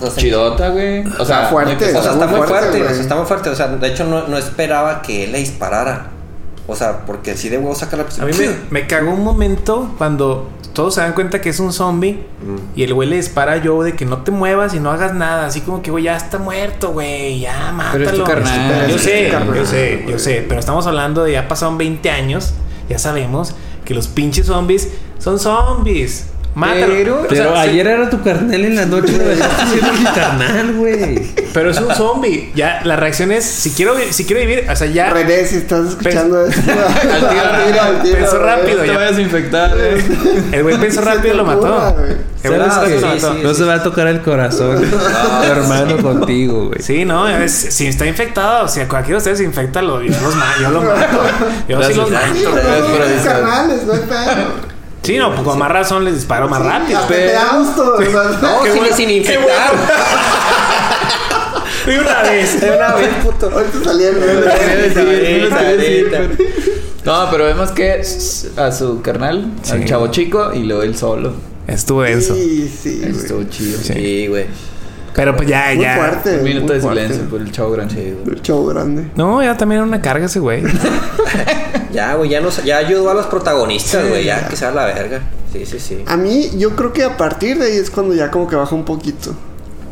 S1: No sé.
S3: Chidota, güey. O sea,
S4: Está fuerte,
S3: muy pesado.
S1: O sea, está muy fuerte, o
S4: güey.
S1: sea, está muy fuerte. O sea, de hecho, no, no esperaba que él le disparara. O sea, porque si de huevo saca la
S5: A
S1: pistola.
S5: mí me, me cagó un momento cuando todos se dan cuenta que es un zombie
S4: Mm.
S5: y el güey le dispara a Joe de que no te muevas y no hagas nada. Así como que, güey, ya está muerto, güey, ya mátalo.
S3: Pero es tu carnal.
S5: Pero Yo
S4: es
S5: sé,
S4: tu carnal,
S5: yo sé, yo
S4: güey.
S5: sé. Pero estamos hablando de ya pasaron 20 años, ya sabemos que los pinches zombies son zombies. Mátalo.
S3: Pero-
S5: O sea,
S2: Pero
S5: sí,
S2: ayer era tu carnal en la noche, lo dejaste siendo mi carnal, güey.
S5: pero es un zombie. Ya la reacción es, si quiero, vi- si quiero vivir, o sea, ya...
S4: René, si estás escuchando esto.
S3: Al tiro,
S4: al tiro,
S5: pensó
S4: güey.
S5: rápido.
S3: No te
S5: ya.
S3: vayas a infectar, eh.
S5: El güey pensó
S4: Se
S5: rápido y
S4: te
S5: lo mató.
S4: ocurra, güey.
S5: El güey pensó
S1: ¿Sabes
S5: rápido y lo
S1: qué?
S5: mató.
S1: Sí, sí,
S2: No se va a tocar el corazón, Ah, hermano, contigo, güey.
S5: Sí, no, es- si está infectado, si a cualquiera de ustedes se infecta, lo, yo los ma- yo lo mato. Yo sí los mato.
S4: Sí, no,
S3: Gracias por
S4: güey,
S3: avisar.
S4: carnales, no hay pedo.
S5: Sí, no, pues con más razón les disparo más rápido.
S4: Hasta te da gusto, ¿verdad?
S1: No, sin, sin infectar.
S5: Y una vez.
S1: De una
S3: eh.
S1: vez, puto.
S4: Ahorita salían, güey.
S3: No, pero vemos que s- a su carnal, al chavo chico, y luego él solo.
S5: Estuvo denso.
S4: Sí, sí, güey.
S3: Estuvo chido.
S1: Sí, güey.
S5: Pero pues ya,
S4: Muy
S5: ya.
S4: fuerte.
S3: Un minuto
S4: muy
S3: de
S4: fuerte.
S3: silencio pues. por el chavo grande.
S4: El show grande.
S5: No, ya también era una carga ese güey.
S1: Ya, güey, ya, nos, ya ayudó a los protagonistas, güey. Ya, que sea la verga. Sí, sí, sí.
S4: A mí, yo creo que a partir de ahí es cuando ya como que baja un poquito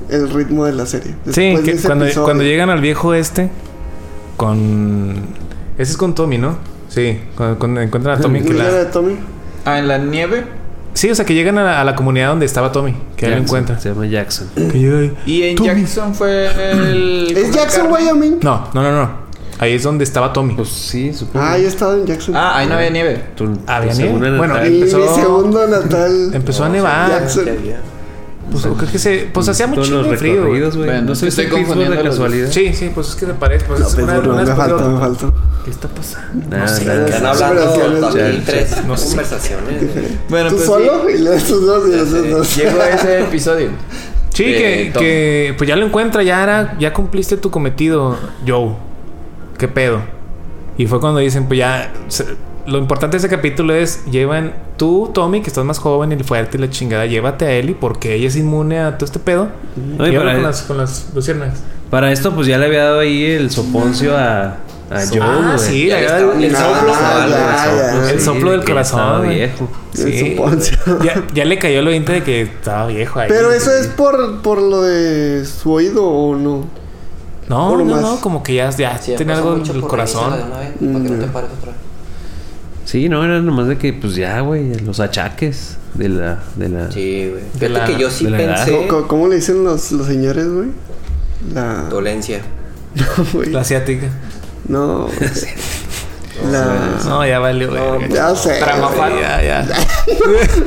S4: el ritmo de la serie.
S5: Sí,
S4: Después de
S5: que
S4: ese
S5: cuando,
S4: episodio.
S5: cuando llegan al viejo este, con. Ese es con Tommy, ¿no? Sí, cuando, cuando encuentran a Tommy.
S4: ¿No
S5: que la-
S4: llega de Tommy?
S3: Ah, en la nieve.
S5: Sí, o sea, que llegan a la, a la comunidad donde estaba Tommy, que ahí lo
S3: Jackson.
S5: encuentran.
S2: Se llama Jackson.
S5: Que llega y-
S3: Y en
S5: Tommy.
S3: Jackson fue el.
S4: ¿Es Jackson, Wyoming?
S5: No, no, no, no. Ahí es donde estaba Tommy.
S2: Pues sí, supongo. pues,
S4: Ah, yo he estado en Jackson.
S3: Ah, ahí no había nieve.
S2: Tu-
S5: Ah,
S2: tu
S5: bien,
S2: segunda
S5: eh. Bueno,
S2: natal.
S4: Mi- mi
S5: empezó-
S4: segundo natal.
S5: Empezó a nevar.
S4: Jackson.
S5: Pues, o creo que se, pues hacía mucho
S2: Todos los
S5: de frío. güey.
S2: recorridos, güey.
S3: Bueno,
S2: no sé
S3: estoy
S2: si Pittsburgh
S3: confundiendo
S2: de
S3: los dos.
S2: casualidad.
S5: Sí, sí, pues es que te parece. Pues,
S4: No,
S5: es una-
S4: pues,
S5: una
S4: me
S5: escuela-
S4: falta, me falta.
S5: ¿Qué está pasando?
S2: Nada,
S5: sé,
S2: nada.
S1: Están
S4: Sí,
S1: hablando
S4: sí,
S1: de
S4: sí,
S1: 2003
S5: no sé.
S1: conversaciones. güey.
S3: Bueno,
S4: Tú
S3: pues
S4: solo y le das tus dos y
S3: sí.
S4: los
S3: Eh,
S4: dos.
S3: Llegó ese episodio.
S5: Sí,
S3: De
S5: que,
S3: Tom.
S5: que pues ya lo encuentra, ya era, ya cumpliste tu cometido, Joe. ¿Qué pedo? Y fue cuando dicen, pues ya. se- lo importante de ese capítulo es: llevan tú, Tommy, que estás más joven y el fuerte y la chingada, llévate a Ellie porque ella es inmune a todo este pedo.
S2: No, y
S5: Llévala
S2: para-
S5: con las, con las luciérnagas.
S2: Para esto, pues ya le había dado ahí el soponcio a, a Joe,
S5: ah,
S2: güey.
S5: sí,
S1: Ya
S5: le
S1: le
S5: había
S1: estaba-
S5: dado
S1: le
S5: el
S1: estaba
S5: soplo.
S1: dando
S4: Ah, ya,
S2: soplo,
S4: ya.
S5: El
S2: sí,
S5: soplo del
S2: que estaba
S5: corazón. güey.
S2: viejo.
S5: Sí.
S4: Supongo.
S5: Ya, ya le cayó el 20 de que estaba viejo ahí.
S4: Pero eso es por, por lo de su oído o no.
S5: No,
S4: por
S5: no,
S4: más.
S5: no, como que ya, ya
S1: Sí,
S5: tenía
S1: pasó
S5: algo en
S1: mucho
S5: el
S1: por
S5: corazón.
S1: revisarla de una vez, para que no te
S4: Mm.
S1: pares otra vez.
S2: Sí, no, era nomás de que, pues ya, güey, los achaques de la. De la...
S1: Sí, güey.
S5: De la-
S1: Fíjate que yo sí
S2: de la edad.
S1: pensé.
S4: ¿Cómo, cómo le dicen los, los señores, güey? La.
S1: Dolencia.
S4: No, güey.
S5: La asiática.
S4: No. güey. La. pues,
S5: No, ya valió. verga.
S4: Ya sé.
S5: Tramafat. Ya, ya.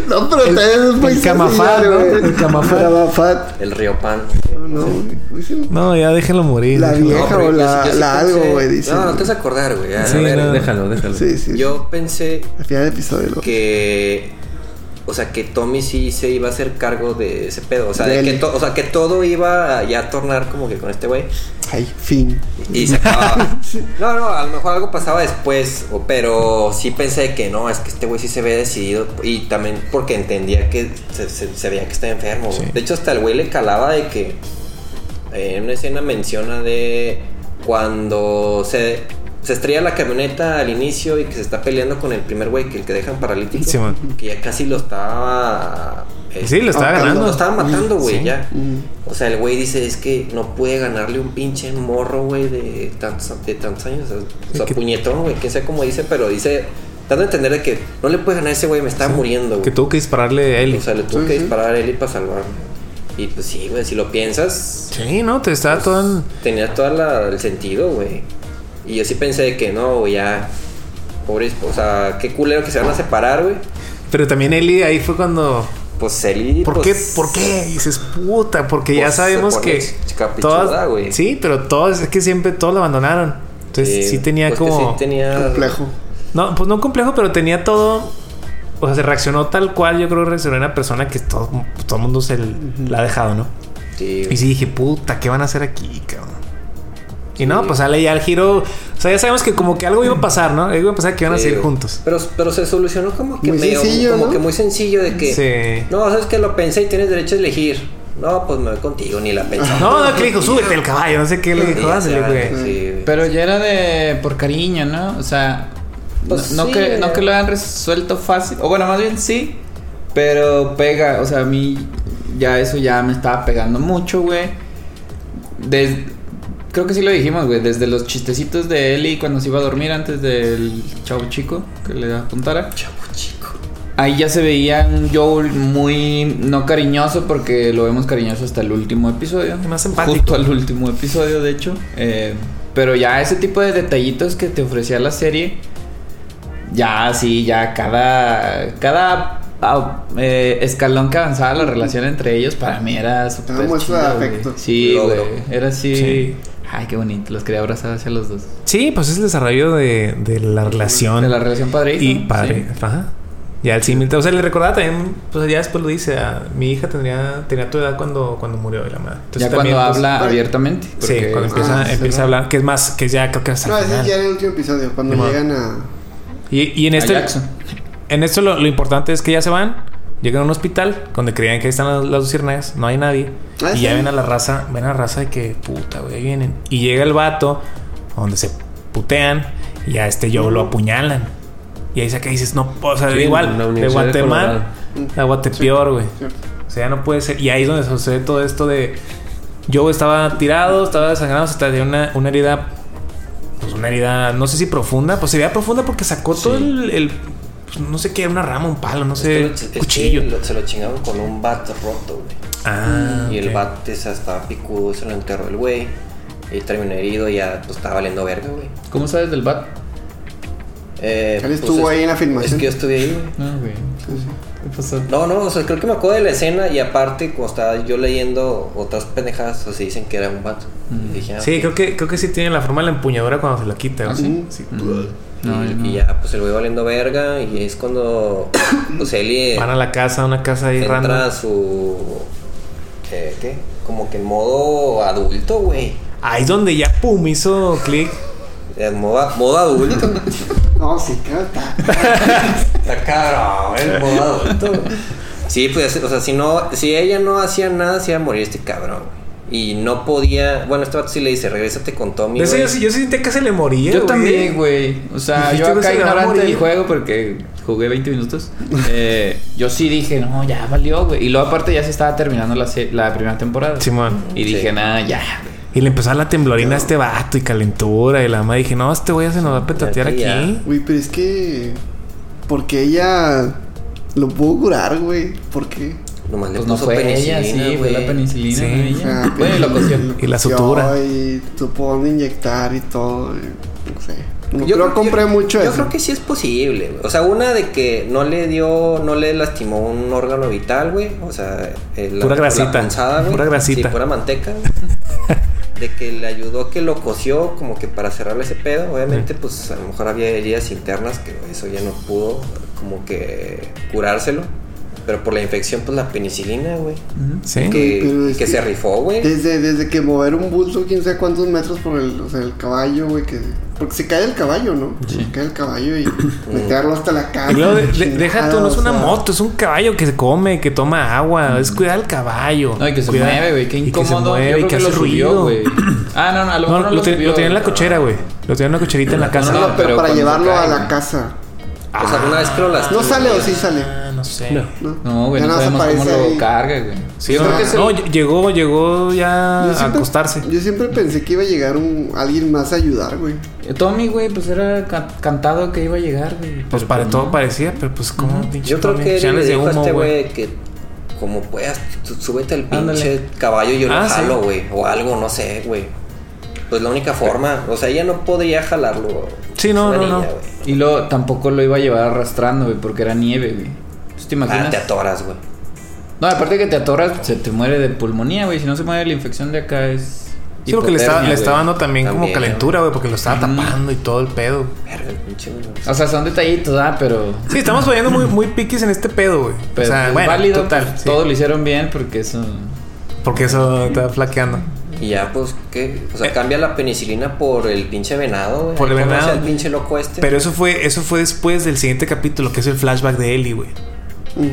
S4: No, pero ustedes es muy
S5: el camafat,
S4: sencillo,
S5: ¿no?
S4: güey.
S5: El camafat.
S4: Camafat.
S1: El río pan.
S4: No, no, güey. Muy sencillo.
S5: No, ya déjelo morir.
S4: La
S5: déjalo.
S4: vieja
S1: pero
S4: o
S1: yo sí-
S4: la,
S1: yo sí
S4: la
S1: pensé-
S4: algo, güey, dicen.
S1: No, no te vas a acordar, güey. ya,
S5: Sí,
S1: a ver,
S5: no.
S2: Déjalo, déjalo.
S4: Sí, sí.
S1: Yo pensé
S4: Al final del episodio. lo-
S1: que. O sea, que Tommy sí se iba a hacer cargo de ese pedo. O sea,
S4: De
S1: de
S4: él.
S1: que, to- o sea que todo iba a ya a tornar como que con este güey.
S4: Ay, fin.
S1: Y se acababa. No, no, a lo mejor algo pasaba después. o- Pero sí pensé que no, es que este güey sí se ve decidido. Y también porque entendía que se, se- se veía que estaba enfermo. güey.
S5: Sí.
S1: De hecho, hasta el güey le calaba de que. eh, en una escena menciona de cuando se, se estrella la camioneta al inicio y que se está peleando con el primer güey, que el que dejan paralítico.
S5: Sí, man.
S1: que ya casi lo estaba. eh,
S5: Sí, lo estaba
S4: Ah,
S5: ganando.
S1: lo estaba matando, güey,
S5: Sí.
S1: ya.
S4: Mm.
S1: O sea, el güey dice, es que no puede ganarle un pinche morro, güey, de tantos, de tantos años. O sea, o sea,
S5: que-
S1: puñetón, güey, que sé cómo dice, pero dice, dando a entender de que no le puede ganar a ese güey, me está muriendo,
S5: Que
S1: güey.
S5: tuvo que dispararle a él.
S1: O sea, le tuvo
S4: Sí,
S1: que
S4: sí.
S1: disparar a él y para salvarme. Y pues sí, güey, si lo piensas,
S5: Sí, no, te estaba todo en.
S1: tenía todo el sentido, güey. Y yo sí pensé de que no, güey, ya. Pobre, o sea, qué culero que se van a separar, güey.
S5: Pero también Eli ahí fue cuando.
S1: Pues Eli.
S5: ¿Por
S1: pues,
S5: qué? ¿Por qué? Y dices, puta, porque ya
S1: Pues, se
S5: sabemos
S1: pone
S5: que.
S1: ch- caprichuda,
S5: todas,
S1: güey.
S5: sí, pero todos, es que siempre todos la abandonaron. Entonces sí, tenía
S1: pues que
S5: como.
S1: sí tenía.
S4: Complejo.
S5: No, pues no complejo, pero tenía todo. O sea, se reaccionó tal cual. Yo creo que reaccionó una persona que todo el mundo se l- la ha dejado, ¿no?
S1: Sí,
S5: Y sí dije, puta, ¿qué van a hacer aquí, cabrón? Y no, pues sale ya el giro. O sea, ya sabemos que como que algo iba a pasar, ¿no? Algo iba a pasar que iban a
S1: sí,
S5: seguir
S1: güey.
S5: juntos.
S1: Pero, pero se solucionó como que
S4: Muy
S1: medio-
S4: sencillo,
S1: como
S4: ¿no?
S1: que muy sencillo de que.
S5: Sí.
S1: No, sabes que lo pensé y tienes derecho a elegir. No, pues me voy contigo, ni la pensé.
S5: No, no, que le dijo, súbete el caballo, no sé qué le dijo, hazle, güey.
S1: Sí,
S3: Pero ya era de por cariño, ¿no? O sea,
S1: Pues
S3: no, no
S1: sí.
S3: que, no que lo hayan resuelto fácil. O bueno, más bien sí, pero pega. O sea, a mí ya eso ya me estaba pegando mucho, güey. Des- creo que sí lo dijimos, güey. Desde los chistecitos de Eli cuando se iba a dormir antes del chavo chico que le apuntara.
S1: Chavo chico.
S3: Ahí ya se veía un Joel muy no cariñoso porque lo vemos cariñoso hasta el último episodio.
S5: Más empático.
S3: Justo al último episodio, de hecho. Eh, pero ya ese tipo de detallitos que te ofrecía la serie, ya sí, ya cada cada ah, eh, escalón que avanzaba la relación entre ellos para mí era súper
S4: Una muestra de
S3: chido, güey.
S4: afecto.
S3: Sí, güey.
S1: Logro.
S3: Era así.
S5: Sí.
S3: Ay, qué bonito. Los quería abrazar hacia los dos.
S5: Sí, pues es el desarrollo de, de la relación.
S3: De la relación padre
S5: Ah, Y padre. Ajá. Ya el símil. O sea, le recordaba también, pues ya después lo dice, a, mi hija tenía, tenía tu edad cuando, cuando murió de la madre. Entonces,
S3: ya
S5: también,
S3: cuando
S5: pues,
S3: habla
S4: pues,
S3: abiertamente.
S5: Sí,
S3: porque-
S5: cuando empieza,
S4: Ah, sí,
S5: empieza a
S4: ¿no?
S5: hablar, que es más, que ya creo que hasta
S4: No,
S5: el
S4: ese
S5: final.
S4: ya era el último episodio, cuando
S5: Ni modo.
S4: llegan a.
S5: Y, y en este esto,
S3: A Jackson.
S5: en esto lo, lo importante es que ya se van, llegan a un hospital donde creían que ahí están las, las luciérnagas, no hay nadie.
S4: Ah,
S5: y
S4: sí.
S5: ya ven a la raza, ven a la raza de que puta, güey, ahí vienen. Y llega el vato donde se putean y a este yo lo apuñalan. Y ahí saca y dices, no, o sea,
S2: Sí, en
S5: igual,
S2: la
S5: de
S2: Universidad de Colorado.
S5: Guatemala a Guatepeor, güey.
S4: Cierto.
S5: O sea, ya no puede ser. Y ahí es donde sucede todo esto de. Yo estaba tirado, estaba desangrado, hasta tenía una, una herida. Pues una herida, no sé si profunda. Pues se veía profunda porque sacó todo el. el- pues, no sé qué, una rama, un palo, no
S1: Es que
S5: sé.
S1: lo- es que
S5: cuchillo.
S1: lo- se lo chingaron con un bat roto, güey.
S5: Ah.
S1: Y el
S5: ok.
S1: bat esa estaba picudo, se lo enterró el güey. Y terminó herido y ya pues, estaba valiendo verga, güey.
S3: ¿Cómo sabes del bat?
S1: Eh,
S4: Él estuvo ahí en la filmación.
S1: Es que yo estuve ahí, güey.
S3: No, güey. ¿Qué pasó?
S1: No, no, o sea, creo que me acuerdo de la escena y aparte, cuando estaba yo leyendo otras pendejadas, así dicen que era un vato. Y dije, ah,
S5: Mm. Sí, creo que, creo que sí tiene la forma de la empuñadura cuando se la quita.
S3: ¿Ah,
S5: güey.
S4: Mm.
S3: sí?
S5: Sí.
S1: Y,
S3: No, yo no.
S1: y ya, pues el güey valiendo verga y es cuando, pues él
S5: Van a la casa, una casa ahí
S1: entra
S5: random.
S1: a su... ¿Qué? ¿Qué? Como que en modo adulto, güey.
S5: Ahí es donde ya, pum, hizo clic.
S1: En modo, modo adulto.
S4: No, sí, claro, está.
S1: Está cabrón, el modo adulto. güey. Sí, pues, o sea, si no, si ella no hacía nada, se iba a morir este cabrón, güey. Y no podía, bueno, este vato sí le dice, regrésate con Tommy.
S5: De eso
S1: güey".
S5: yo, sí- yo sí sentía que se le moría.
S3: Yo
S5: güey.
S3: también, güey. O sea, yo
S5: Dijiste que se
S3: acá
S5: le va a
S3: ignorante
S5: morir.
S3: del juego porque jugué 20 minutos. eh, yo sí dije, no, ya valió, güey. Y luego aparte ya se estaba terminando la, se- la primera temporada.
S5: Simón.
S3: y
S1: Sí.
S3: dije, nada, ya. güey".
S5: Y le empezó la temblorina a este vato y calentura. Y la mamá dije, no, este güey ya se nos va a petatear
S1: Aquí
S5: aquí.
S1: ya.
S4: Güey, pero es que. Porque ella. Lo pudo curar, güey. ¿Por qué?
S1: Nomás le
S3: Pues no
S1: puso
S3: fue
S1: penicilina,
S3: ella, sí, fue
S1: güey.
S3: la penicilina.
S5: Sí.
S3: güey,
S5: O
S3: ella.
S4: Ah,
S3: Bueno, y lo cosió.
S5: Y la
S4: cosió
S5: sutura.
S4: Y supo dónde inyectar y todo. y no sé. No, yo
S1: creo-
S4: creo, compré mucho
S1: yo
S4: eso.
S1: creo que sí es posible, güey. O sea, una de que no le dio, no le lastimó un órgano vital, güey. O sea, eh, la-
S5: Pura grasita,
S1: la punzada, güey.
S5: pura grasita.
S1: Sí, pura manteca, güey. De que le ayudó a que lo coció como que para cerrarle ese pedo. Obviamente, pues a lo mejor había heridas internas que eso ya no pudo como que curárselo. Pero por la infección, pues la penicilina, güey.
S5: Sí.
S4: pero
S1: Que,
S4: es
S1: que
S4: que-
S1: se rifó, güey.
S4: Desde, desde que mover un bulto, quién sabe cuántos metros por el, o sea, el caballo, güey, que... Porque se cae el caballo, ¿no? Se cae el caballo y meterlo hasta la cara.
S5: Y luego de-
S4: la
S5: de- deja tú, no es
S4: chingada,
S5: una
S4: Ah, o sea, Mm.
S5: moto, es un caballo que se come, que toma agua. Es cuidar al caballo.
S3: No, y que se
S5: Cuidar-
S3: mueve, güey. Qué
S5: y
S3: incómodo.
S5: Que se mueve,
S3: Yo
S5: y
S3: creo
S5: que hace
S3: lo subió,
S5: ruido.
S3: güey. Ah, no, no, a lo
S5: No,
S3: mejor no
S5: lo, ten-
S3: subió,
S5: lo tenía en la
S3: güey.
S5: cochera, güey. Lo tenía en una cocherita en la casa.
S4: no,
S3: No,
S4: no, pero
S3: pero
S4: para
S3: cuando
S4: llevarlo
S3: se cae,
S4: a la
S3: ¿no?
S4: casa.
S1: O sea, una vez que lo lastimó.
S4: Ah. No sale o sí sale.
S5: Ah, no sé.
S2: No.
S4: No,
S3: No, güey,
S4: Ya
S3: no,
S4: nada más
S3: sabemos cómo
S4: aparece ahí.
S3: lo carga, güey.
S5: Sí,
S3: yo
S5: no,
S3: creo que es el-
S5: no, ll- llegó, llegó ya
S4: Yo
S5: a
S4: siempre-
S5: acostarse.
S4: Yo siempre pensé que iba a llegar un, alguien más a ayudar, güey.
S3: Tommy, güey, pues era can- cantado que iba a llegar, güey.
S5: Pues
S3: Pero,
S5: para
S3: pues,
S5: todo
S3: no.
S5: parecía, pero pues como pinche
S1: Yo creo
S5: mami,
S1: que él
S5: chales
S1: le
S5: de
S1: dijo a
S5: humo,
S1: este
S5: güey.
S1: güey que como puedas, tú súbete al
S3: Ándale.
S1: pinche caballo y yo
S5: Ah,
S1: lo
S5: sí.
S1: jalo, güey. O algo, no sé, güey. Pues la única forma. O sea, ella no podría jalarlo.
S5: Sí, no,
S1: Es una
S5: no, no.
S1: güey. Ah,
S3: Y luego tampoco lo iba a llevar arrastrando, güey, porque era nieve, güey. ¿Te
S1: Ah,
S3: imaginas?
S1: te atoras, güey.
S3: no, aparte que te atoras, se te muere de pulmonía, güey. Si no se muere la infección de acá es.
S5: Sí, porque le estaba,
S3: hipotermia,
S5: le estaba
S3: güey.
S5: dando también, como
S1: También.
S5: calentura, güey, porque lo estaba
S3: Ujú.
S5: tapando y todo el pedo.
S1: Verga, el pinche, güey.
S3: O sea, son detallitos, ah, pero.
S5: Sí, estamos fallando muy, muy piquis en este pedo, güey.
S3: pero
S5: o sea,
S3: es
S5: bueno,
S3: válido.
S5: total. sí.
S3: Todo lo hicieron bien porque eso.
S5: Porque eso está flaqueando.
S1: Y ya, pues, ¿qué? O sea, cambia la penicilina por el pinche venado, güey.
S5: Eh. Por el
S1: ¿Cómo
S5: venado.
S1: hace el pinche loco este.
S5: Pero eso fue, eso fue después del siguiente capítulo, que es el flashback de Ellie, güey.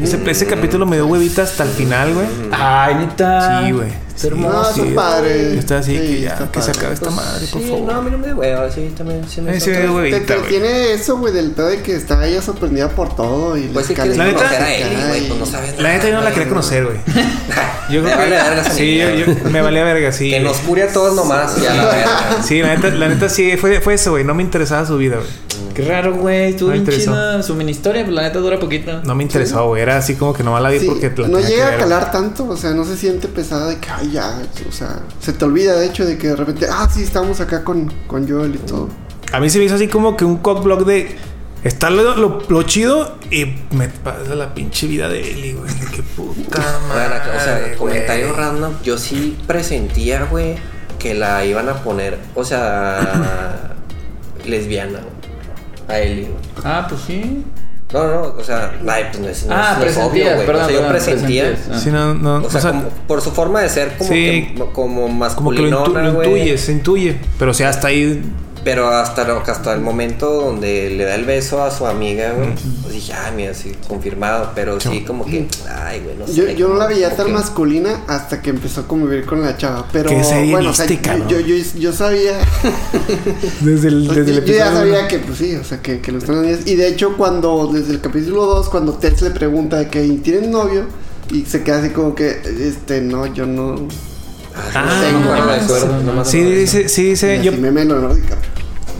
S5: Ese, ese capítulo me dio huevita hasta el final, güey.
S3: Ay, neta.
S5: Sí, güey.
S3: Está
S5: Sí,
S4: hermoso.
S5: Ah, sí,
S4: No, está padre.
S5: Está así
S4: Sí,
S5: que ya,
S4: está
S5: que se
S4: padre.
S5: acabe esta
S1: Pues,
S5: madre, por
S1: sí,
S5: favor.
S1: No, a mí no me hueva, sí, también se me
S5: Ahí se
S1: hizo
S5: ve
S1: otra-
S4: Te
S5: huevita, güey.
S4: entretiene eso, güey, del pedo de que está ella sorprendida por todo y
S1: Pues sí,
S4: les
S1: quieres
S5: La
S4: calienta
S5: neta-
S1: conocer a
S4: acá
S1: Eli, güey,
S4: y-
S1: pues no sabes
S5: La neta yo no la
S1: güey,
S5: quería conocer, güey.
S1: Me
S5: Yo creo
S1: vale verga
S5: que.
S1: esa
S5: Sí,
S1: niña,
S5: yo,
S1: güey.
S5: yo- me valía verga, sí.
S1: Que nos cure a todos nomás, ya la verga.
S5: Sí, la neta, la neta sí, fue, fue eso, güey. No me interesaba su vida, güey.
S3: Qué raro, güey. Estuvo
S5: No
S3: bien
S5: interesó.
S3: chida su mini historia, pero la neta dura poquito.
S5: No me interesaba, güey. Era así como que nomás la vi
S4: Sí,
S5: porque la
S4: no
S5: tenía que
S4: llega
S5: ver,
S4: a calar tanto, o sea, no se siente pesada de que, ay, ya, o sea, se te olvida de hecho de que de repente, ah, sí, estamos acá con, con Joel y todo.
S5: güey. A mí se me hizo así como que un cockblock de. Está lo, lo- lo chido y me pasa la pinche vida de Eli, güey. Qué puta
S1: Bueno,
S5: madre.
S1: o sea,
S5: güey.
S1: comentario random. Yo sí presentía, güey, que la iban a poner, o sea, lesbiana, güey, A Eli, güey.
S3: Ah, pues sí.
S1: No, no, o sea, ay, pues no es, no
S3: ah,
S1: es- no es obvio,
S3: presentías,
S1: güey.
S3: perdón.
S1: O sea, yo
S3: perdón,
S1: presentía.
S3: presentías, ah.
S5: Sí, no, no.
S1: O sea, como- por su forma de ser, como
S5: Sí.
S1: que como
S5: Como que lo, intu-
S1: masculinona,
S5: lo
S1: güey.
S5: intuye, se intuye. Pero o sea, hasta ahí.
S1: Pero hasta, lo- hasta el momento donde le da el beso a su amiga, güey, pues dije, ah, mira, sí, confirmado. Pero sí, como que, ay, güey, Pues no
S4: Yo,
S1: sé.
S4: yo no la
S1: como-
S4: veía
S1: como
S4: tan
S1: que-
S4: masculina hasta que empezó a convivir con la chava, pero
S5: Qué serie
S4: bueno, o sea,
S5: mística, ¿no?
S4: yo, yo, yo- yo sabía,
S5: Desde el, desde el
S4: yo ya
S5: episodio
S4: sabía
S5: uno.
S4: que, pues sí, o sea, que, que lo están haciendo. Y de hecho, cuando, desde el capítulo 2, cuando Tex le pregunta de que tienen novio, y se queda así como que, este, no, yo no...
S1: Ah, no,
S4: no,
S1: no me
S4: no,
S1: acuerdo, no me
S5: Sí,
S1: acuerdo.
S5: dice, sí, dice.
S4: y
S5: Yo,
S4: así meme lo nórdica.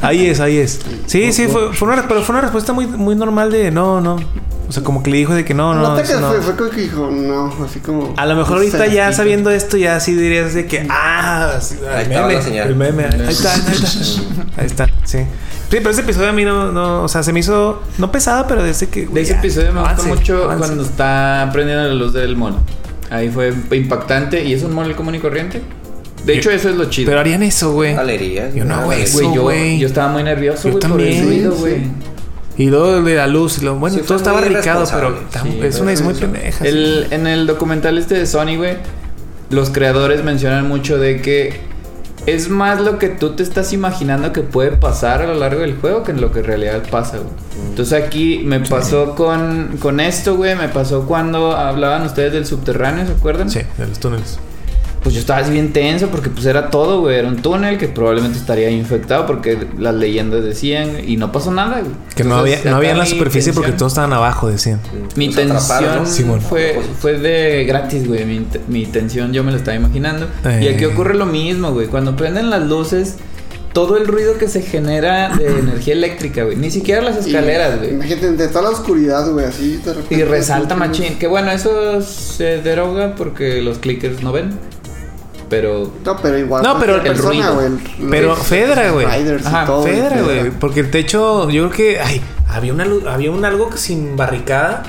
S5: ahí es, ahí es. Sí, sí, fue, fue una, pero fue una respuesta muy, muy normal de no, no. O sea, como que le dijo de que no, no.
S4: No, te
S5: eso
S4: creas,
S5: no.
S4: fue, fue como que dijo, no, así como...
S5: A lo mejor
S4: no
S5: ahorita
S4: sé.
S5: ya sabiendo esto, ya sí dirías de que, ah, sí,
S1: Ahí
S5: el
S1: estaba
S5: meme,
S1: la señal.
S5: el meme, ahí está, ahí está. Ahí está, sí. Sí, pero ese episodio a mí no, no, o sea, se me hizo, no pesada, pero desde que...
S3: De
S5: güey,
S3: ese
S5: ya,
S3: episodio me
S5: avance,
S3: gustó mucho
S5: avance.
S3: cuando está prendiendo la luz del mono. Ahí fue impactante y es un mono común y corriente. De hecho, eso es lo chido.
S5: Pero harían eso, güey.
S1: Galerías.
S5: Yo no, güey,
S3: Güey,
S5: eso,
S3: yo,
S5: güey.
S3: yo estaba muy nervioso,
S5: Yo
S3: güey, por el
S5: también.
S3: ruido,
S4: Sí,
S3: güey.
S4: sí.
S5: Y luego de la luz, y lo, bueno,
S1: Sí,
S5: todo
S1: fue
S5: estaba
S1: muy
S5: ricado, pero
S1: irresponsable.
S5: tam-
S3: Sí,
S5: es una
S3: güey,
S5: es muy
S3: eso.
S5: pendeja.
S3: El- en el documental este de Sony, güey, los creadores mencionan mucho de que es más lo que tú te estás imaginando que puede pasar a lo largo del juego que lo que en realidad pasa, güey. Entonces aquí me pasó con, con esto, güey, me pasó cuando hablaban ustedes del subterráneo, ¿se acuerdan?
S5: Sí, de los túneles.
S3: pues yo estaba así bien tenso porque pues era todo, güey. Era un túnel que probablemente estaría infectado porque las leyendas decían güey, y no pasó nada, güey.
S5: Que no
S3: Entonces,
S5: había, no había en la
S3: acá mi
S5: superficie porque
S3: tensión-
S5: todos estaban abajo, decían.
S3: Mi
S1: Los pues, atraparon, ¿no?
S3: tensión
S1: Pues,
S5: Simón.
S3: fue, fue de gratis, güey. Mi, int- mi tensión yo me la estaba imaginando. Y
S5: Eh.
S3: aquí ocurre lo mismo, güey. Cuando prenden las luces, todo el ruido que se genera de energía eléctrica, güey. Ni siquiera las
S4: Y
S3: escaleras, güey.
S4: Imagínate, de toda la oscuridad, güey, así de repente.
S3: Y resalta machín. Que bueno, eso se deroga porque los clickers no ven. Pero
S4: No, pero igual.
S5: No, pero
S4: cualquier
S5: el
S4: persona,
S3: ruido.
S4: güey. el-
S5: Pero
S4: los-
S5: Fedra, güey.
S4: Riders y
S3: Ajá,
S4: todo,
S5: Fedra, güey. Porque el techo, yo creo que. Ay, había, una lu- había un algo que sin barricada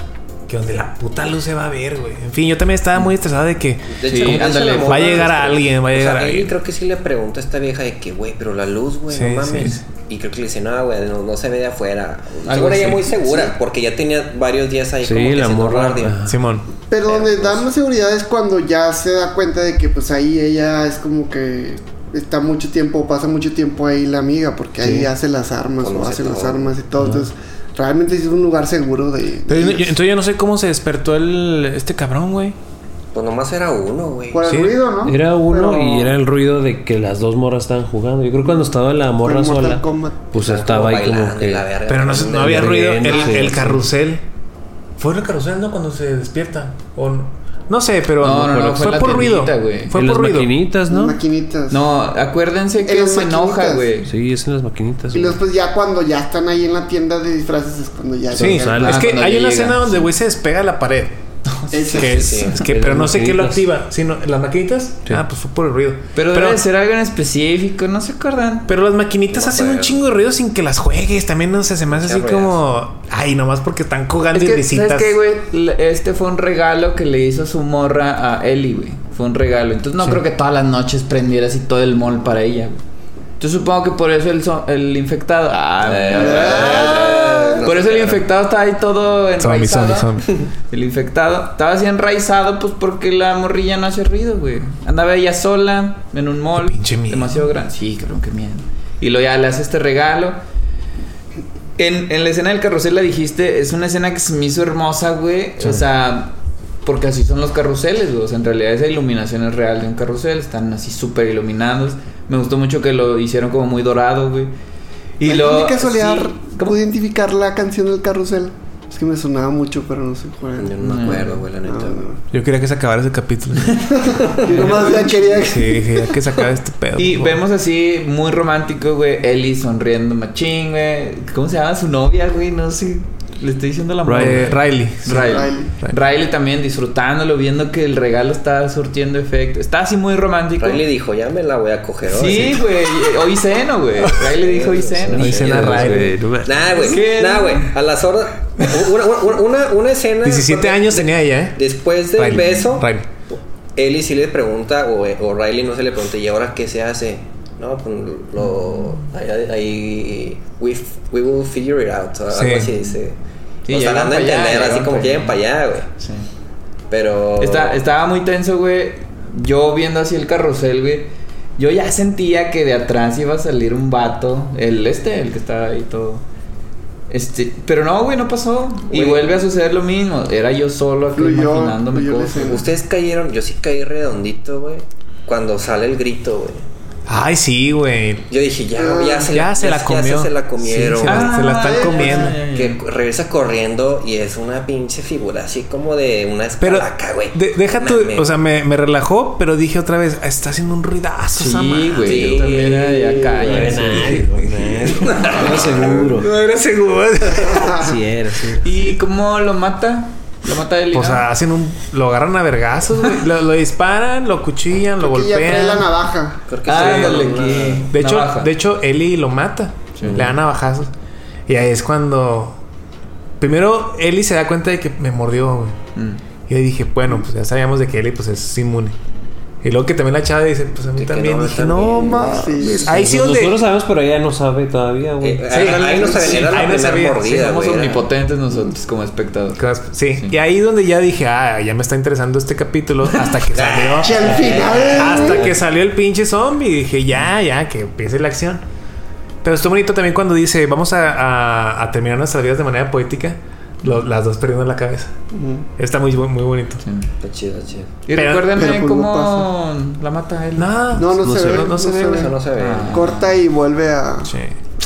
S5: que donde la puta luz se va a ver, güey. En fin, yo también estaba muy estresado de que.
S1: De
S3: Sí,
S1: hecho, como que
S3: ándale,
S1: se la
S5: va a llegar
S1: morra,
S5: a alguien, va
S1: o
S5: a
S1: sea,
S5: llegar a
S1: él
S5: alguien.
S1: creo que sí le pregunta a esta vieja de que, güey, pero la luz, güey,
S5: Sí,
S1: no mames.
S5: sí.
S1: Y creo que le dice, no, güey, no, no se ve de afuera.
S3: Algo
S1: Seguro ella
S3: así.
S1: muy segura, porque ya tenía varios días ahí
S2: Sí,
S1: como que
S2: la
S1: siendo
S2: morra.
S1: guardia.
S2: ajá.
S5: Simón.
S4: Pero donde
S5: pues,
S4: da más seguridad es cuando ya se da cuenta de que, pues ahí ella es como que está mucho tiempo, pasa mucho tiempo ahí la amiga, porque ahí hace las armas o
S1: Conoce
S4: hace las
S1: todo.
S4: armas y todo. Entonces, realmente es un lugar seguro de.
S5: Pero yo-
S4: de
S5: yo- entonces yo no sé cómo se despertó el este cabrón, güey.
S1: Pues nomás era uno, güey.
S4: por el
S5: sí.
S4: ruido, ¿no?
S2: Era uno
S4: Pero-
S2: y era el ruido de que las dos morras estaban jugando. Yo creo que cuando estaba la morra
S4: Mortal
S2: sola,
S4: Kombat.
S2: pues
S1: Estaba
S2: estaba ahí como
S1: bailando y
S2: que.
S1: la verga.
S5: Pero no, se- no había
S2: Bien,
S5: ruido. El,
S2: sí,
S5: el
S2: sí.
S5: carrusel. Fue el carrusel, ¿no? Cuando se despierta. O no, no sé, pero.
S3: No, no, no,
S5: pero
S3: fue la
S5: por ruido.
S3: tiendita, güey.
S5: Fue
S2: en las
S5: por ruido.
S2: maquinitas,
S4: Las
S2: ¿no?
S4: maquinitas.
S3: no, acuérdense
S4: En
S3: que
S4: las
S3: se enoja,
S4: maquinitas.
S3: güey.
S2: Sí, es en las maquinitas.
S4: Y
S2: güey.
S4: después ya cuando ya están ahí en la tienda de disfraces es cuando ya...
S5: Sí, Ah,
S2: sale.
S5: es que
S3: Cuando
S5: hay
S3: ya
S5: una
S3: llega.
S5: escena donde güey se despega a la pared.
S3: Vamos.
S1: Ese
S5: Que es,
S1: sí.
S5: es que,
S2: De
S5: pero
S2: las
S5: no sé qué lo
S2: maquinitas.
S5: activa. Sino, las maquinitas.
S2: Sí.
S5: Ah, pues fue por el ruido.
S3: Pero, debe de ser algo en específico, ¿no se acuerdan?
S5: Pero las maquinitas
S1: No,
S5: hacen un
S1: pero-
S5: chingo de ruido sin que las juegues. También no sé, se me hace
S1: Ya
S5: así
S1: ruedas.
S5: como. Ay, nomás porque están jugando
S3: Es que, ¿sabes
S5: ilícitas.
S3: qué, güey? Le- Este fue un regalo que le hizo su morra a Ellie, güey. Fue un regalo. Entonces no
S5: Sí.
S3: creo que todas las noches prendiera así todo el mall para ella, güey. Yo supongo que por eso el, so- el infectado. Ah,
S1: Eh,
S3: güey.
S1: eh, eh,
S3: por
S1: no
S3: eso el
S1: superaron.
S3: infectado está ahí todo
S5: Zombie,
S3: enraizado.
S5: zombie, zombie.
S3: El infectado estaba así enraizado, pues porque la morrilla no hace ruido, güey. Andaba ella sola en un mall.
S5: Qué pinche miedo.
S3: Demasiado grande. Sí, creo que miedo. Y luego ya le hace este regalo. En, en la escena del carrusel la dijiste, es una escena que se me hizo hermosa, güey. O sea, porque así son los carruseles, güey. O sea, en realidad esa iluminación es real de un carrusel. Están así súper iluminados. Me gustó mucho que lo hicieron como muy dorado, güey. Y
S4: Ay,
S3: luego...
S4: De casualidad,
S3: sí, ¿cómo?
S4: pude identificar la canción del carrusel. Es que me sonaba mucho, pero no sé cuál
S1: Yo
S4: era.
S3: Mm.
S1: no me acuerdo, güey, la neta.
S4: No,
S1: güey.
S4: no.
S5: Yo quería que se acabara ese capítulo.
S4: Yo nomás ya quería.
S5: Sí, dije, ya que se acabe este pedo.
S3: Y
S5: por favor.
S3: vemos así, muy romántico, güey. Ellie sonriendo, machín, güey. ¿Cómo se llama su novia, güey? No sé. Le estoy diciendo la
S5: Ri-
S3: morra.
S5: eh, Riley. sí.
S3: Riley.
S4: Riley.
S3: Riley. Riley también disfrutándolo, viendo que el regalo está surtiendo efecto. Está así muy romántico.
S1: Riley dijo, ya me la voy a coger hoy.
S3: Sí, güey. Hoy ceno, güey. Riley dijo hoy ceno.
S5: Hoy cena
S1: Sí,
S5: Riley.
S1: Nah,
S3: ¿Qué?
S1: güey. Nah, güey. A las horas. Una, una, una, una escena.
S5: 17
S1: donde-
S5: años tenía ella, ¿eh?
S1: Después del
S5: Riley,
S1: este beso,
S5: Riley.
S1: Ellie sí le pregunta, o, eh, o Riley no se le pregunta, ¿y ahora qué se hace? No, pues lo. Ahí. ahí- we, f- we will figure it out. o
S5: Sí.
S1: Algo así dice.
S3: Sí,
S1: o sea,
S3: llegan
S1: dando a
S3: pa' allá,
S1: entender, así
S3: llegan
S1: como
S3: pa'
S1: que llegan
S3: allá.
S1: para allá, güey.
S3: Sí.
S1: Pero.
S3: Está- estaba muy tenso, güey. Yo viendo así el carrusel, güey. Yo ya sentía que de atrás iba a salir un vato. El este, el que estaba ahí todo. Este, pero no, güey, no pasó. Y
S1: Güey.
S3: vuelve a suceder lo mismo. Era yo solo acá
S4: Fluyó,
S3: imaginándome
S4: fluyó la
S3: cosas.
S4: escena.
S1: Ustedes cayeron, yo sí caí redondito, güey. Cuando sale el grito, güey.
S5: Ay, sí, güey.
S1: Yo dije, ya, ya se,
S5: Ya se la comió.
S1: se la comieron.
S5: Sí, se la- se la están
S4: Ah,
S5: comiendo.
S1: Que regresa corriendo y es una pinche figura así como de una
S5: Pero
S1: espalaca, güey.
S5: de- deja tú,
S1: Mames.
S5: o sea, me, me relajó, pero dije otra vez, está haciendo un ruidazo esa
S3: Sí,
S5: madre".
S3: güey.
S1: Sí.
S3: Yo también era de acá.
S1: No
S3: ya
S1: era
S3: sí.
S2: No, seguro.
S5: No era seguro.
S2: Sí, era, sí.
S3: ¿Y cómo lo mata? Lo mata él.
S5: O sea, hacen un lo agarran a vergazos, güey. Lo, lo disparan, lo cuchillan, lo
S4: Creo que ya trae la
S5: golpean.
S4: navaja.
S1: Creo que
S5: Ah,
S1: sí,
S3: ándale
S1: una- eh,
S3: aquí.
S5: De hecho,
S3: Navaja.
S5: de hecho Eli lo mata. Le da navajazos. Y ahí es cuando primero Eli se da cuenta de que me mordió, güey.
S3: Mm.
S5: Y ahí dije, bueno, pues ya sabíamos de que Eli pues es inmune. Y luego que también la chava dice, pues a mí
S1: Sí, que
S5: también.
S1: no,
S5: dije,
S1: también.
S5: no, mames.
S4: Sí.
S2: Ah.
S5: Ahí sí
S2: Nosotros
S5: donde
S2: sabemos, pero ella no sabe todavía, güey.
S1: Eh, ahí, ahí no sabía,
S5: sí,
S1: era la
S5: ahí no
S1: primera
S5: sabía.
S1: mordida,
S3: Sí, somos
S1: güey, era-
S3: omnipotentes nosotros como espectadores.
S5: Sí. y ahí donde ya dije, ah, ya me está interesando este capítulo, hasta
S1: Ah,
S5: que salió.
S4: Y al final.
S5: hasta que salió el pinche zombie, dije, ya, ya, que empiece la acción. Pero estuvo bonito también cuando dice, vamos a, a- a terminar nuestras vidas de manera poética, lo- las dos perdiendo la cabeza. Está muy, bu- muy bonito.
S1: Está chido, está chido.
S3: Y
S5: Pero-
S3: recuérdame
S4: pero, pues, no
S3: cómo la mata él.
S5: No,
S4: No, no, se, ve,
S5: no se ve, güey.
S1: Eso no se ve.
S3: Ah.
S4: Corta y vuelve a.
S5: Sí.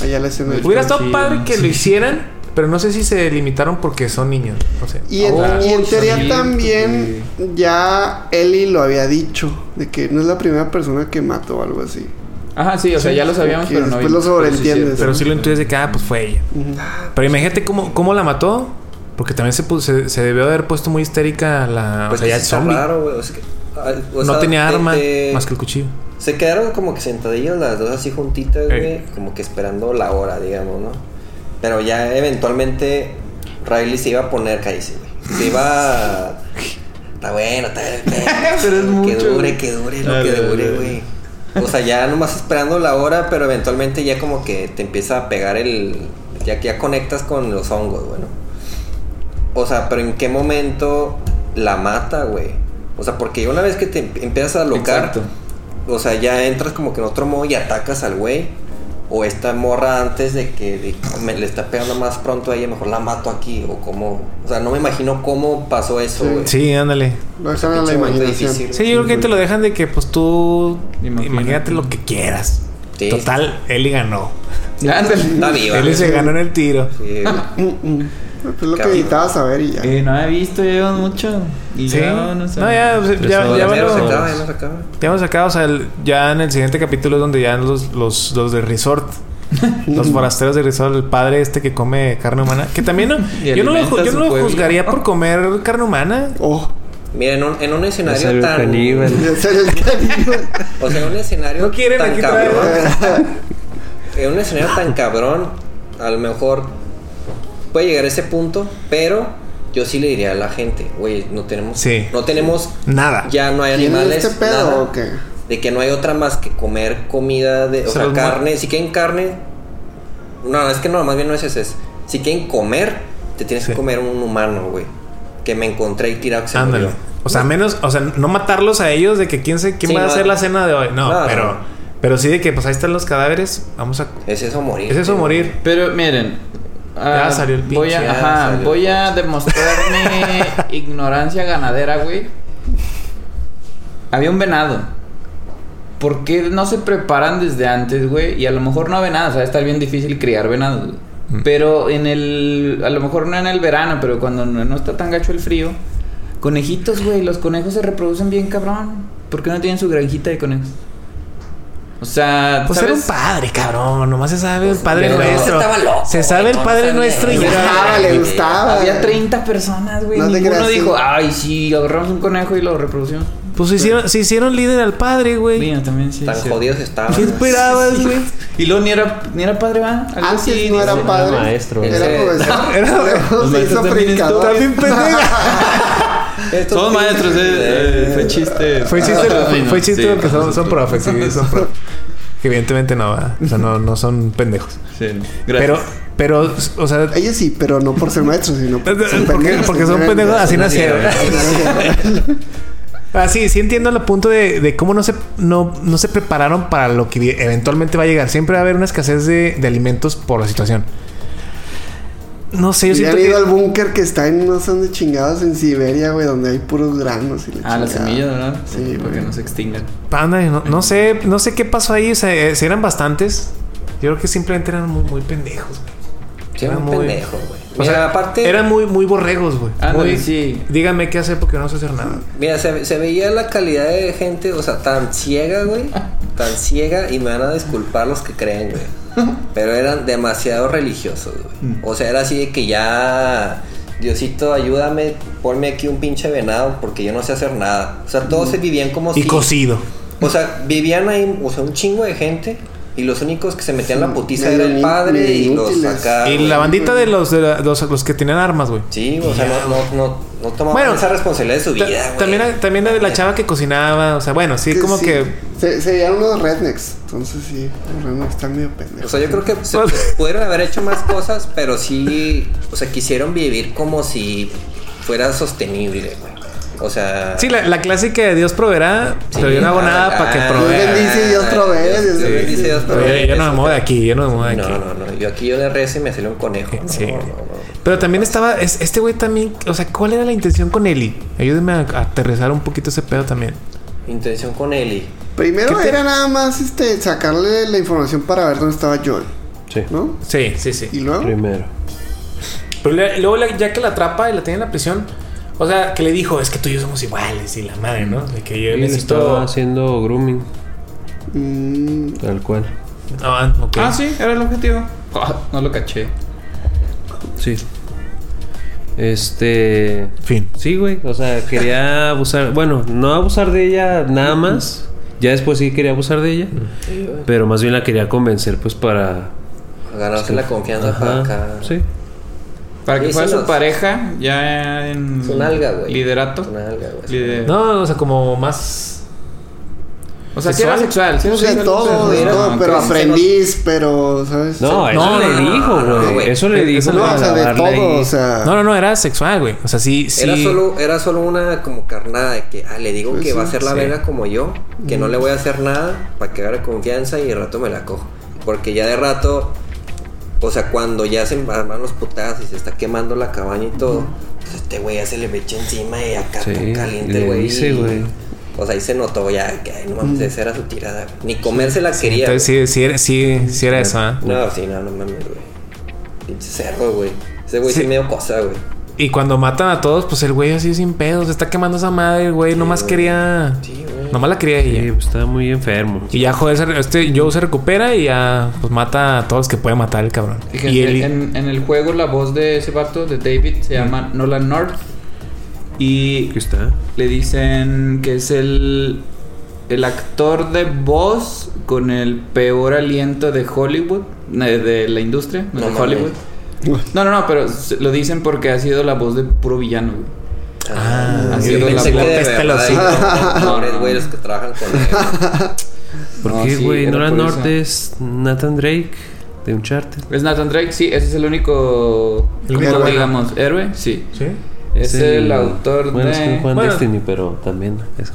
S4: Allá la escena.
S5: Hubiera estado
S3: chido.
S5: padre que lo hicieran, pero no sé si se limitaron porque son niños. No sé.
S4: Y en,
S3: Ah,
S4: y en
S3: uy,
S4: teoría
S3: cierto,
S4: también ya Ellie lo había dicho de que no es la primera persona que mató o algo así.
S3: Ajá, sí, o sea,
S4: Sí,
S3: ya lo sabíamos,
S4: que
S3: pero no
S4: después
S3: vimos.
S4: lo
S3: Pero sí es
S4: sobreentiendes.
S5: Pero sí lo intuyes de que, ah, pues fue ella.
S4: Ah,
S5: Pero imagínate cómo, cómo la mató. Porque también se, puso- se, se debió haber puesto muy histérica la...
S1: Pues
S5: o sea, ya
S1: que sí
S5: el
S1: está
S5: zombie.
S1: raro, güey. o sea, que- ah, o
S5: no
S1: sea,
S5: tenía
S1: te-
S5: arma
S1: te-
S5: más que el cuchillo.
S1: Se quedaron como que sentadillas las dos así juntitas, güey.
S5: Ey.
S1: Como que esperando la hora, digamos, ¿no? Pero ya eventualmente Riley se iba a poner cállese, güey. Se iba a... Está bueno, está bien.
S3: Pero es
S1: Que
S3: mucho, güey.
S1: dure, que dure, lo
S3: Dale,
S1: que
S3: dale,
S1: dure,
S3: dale.
S1: güey. O sea, ya nomás esperando la hora, pero eventualmente ya como que te empieza a pegar el... Ya que ya conectas con los hongos, bueno. O sea, pero ¿en qué momento la mata, güey? O sea, porque una vez que te em- empiezas a locar...
S3: Exacto.
S1: O sea, ya entras como que en otro modo y atacas al güey. O esta morra antes de que de- me le está pegando más pronto a ella, mejor la mato aquí. O cómo. O sea, no me imagino cómo pasó eso,
S4: Sí.
S1: güey.
S5: Sí, ándale.
S4: Lo dejaron a la
S1: Pinche momento
S4: imaginación.
S1: difícil.
S5: Sí, yo creo que ahí te lo dejan de que pues tú imagínate,
S3: Imagínate.
S5: lo que quieras.
S1: Sí.
S5: Total, Eli ganó.
S1: Está ¿eh?
S3: Ándale.
S1: viva.
S5: Eli se
S1: Sí,
S5: ganó en el tiro.
S1: güey.
S4: Mm, mm. Pues lo que
S1: Cabrón.
S4: necesitaba saber y ya.
S3: Eh, no he visto, llevan mucho. Y
S5: Sí.
S3: yo no sé.
S5: No, ya, pues,
S2: Tres
S5: ya,
S2: horas.
S5: ya
S1: Ya
S5: van
S1: mero se
S5: los-
S1: acaba, ya mero se acaba.
S5: ya hemos sacado, o sea, el- ya en el siguiente capítulo es donde ya los, los, los del resort Los forasteros de Rizal, el padre este que come carne humana. Que también no.
S3: Y
S5: Yo no, lo,
S3: alimenta
S5: ju- yo
S3: a su
S5: no lo
S3: pueblo.
S5: juzgaría por comer carne humana.
S4: Oh,
S1: Mira, en un, en un
S2: Es algo
S1: escenario tan.
S2: caníbal.
S4: ya sale el caníbal.
S1: O sea, en un escenario
S5: No quieren
S1: tan
S5: aquí traer-
S1: cabrón. En un escenario tan cabrón, a lo mejor puede llegar a ese punto, pero yo sí le diría a la gente, güey, no tenemos.
S5: Sí.
S1: No tenemos.
S5: Nada.
S1: Ya no hay
S4: ¿Tienen
S1: animales.
S4: Ah, este pedo
S1: nada.
S4: o qué?
S1: De que no hay otra más que comer comida de. O
S5: Se
S1: sea,
S5: los mu-
S1: carne. Si quieren carne. No, es que no, más bien no es ese. Es, si quieren comer, te tienes
S5: Sí.
S1: que comer un humano, güey. Que me encontré y tirado que se
S5: Ándale.
S1: murió.
S5: O sea, menos, o sea, no matarlos a ellos de que quién se, quién
S1: Sí,
S5: va a
S1: no.
S5: hacer la cena de hoy. No,
S1: Claro.
S5: pero, pero sí de que pues ahí están los cadáveres. Vamos a.
S1: Es eso morir.
S5: Es eso
S1: güey.
S5: morir.
S3: Pero miren.
S5: Ya
S3: ah,
S5: salió el pinche,
S3: voy a,
S1: ya
S3: ajá,
S1: salió el
S3: voy a demostrar mi ignorancia ganadera, güey. Había un venado. ¿Por qué no se preparan desde antes, güey? Y a lo mejor no venados, o sea, está bien difícil criar venados. güey.
S5: Mm.
S3: Pero en el. A lo mejor no en el verano, pero cuando no, no está tan gacho el frío. Conejitos, güey. Los conejos se reproducen bien, cabrón. ¿Por qué no tienen su granjita de conejos? O sea.
S5: Pues era un
S3: ¿sabes?
S5: padre, cabrón. Nomás se sabe el padre
S3: pero
S5: nuestro.
S1: ese estaba loco,
S5: se sabe
S1: güey,
S5: el
S1: no
S5: padre
S1: sabía.
S5: nuestro y
S1: Le
S5: ya.
S4: gustaba, le gustaba.
S3: Había 30 personas, güey.
S4: No te
S3: Ninguno
S4: creas, sí.
S3: dijo, ay, sí, agarramos un conejo y lo reproducimos.
S5: Pues se hicieron, se hicieron líder al padre, güey.
S3: Mira, también sí.
S1: Tan
S3: sí.
S1: jodidos estaban.
S5: ¿Qué
S1: güey.
S5: esperabas, güey?
S3: Y luego ni era, ni era padre, ¿va? Algo
S4: Antes
S3: así,
S4: no
S3: dice.
S4: Ah, era padre.
S2: maestro,
S4: Era
S1: Ah, güey.
S4: profesor.
S5: Era-
S4: Luego se hizo predicador.
S5: También pendeja.
S1: Estos
S3: Somos
S1: pinches-
S3: maestros, eh, eh, fue chiste.
S5: Fue chiste,
S3: Ah,
S5: lo-
S3: no,
S5: fue chiste
S3: sí.
S5: lo que son, son profes, sí, son profes. Que evidentemente no, ¿verdad? o sea, no, no son pendejos.
S3: Sí, gracias.
S5: Pero, pero, o sea,
S4: Ellos sí, pero no por ser maestros, sino por ser
S5: Pues, porque,
S4: pendejos.
S5: porque son
S4: Eran-
S5: pendejos, así
S1: eran-
S5: nacieron. Ah, sí, sí entiendo el punto de, de cómo no se, no, no se prepararon para lo que eventualmente va a llegar. Siempre va a haber una escasez de, de alimentos por la situación. No sé, yo
S4: Y
S5: siento
S4: han
S5: que...
S4: ido al búnker que está en no sé dónde chingados en Siberia, güey, donde hay puros granos y la
S3: Ah, la
S4: chingada.
S3: semilla, ¿verdad?
S4: Sí,
S3: Porque
S4: güey.
S3: no se extingan.
S5: Panda, no, no sé, no sé qué pasó ahí. Se, eh, si eran bastantes. Yo creo que simplemente eran muy, muy pendejos. güey.
S1: Sí, era un
S5: Muy-
S1: pendejo, güey.
S5: O
S1: Mira,
S5: sea,
S1: aparte,
S5: Eran muy, muy borregos, güey.
S3: Ándale,
S5: Muy-
S3: sí.
S5: Dígame qué hacer porque no sé hacer nada.
S1: mira, se, se veía la calidad de gente, o sea, tan ciega, güey. Tan ciega, y me van a disculpar los que creen, güey. Pero eran demasiado religiosos,
S5: Mm.
S1: güey. O sea, era así de que ya. Diosito, ayúdame, ponme aquí un pinche venado porque yo no sé hacer nada. O sea, todos se vivían como
S5: Mm. Y
S1: si.
S5: cocido.
S1: O sea, vivían ahí, o sea, un chingo de gente. Y los únicos que se metían la putiza
S4: medio
S1: era el
S4: in-
S1: padre
S4: medio
S1: y los
S4: inútiles.
S1: acá.
S5: y
S1: Ah, güey.
S5: la bandita de los, de la- los, los que tenían armas, güey.
S1: Sí, o sea, no, no, no, no tomaban
S5: Bueno,
S1: esa responsabilidad de su
S5: Ta-
S1: vida, güey.
S5: también, la- también la de la chava que cocinaba. O sea, bueno, sí, como
S4: sí,
S5: que.
S4: Se, se veían unos rednecks. Entonces sí, los rednecks están medio
S1: O
S4: pendejos.
S1: sea, yo creo que se-
S5: Pues-
S1: pudieron haber hecho más cosas, pero sí, o sea, quisieron vivir como si fuera sostenible, güey. O sea,
S5: Sí, la, la clásica de Dios proveerá,
S1: Sí,
S5: pero yo no hago nada
S1: ah,
S5: para que
S1: ah,
S4: Dios
S5: provea.
S4: bendice y Dios provee,
S1: Dios-
S4: Dios
S1: Dios
S4: bendice.
S1: bendice y Dios
S5: Pero
S1: provee.
S5: yo, yo no me muevo de aquí, yo no me muevo de aquí.
S1: No, no, no. Yo aquí yo le rezo y me salió un conejo. No,
S5: Sí.
S1: no, no, no.
S5: Pero también estaba, es- este güey también, o sea, ¿cuál era la intención con Eli? Ayúdenme a, a aterrizar un poquito ese pedo también.
S1: Intención con Eli.
S4: Primero
S5: ¿Qué te-
S4: era nada más este sacarle la información para ver dónde estaba Joel,
S2: Sí,
S4: ¿no?
S5: Sí, sí, sí.
S4: Y luego
S2: primero.
S5: Pero le- luego la- ya que la atrapa y la tiene en la prisión, o sea, que le dijo, es que tú y yo somos iguales y la madre, ¿no? De que yo
S2: Él estaba
S5: necesito...
S2: haciendo grooming,
S4: mm,
S2: tal cual.
S5: Ah, ok.
S3: Ah, sí, era el objetivo. Ah, no lo caché.
S2: Sí. Este.
S5: Fin.
S2: Sí, güey. O sea, quería abusar. Bueno, no abusar de ella nada más. Ya después sí quería abusar de ella. Pero más bien la quería convencer, pues para.
S1: Ganarse la confianza para
S2: Ajá.
S1: acá.
S2: Sí.
S3: Para que
S1: Sí,
S3: fuera
S1: son los-
S3: su pareja, ya en.
S1: Su nalga, güey.
S3: Liderato.
S1: Su nalga, güey.
S3: Lider-
S5: No, o sea, como más...
S3: O sea, si era
S5: ¿Sexual?
S3: sexual. sí era
S4: sí,
S3: sexual,
S4: todo,
S3: pero-
S4: de
S1: era-
S4: todo,
S3: no,
S4: pero
S3: que-
S4: aprendiz, pero, ¿sabes?
S2: No,
S4: Sí.
S2: eso
S5: no,
S2: le
S5: no,
S2: dijo,
S1: no, no,
S2: güey.
S1: güey.
S2: Eso le
S5: Eso
S2: dijo.
S5: no,
S4: No,
S2: para
S4: o sea, de
S2: lavarle
S4: todo,
S2: ahí.
S4: o sea.
S5: No, no, no, era sexual, güey. O sea, sí, sí...
S1: Era, solo, era solo una como carnada de que ah, le digo
S4: Pues
S1: que va a
S4: sí,
S1: ser la
S5: sí.
S1: verga como yo, que no le voy a hacer nada para que agarre confianza y de rato me la cojo. Porque ya de rato, o sea, cuando ya se arman los putazos y se está quemando la cabaña y todo, pues este güey ya se le echa encima y acá
S2: Sí,
S1: todo
S2: y
S1: caliente,
S2: le
S1: güey.
S2: dice,
S1: y-
S2: güey.
S1: O sea, ahí se notó ya que ay, no mames, esa era su tirada. güey. Ni comérsela quería.
S5: Entonces
S1: güey.
S5: sí, sí, era- sí, sí era eso, ¿eh?
S1: No, sí, no, no mames, güey. Pinche cerdo, güey. Ese güey
S5: Sí.
S1: sí, me dio cosa, güey.
S5: Y cuando matan a todos, pues el güey así sin pedos, está quemando esa madre, el güey, nomás
S1: güey.
S5: quería.
S1: Sí, güey.
S5: Nomás la cría
S2: Sí,
S5: ella.
S2: pues, estaba muy enfermo.
S5: Y ya joder, se- este Joe se recupera y ya pues mata a todos los que puede matar el cabrón.
S3: Fíjense,
S5: y él
S3: en, en el juego la voz de ese vato, de David, se llama Nolan North. Y
S2: Aquí está.
S3: le dicen que es el, el actor de voz con el peor aliento de Hollywood, eh, de la industria,
S1: No
S3: de
S1: mames.
S3: Hollywood. No, no, no, pero se- lo dicen porque ha sido la voz de puro villano. güey.
S5: Ah,
S1: Ah,
S5: yo
S1: yo pensé
S5: pensé que
S1: que
S5: le
S1: de
S5: apesta el
S1: verdad hay
S5: hocico.
S1: como pobres güeyes que trabajan con él.
S2: ¿Por
S3: No,
S2: qué,
S3: sí,
S2: güey?
S3: era
S2: No era
S3: por eso.
S2: Norte, es Nathan Drake de Uncharted.
S3: Es Nathan Drake, sí, ese es el único,
S5: El
S3: ¿cómo
S5: único
S3: lo
S5: bueno.
S3: digamos, héroe, sí.
S5: ¿Sí?
S3: Es el, autor
S2: bueno, es
S3: de...
S2: como Juan
S5: Bueno.
S2: Destiny, pero también es,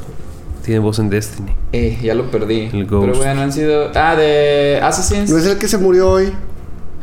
S2: tiene voz en Destiny.
S3: Eh, ya lo perdí.
S2: El
S3: Pero
S2: Ghost.
S3: bueno, han sido... Ah, de Assassins.
S4: ¿No
S1: Pues,
S4: es el que se murió hoy?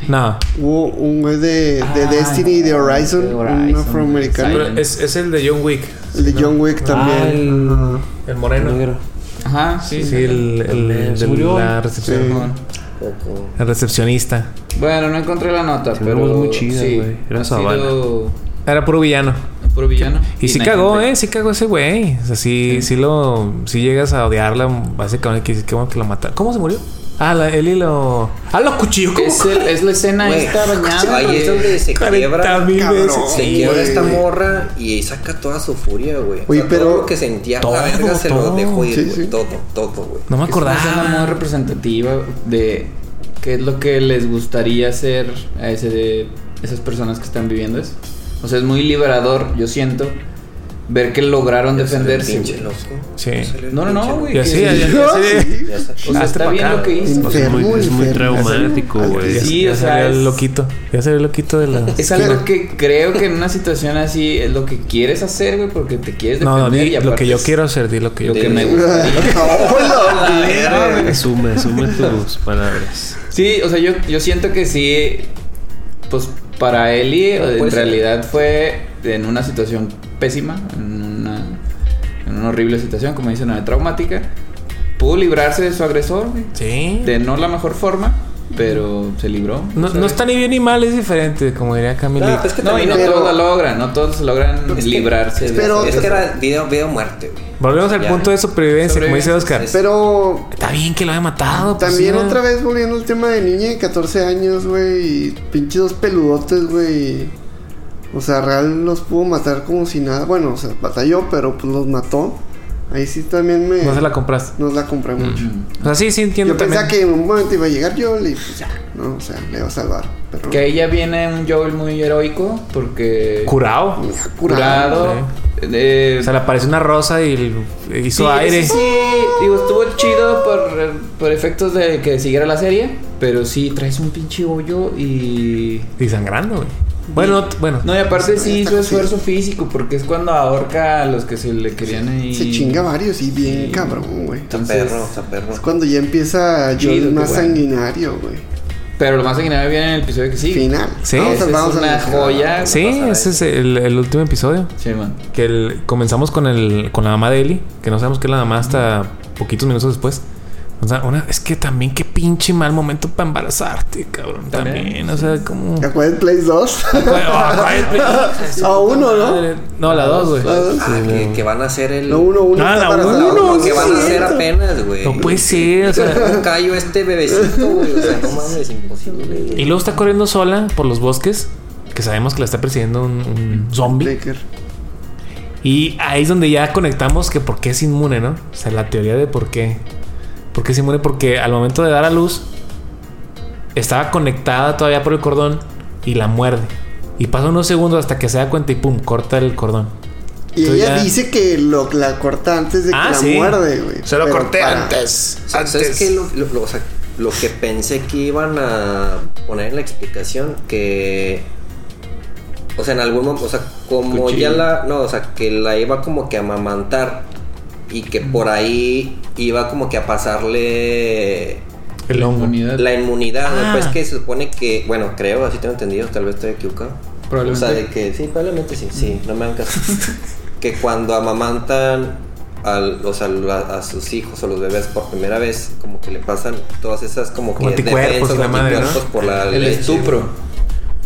S5: No.
S4: Hubo un güey de, de
S3: Ah,
S4: Destiny y de
S3: no,
S4: Horizon,
S3: de
S4: un
S3: Horizon.
S4: afroamericano.
S5: Pero es, es el de John Wick.
S4: El de John Wick
S2: Ah,
S4: también.
S2: el,
S5: El moreno.
S2: negro.
S3: Ajá, sí.
S5: Sí, el, el,
S2: Se
S5: de
S2: murió.
S5: la recepción-
S4: Sí.
S1: Poco.
S5: el recepcionista.
S3: Bueno, no encontré la nota,
S2: Sí,
S3: pero...
S2: una voz muy chida,
S3: sí,
S2: güey. Era
S3: ha
S2: Sabana.
S3: sido
S5: Era puro villano.
S3: puro villano.
S5: Y sí
S3: Nathan
S5: cagó,
S3: Drake.
S5: eh, sí cagó ese güey. O sea, sí, sí lo. Si llegas a odiarla, básicamente que dices, qué bueno que lo mata. ¿Cómo se murió? Ah, la, él y lo. Ah, lo cuchillo,
S2: ¿eh?
S5: ¿cómo?
S3: Es, el- es la escena
S1: Güey,
S3: esta bañada.
S1: Ahí es donde se
S5: 40
S1: quiebra.
S5: mil
S4: cabrón.
S5: veces.
S1: Se
S4: Sí,
S1: quiebra
S4: güey.
S1: esta morra y saca toda su furia, güey. O
S4: Oye,
S1: sea,
S4: pero-
S1: todo lo que sentía
S5: Todo,
S1: la verga se lo
S5: todo.
S1: dejó ir,
S4: Sí,
S1: güey.
S4: sí.
S1: Todo, todo, güey.
S5: No me
S3: Es una escena muy
S5: acordaba.
S3: representativa de qué es lo que les gustaría hacer a ese de esas personas que están viviendo eso. O sea, es muy liberador, yo siento, ver que lograron
S1: Ya salió el
S3: defenderse.
S1: pinche
S3: güey.
S1: loco.
S5: Sí.
S1: Ya salió el
S3: No, no, no,
S1: pinche
S5: Y
S3: güey.
S5: así,
S3: que-
S5: ya- ya- ya-
S1: loco. Ya salió.
S3: O sea,
S5: Hazte pa'
S3: está bien
S5: acá.
S3: lo que hizo.
S2: Pues es muy,
S4: Enfermo,
S2: es muy
S4: enfermo.
S2: traumático,
S4: Al-
S2: güey.
S5: Pues Ya-
S3: Sí,
S5: ya
S3: o sea,
S5: salió el
S3: es-
S5: loquito. Ya salió el loquito de la.
S3: Es algo que creo que en una situación así es lo que quieres hacer, güey, porque te quieres
S5: No,
S3: defender.
S5: no, di
S3: y
S5: lo que
S3: aparte
S5: yo
S3: es
S5: quiero hacer, di lo que yo
S3: Lo que
S5: quiero.
S3: me gustaría.
S1: La verga, güey.
S2: Asume, asume tus palabras.
S3: Sí, o sea, yo, yo siento que sí, pues para Eli
S1: Pero
S3: en
S1: puede ser.
S3: realidad fue en una situación pésima, en una, en una horrible situación, como dicen, una traumática. Pudo librarse de su agresor, güey.
S5: Sí.
S3: de no la mejor forma, pero se libró.
S5: No,
S3: ¿sabes?
S5: no está ni bien ni mal, es diferente, como diría Camila.
S1: No, pues es que
S3: No, y
S1: también
S3: no
S4: Pero-
S3: todos la logran, no todos logran
S1: Es que-
S3: librarse. de
S4: pero-
S3: eso.
S1: Es que era video, video muerte, güey.
S5: Volvemos al
S1: Ya.
S5: punto de supervivencia, como dice Oscar.
S1: Sobrevivencia,
S4: Pero
S5: Está bien que lo haya matado. pues,
S4: también
S5: mira.
S4: otra vez volviendo al tema de niña de 14 años, güey. Y pinches dos peludotes, güey. O sea, Real los pudo matar como si nada. Bueno, o sea, batalló, pero pues los mató. Ahí sí también me...
S5: No se la compraste.
S4: Nos la compré mucho.
S5: O sea, sí, sí entiendo
S4: Yo
S5: también.
S4: pensaba que en un momento iba a llegar yo y pues ya, no, o sea, le iba a salvar. Pero
S3: Que ahí ya viene un Joel muy heroico porque
S5: Curado.
S4: me ha curado.
S3: curado. eh,
S5: O sea, le apareció una rosa y el- hizo
S3: Sí,
S5: aire.
S3: ese Sí, digo, estuvo chido por, por efectos de que siguiera la serie, pero sí traes un pinche hoyo y.
S5: Y sangrando, güey. Bueno, no, t- bueno.
S3: No, y aparte sí hizo
S4: Sí.
S3: esfuerzo físico, porque es cuando ahorca a los que se le querían ahí.
S4: Se chinga varios y bien cabrón, güey.
S1: Está
S3: Entonces-
S1: perro, está perro.
S4: Es cuando ya empieza yo
S3: Chido,
S4: el más
S3: qué bueno.
S4: sanguinario, güey.
S3: Pero lo más sanguinario viene en el episodio que sigue.
S4: Final.
S5: Sí.
S3: Ese
S4: a-
S3: es
S4: a
S3: una
S4: mencionar.
S3: joya.
S5: sí,
S1: pasará
S5: ese es el, el último episodio.
S3: Sí, man.
S5: Que el- comenzamos con el con la mamá de Eli, que no sabemos qué es la mamá hasta poquitos minutos después. O sea, una, es que también qué pinche mal momento para embarazarte, cabrón. También,
S3: También,
S5: o sea, como...
S4: ¿Te acuerdas de Place 2?
S5: A
S4: A uno, ¿no?
S5: No, la dos, güey.
S1: Ah, que, que van a hacer el.
S4: No, uno, uno.
S5: Ah,
S4: está
S5: la
S4: embarazada.
S5: uno,
S1: que van a hacer
S4: cierto.
S1: apenas, güey.
S5: No puede ser, o sea...
S1: ¿Cómo cayó este bebecito, güey? O sea, no mames, imposible. güey.
S5: Y luego está corriendo sola por los bosques, que sabemos que la está persiguiendo un, un zombie.
S4: Baker.
S5: Y ahí es donde ya conectamos que por qué es inmune, ¿no? O sea, la teoría de por qué. ¿Por qué es inmune? Porque al momento de dar a luz, estaba conectada todavía por el cordón y la muerde. Y pasa unos segundos hasta que se da cuenta y pum, corta el cordón.
S4: Y
S5: Tú
S4: ella
S5: ya-
S4: dice que lo, la corta antes de que
S5: Ah,
S4: la
S5: sí.
S4: muerde, güey.
S5: Se lo
S4: Pero
S5: corté
S4: para-
S5: antes.
S1: O sea, ¿Sabes qué? Lo, lo- lo- o sea, lo que pensé que iban a poner en la explicación, que. O sea, en algún momento. O sea, como
S3: Cuchillo.
S1: ya la. No, o sea, que la iba como que a amamantar. Y que por ahí iba como que a pasarle.
S5: El hongo.
S3: Inmunidad.
S1: La inmunidad,
S5: Ah.
S1: güey, pues que se supone que, bueno, creo, así tengo entendido, tal vez estoy equivocado.
S3: Probablemente.
S1: O sea, de que sí, probablemente sí, sí, no me hagan caso. que cuando amamantan al, o sea, la- a sus hijos o los bebés por primera vez, como que le pasan todas esas como,
S5: Como
S1: que
S5: anticuerpos y la madre, ¿no?
S1: anticuerpos por la
S3: El
S1: leche,
S3: estupro.
S1: güey.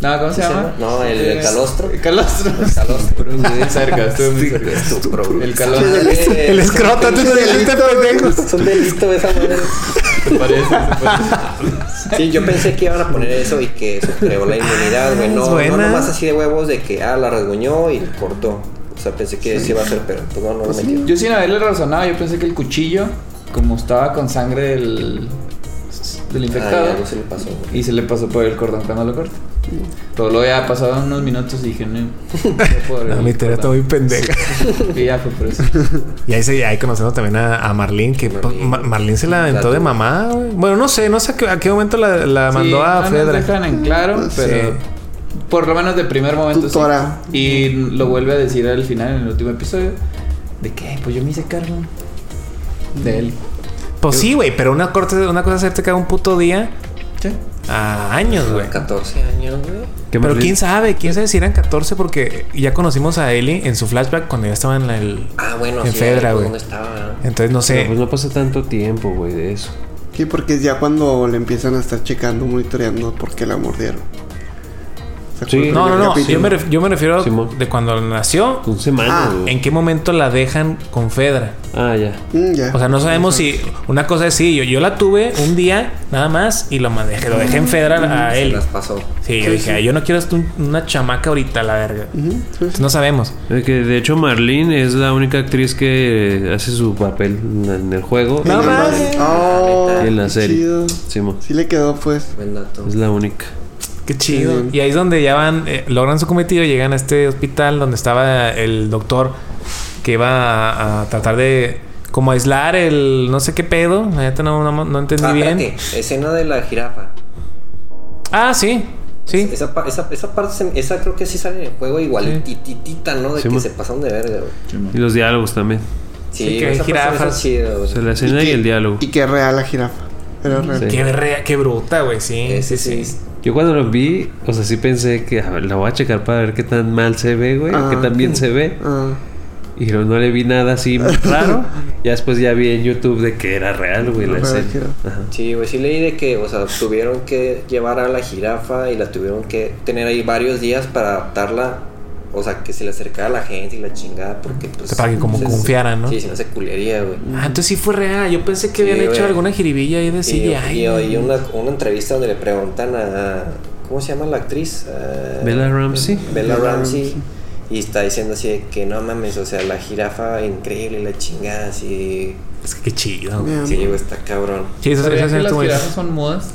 S3: No, ¿cómo se
S1: ¿Sí
S3: llama? Eh,
S1: No, el, el calostro.
S3: El calostro.
S1: El calostro.
S3: Estuve muy cerca, estuve muy cerca.
S1: Estupro.
S3: El calostro.
S5: El escroto antes de salirte, pendejo.
S1: Es un delito esa madre.
S3: ¿Te parece? ¿Te parece?
S1: Sí, yo pensé que iban a poner eso y que eso creó la inmunidad, güey.
S5: Es
S1: No,
S5: buena.
S1: no nomás así de huevos de que, ah, la rasguñó y cortó. O sea, pensé que sí iba a ser, pero pues no, no lo metieron.
S3: Yo sin haberle razonado, yo pensé que el cuchillo, como estaba con sangre del, del
S1: Ah,
S3: infectado,
S1: ya, no se le pasó. güey.
S3: y se le pasó por el cordón cuando lo corta. Todo lo había pasado unos minutos y dije, no, no puedo abrir
S5: No,
S3: el
S5: mi teoría está
S3: cordón".
S5: muy pendeja.
S3: Y ya fue por eso.
S5: Y ahí, se, ahí conocemos también a, a Marlene, que pues,
S1: Marlene.
S5: Ma- Marlene se la aventó
S1: La
S5: de
S1: tuvo.
S5: mamá, güey. Bueno, no sé, no sé a qué, a qué momento la, la mandó
S3: Sí,
S5: a
S3: no nos
S5: Fedra.
S3: dejan en claro,
S4: Sí.
S3: pero por lo menos de primer momento. sí.
S4: Tutora.
S3: Y lo vuelve a decir al final, en el último episodio, de que, pues yo me hice cargo de él.
S5: Pues sí, güey, pero una, corte, una cosa es hacerte cada un puto día
S3: Sí.
S5: a años, güey.
S1: 14 años, güey.
S2: Que
S5: Pero
S2: Marlene-
S5: quién sabe, quién sabe si eran 14 porque ya conocimos a Ellie en su flashback cuando ya estaba en la- el...
S1: Ah, bueno,
S5: En
S1: sí.
S5: Fedra,
S1: ahí,
S5: güey.
S1: ¿Dónde estaba?
S5: Entonces no
S2: Pero,
S5: sé.
S2: pues no pasa tanto tiempo, güey, de eso.
S4: Sí, porque es ya cuando le empiezan a estar checando, monitoreando por qué la mordieron. ¿Se
S2: Sí.
S4: acuerdan
S5: No, no,
S4: del
S5: no.
S4: capítulo?
S5: Yo me, ref- yo me refiero
S2: Simón.
S5: de cuando nació.
S2: Un semana,
S4: Ah,
S2: güey.
S5: ¿En qué momento la dejan con Fedra?
S2: Ah, ya.
S4: Mm, ya.
S5: O sea, no sabemos si una cosa es sí, yo, yo la tuve un día nada más y lo mandé, lo dejé en Fedra a
S1: Se
S5: él.
S1: las pasó.
S5: Sí, yo dije, "Ay, yo no quiero hasta un- una chamaca ahorita, la verga.
S4: Ujú, sí, sí.
S5: Pues No sabemos.
S2: Eh, Que de hecho Marlene es la única actriz que hace su papel en en el juego.
S5: No
S4: Sí,
S5: mames.
S4: Oh,
S2: En la
S4: qué
S2: serie.
S4: chido.
S2: Simón.
S4: Sí le quedó, pues.
S1: Buen dato.
S2: Es la única.
S5: Qué chido.
S4: bien.
S5: Y ahí es donde ya van, eh, logran su cometido, llegan a este hospital donde estaba el doctor que iba a, a tratar de como aislar el no sé qué pedo. La neta no, no- no entendí
S1: Ah,
S5: bien.
S1: espérate, Escena de la jirafa.
S5: Ah, sí. Sí.
S1: Esa, pa- esa, esa parte, se- esa creo que sí sale en el juego igualititita, ¿no? De
S2: Sí,
S1: que
S2: mo.
S1: se pasaron de verga, güey.
S2: Y los diálogos también.
S1: Sí,
S5: Sí, que hay
S1: esa parte está
S5: jirafas.
S1: chida, güey.
S2: O sea, la escena
S4: Y
S2: y,
S4: que-
S2: el diálogo.
S4: Y que real la jirafa. Era real.
S2: Sí.
S5: Qué, berrea- qué bruta, güey. Sí, sí,
S1: Ese
S5: sí.
S1: sí.
S2: Yo cuando lo vi, o sea, sí pensé que a ver, la voy a checar para ver qué tan mal se ve, güey, o qué
S4: Ah.
S2: tan bien se ve.
S4: Ah,
S2: Y no, no le vi nada así raro. ya después ya vi en YouTube de que era real, güey, la
S4: Real,
S2: escena.
S4: real.
S2: Ajá.
S1: Sí, güey, sí leí de que, o sea, tuvieron que llevar a la jirafa y la tuvieron que tener ahí varios días para adaptarla, o sea, que se le acercara a la gente y la chingada, porque pues...
S5: Para que como
S1: se-
S5: confiaran, ¿no?
S1: Sí, se me hace culería, güey.
S5: Ah, entonces sí fue real. Yo pensé que
S1: Sí,
S5: habían hecho
S1: güey.
S5: alguna jiribilla ahí de
S1: Y, y-
S5: CGI.
S1: y una, una entrevista donde le preguntan a... ¿Cómo se llama la actriz? A-
S2: Bella Ramsey.
S1: Bella
S4: Bella
S1: Ramsey.
S4: Ramsey.
S1: Y está diciendo así de que no mames, o sea, la jirafa increíble, la chingada, así...
S5: Es que qué chido, güey.
S4: mira,
S1: Sí, güey, está cabrón.
S5: Sí, esa, esa
S3: ¿Sabías que
S5: escena
S3: las
S5: estuvo-
S3: jirafas son mudas?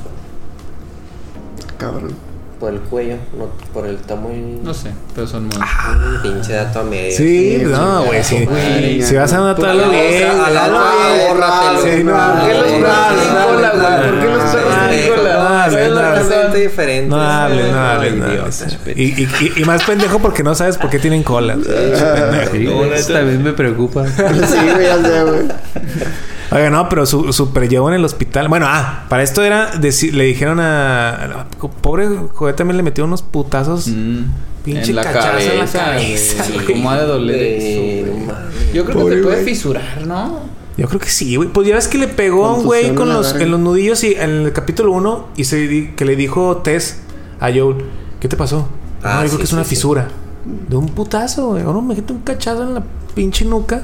S4: cabrón.
S1: Por el cuello, no, por el... Está muy...
S3: No sé, pero son mudas.
S5: Ah,
S1: un pinche dato a medias.
S5: Sí,
S4: Sí,
S5: no,
S4: sí,
S5: güey.
S4: sí,
S5: sí.
S4: güey.
S5: Si vas a
S1: Tú
S5: notarlo
S1: a la
S5: bien.
S1: otra- a la
S5: hazlo
S1: otra-
S5: bien.
S1: bórratelo.
S5: Sí, no,
S1: Ah,
S3: ¿Por qué los
S1: no,
S3: brazos
S1: no,
S3: de cola,
S1: no,
S3: güey? ¿Por qué los
S1: no,
S3: brazos de
S1: no,
S3: cola?
S5: no,
S3: ¿Cuál es
S5: no,
S3: la
S5: no,
S3: razón?
S1: Totalmente diferente.
S5: No hables, no
S1: Ay,
S5: hables, no
S1: idiota.
S5: hables. Y, y, y- y más pendejo porque no sabes por qué tienen cola.
S2: Sí, güey, eso también me preocupa.
S4: Sí, güey, ya sé, güey.
S5: Oiga, no, pero su, super llevó en el hospital. Bueno, ah, para esto era. deci- le dijeron a. Pobre Joder también le metió unos putazos.
S3: Mm,
S5: pues, Pinche
S3: en la
S5: cachazo
S3: cabeza,
S5: en la cabeza,
S3: güey.
S5: güey.
S3: ¿Cómo ha de doler
S1: Güey,
S3: eso,
S1: no
S3: güey?
S1: mames.
S3: Yo creo que
S4: Pobre
S3: te puede
S4: güey.
S3: fisurar, ¿no?
S5: Yo creo que sí, güey. Pues ya ves que le pegó a un güey
S4: Contusión
S5: con
S4: a la
S5: los,
S4: verga.
S5: en los nudillos y en el capítulo 1 y se di- que le dijo Tess a Joel, ¿qué te pasó?
S1: Ah,
S5: no, yo
S1: sí,
S5: creo que es
S1: sí,
S5: una
S1: sí.
S5: fisura. De un putazo, güey. Ahora me mete un cachazo en la pinche nuca.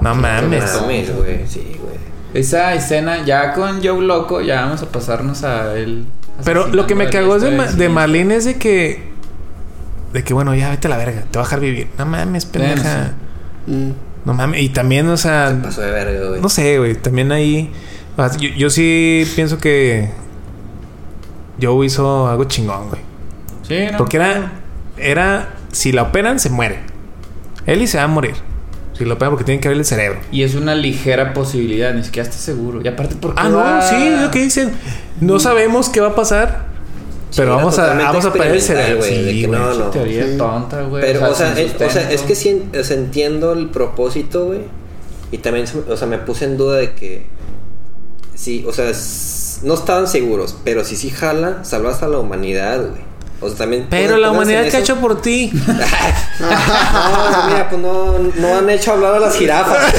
S5: No mames.
S1: No mames, güey. Sí, güey.
S3: Esa escena ya con Joe Loco, ya vamos a pasarnos a él.
S5: Pero lo que me cagó
S3: asesinando a
S5: es de,
S3: esta
S5: Ma-
S3: vez.
S5: de Marlene es de que... De que, bueno, ya vete a la verga. Te va a dejar vivir. No mames, pendeja.
S3: sí.
S4: Mm.
S5: No mames. Y también, o sea...
S1: Pasó de verga, güey.
S5: No sé, güey. También ahí. o sea, Yo, yo sí pienso que. Joe hizo algo chingón, güey.
S3: Sí, no.
S5: Porque era. Era. Si la operan, se muere. Eli se va a morir. Si la operan, porque tienen que abrir el cerebro.
S3: Y es una ligera posibilidad, ni siquiera estás seguro. Y aparte, ¿por qué
S5: Ah, no,
S3: va-
S5: sí, es lo que dicen. No sabemos qué va a pasar.
S1: Sí,
S5: Pero
S1: era
S5: vamos a,
S1: totalmente
S5: vamos a parar el
S1: experimental,
S5: cerebro.
S1: güey, de
S5: Sí,
S1: que
S5: güey.
S1: no, no.
S3: Teoría
S4: Sí.
S3: tonta, güey.
S1: Pero, o sea,
S3: sin
S1: es, o sea,
S3: sustento.
S1: es que sí en- o sea, entiendo el propósito, güey. Y también, o sea, me puse en duda de que. Sí, o sea, s- no estaban seguros, pero si sí jala, salvas a la humanidad, güey. O sea, también.
S5: Pero
S1: pongan-
S5: la
S1: pónganse
S5: humanidad
S1: en
S5: que ha
S1: eso.
S5: hecho por ti.
S1: No, o sea, mira, pues no, no han hecho hablar a las jirafas.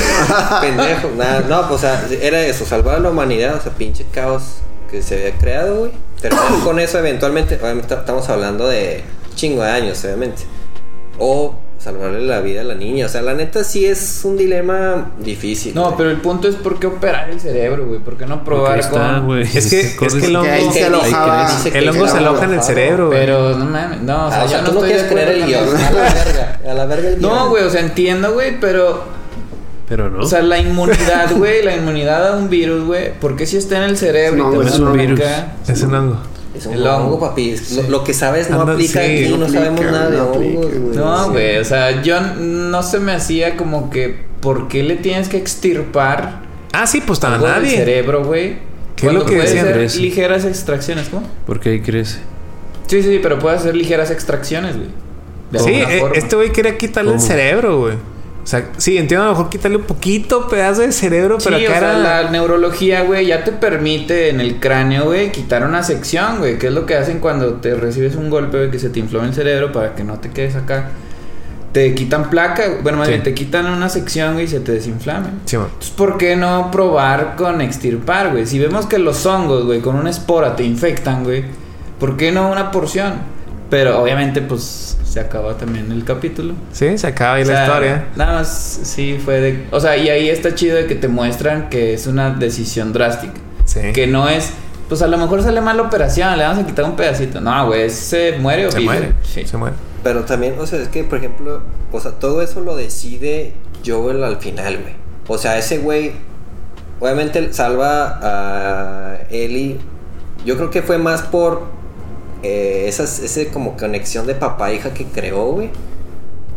S1: Pendejo, nada. No, pues o sea, era eso, salvar a la humanidad, o sea, pinche caos que se había creado, güey. Terminan con eso eventualmente. Obviamente estamos hablando de chingo de años, obviamente. O salvarle la vida a la niña. O sea, la neta sí es un dilema difícil.
S3: No,
S1: güey.
S3: pero el punto es por qué operar el cerebro, güey. ¿Por qué no probar
S2: Ahí está,
S3: con.
S2: güey.
S5: Es que- es que el
S4: Que
S5: hongo-
S4: ahí
S1: Dice
S4: se
S1: que-
S4: alojaba.
S1: dice que
S5: El hongo
S1: era
S5: se aloja en el
S1: alojado.
S5: cerebro, güey.
S3: Pero eh, no mames, no, o sea,
S1: Ah, o sea,
S3: yo
S1: tú
S3: no
S1: no
S3: estoy de
S1: quieres
S3: acuerdo
S1: creer el
S3: con eso.
S1: guión. A la verga. A la verga el guión.
S3: No, güey, o sea, entiendo, güey, pero
S2: Pero no.
S3: o sea, la inmunidad, güey, la inmunidad a un virus, güey, ¿por qué si está en el cerebro?
S4: No,
S3: y te
S4: güey,
S3: vas
S2: es
S3: a
S2: un virus.
S3: bronca?
S5: Es un hongo.
S1: Es un
S3: El
S1: hongo,
S3: hongo.
S1: papi. Es- Lo, lo que sabes no
S5: Anda,
S1: aplica
S5: sí,
S1: aquí.
S5: no
S1: No,
S4: aplica,
S1: sabemos nada de
S4: no aplica,
S1: hongos, güey.
S4: Sí.
S3: No, güey, o sea, yo no se me hacía como que ¿por qué le tienes que extirpar
S5: Ah, sí, pues a
S3: algo del
S5: nadie.
S3: cerebro, güey?
S5: ¿Qué es lo
S3: Cuando
S5: que
S3: puedes
S5: decían?
S3: hacer
S2: Eso.
S3: ligeras extracciones, ¿cómo?
S2: Porque ahí crece.
S3: Sí, sí, sí, pero puedes hacer ligeras extracciones, güey. De
S5: Sí,
S3: alguna
S5: eh,
S3: forma.
S5: este güey quería quitarle el
S2: ¿Cómo?
S5: cerebro, güey. O sea, sí, entiendo a lo mejor quitarle un poquito pedazo de cerebro, pero
S3: sí,
S5: acá
S3: o sea,
S5: era...
S3: la neurología, güey, ya te permite en el cráneo, güey, quitar una sección, güey, que es lo que hacen cuando te recibes un golpe, güey, que se te inflama el cerebro para que no te quedes acá. Te quitan placa, güey, bueno, más
S5: Sí.
S3: bien te quitan una sección, güey, y se te desinflama.
S5: Sí, man.
S3: Entonces, ¿por qué no probar con extirpar, güey? Si vemos que los hongos, güey, con una espora te infectan, güey, ¿por qué no una porción? Pero obviamente, pues, se acaba también el capítulo.
S5: Sí, se acaba ahí
S3: O
S5: la
S3: sea,
S5: historia.
S3: Nada más, sí, fue de... O sea, y ahí está chido de que te muestran que es una decisión drástica.
S5: Sí.
S3: Que no es... Pues a lo mejor sale mal la operación, le vamos a quitar un pedacito. No, güey, se muere o
S5: se
S3: vive.
S5: muere.
S3: Sí.
S5: Se muere.
S1: Pero también, o sea, es que, por ejemplo, o sea, todo eso lo decide Joel al final, güey. O sea, ese güey, obviamente salva a Ellie. Yo creo que fue más por eh, esas, ese como conexión de papá e hija que creó, güey.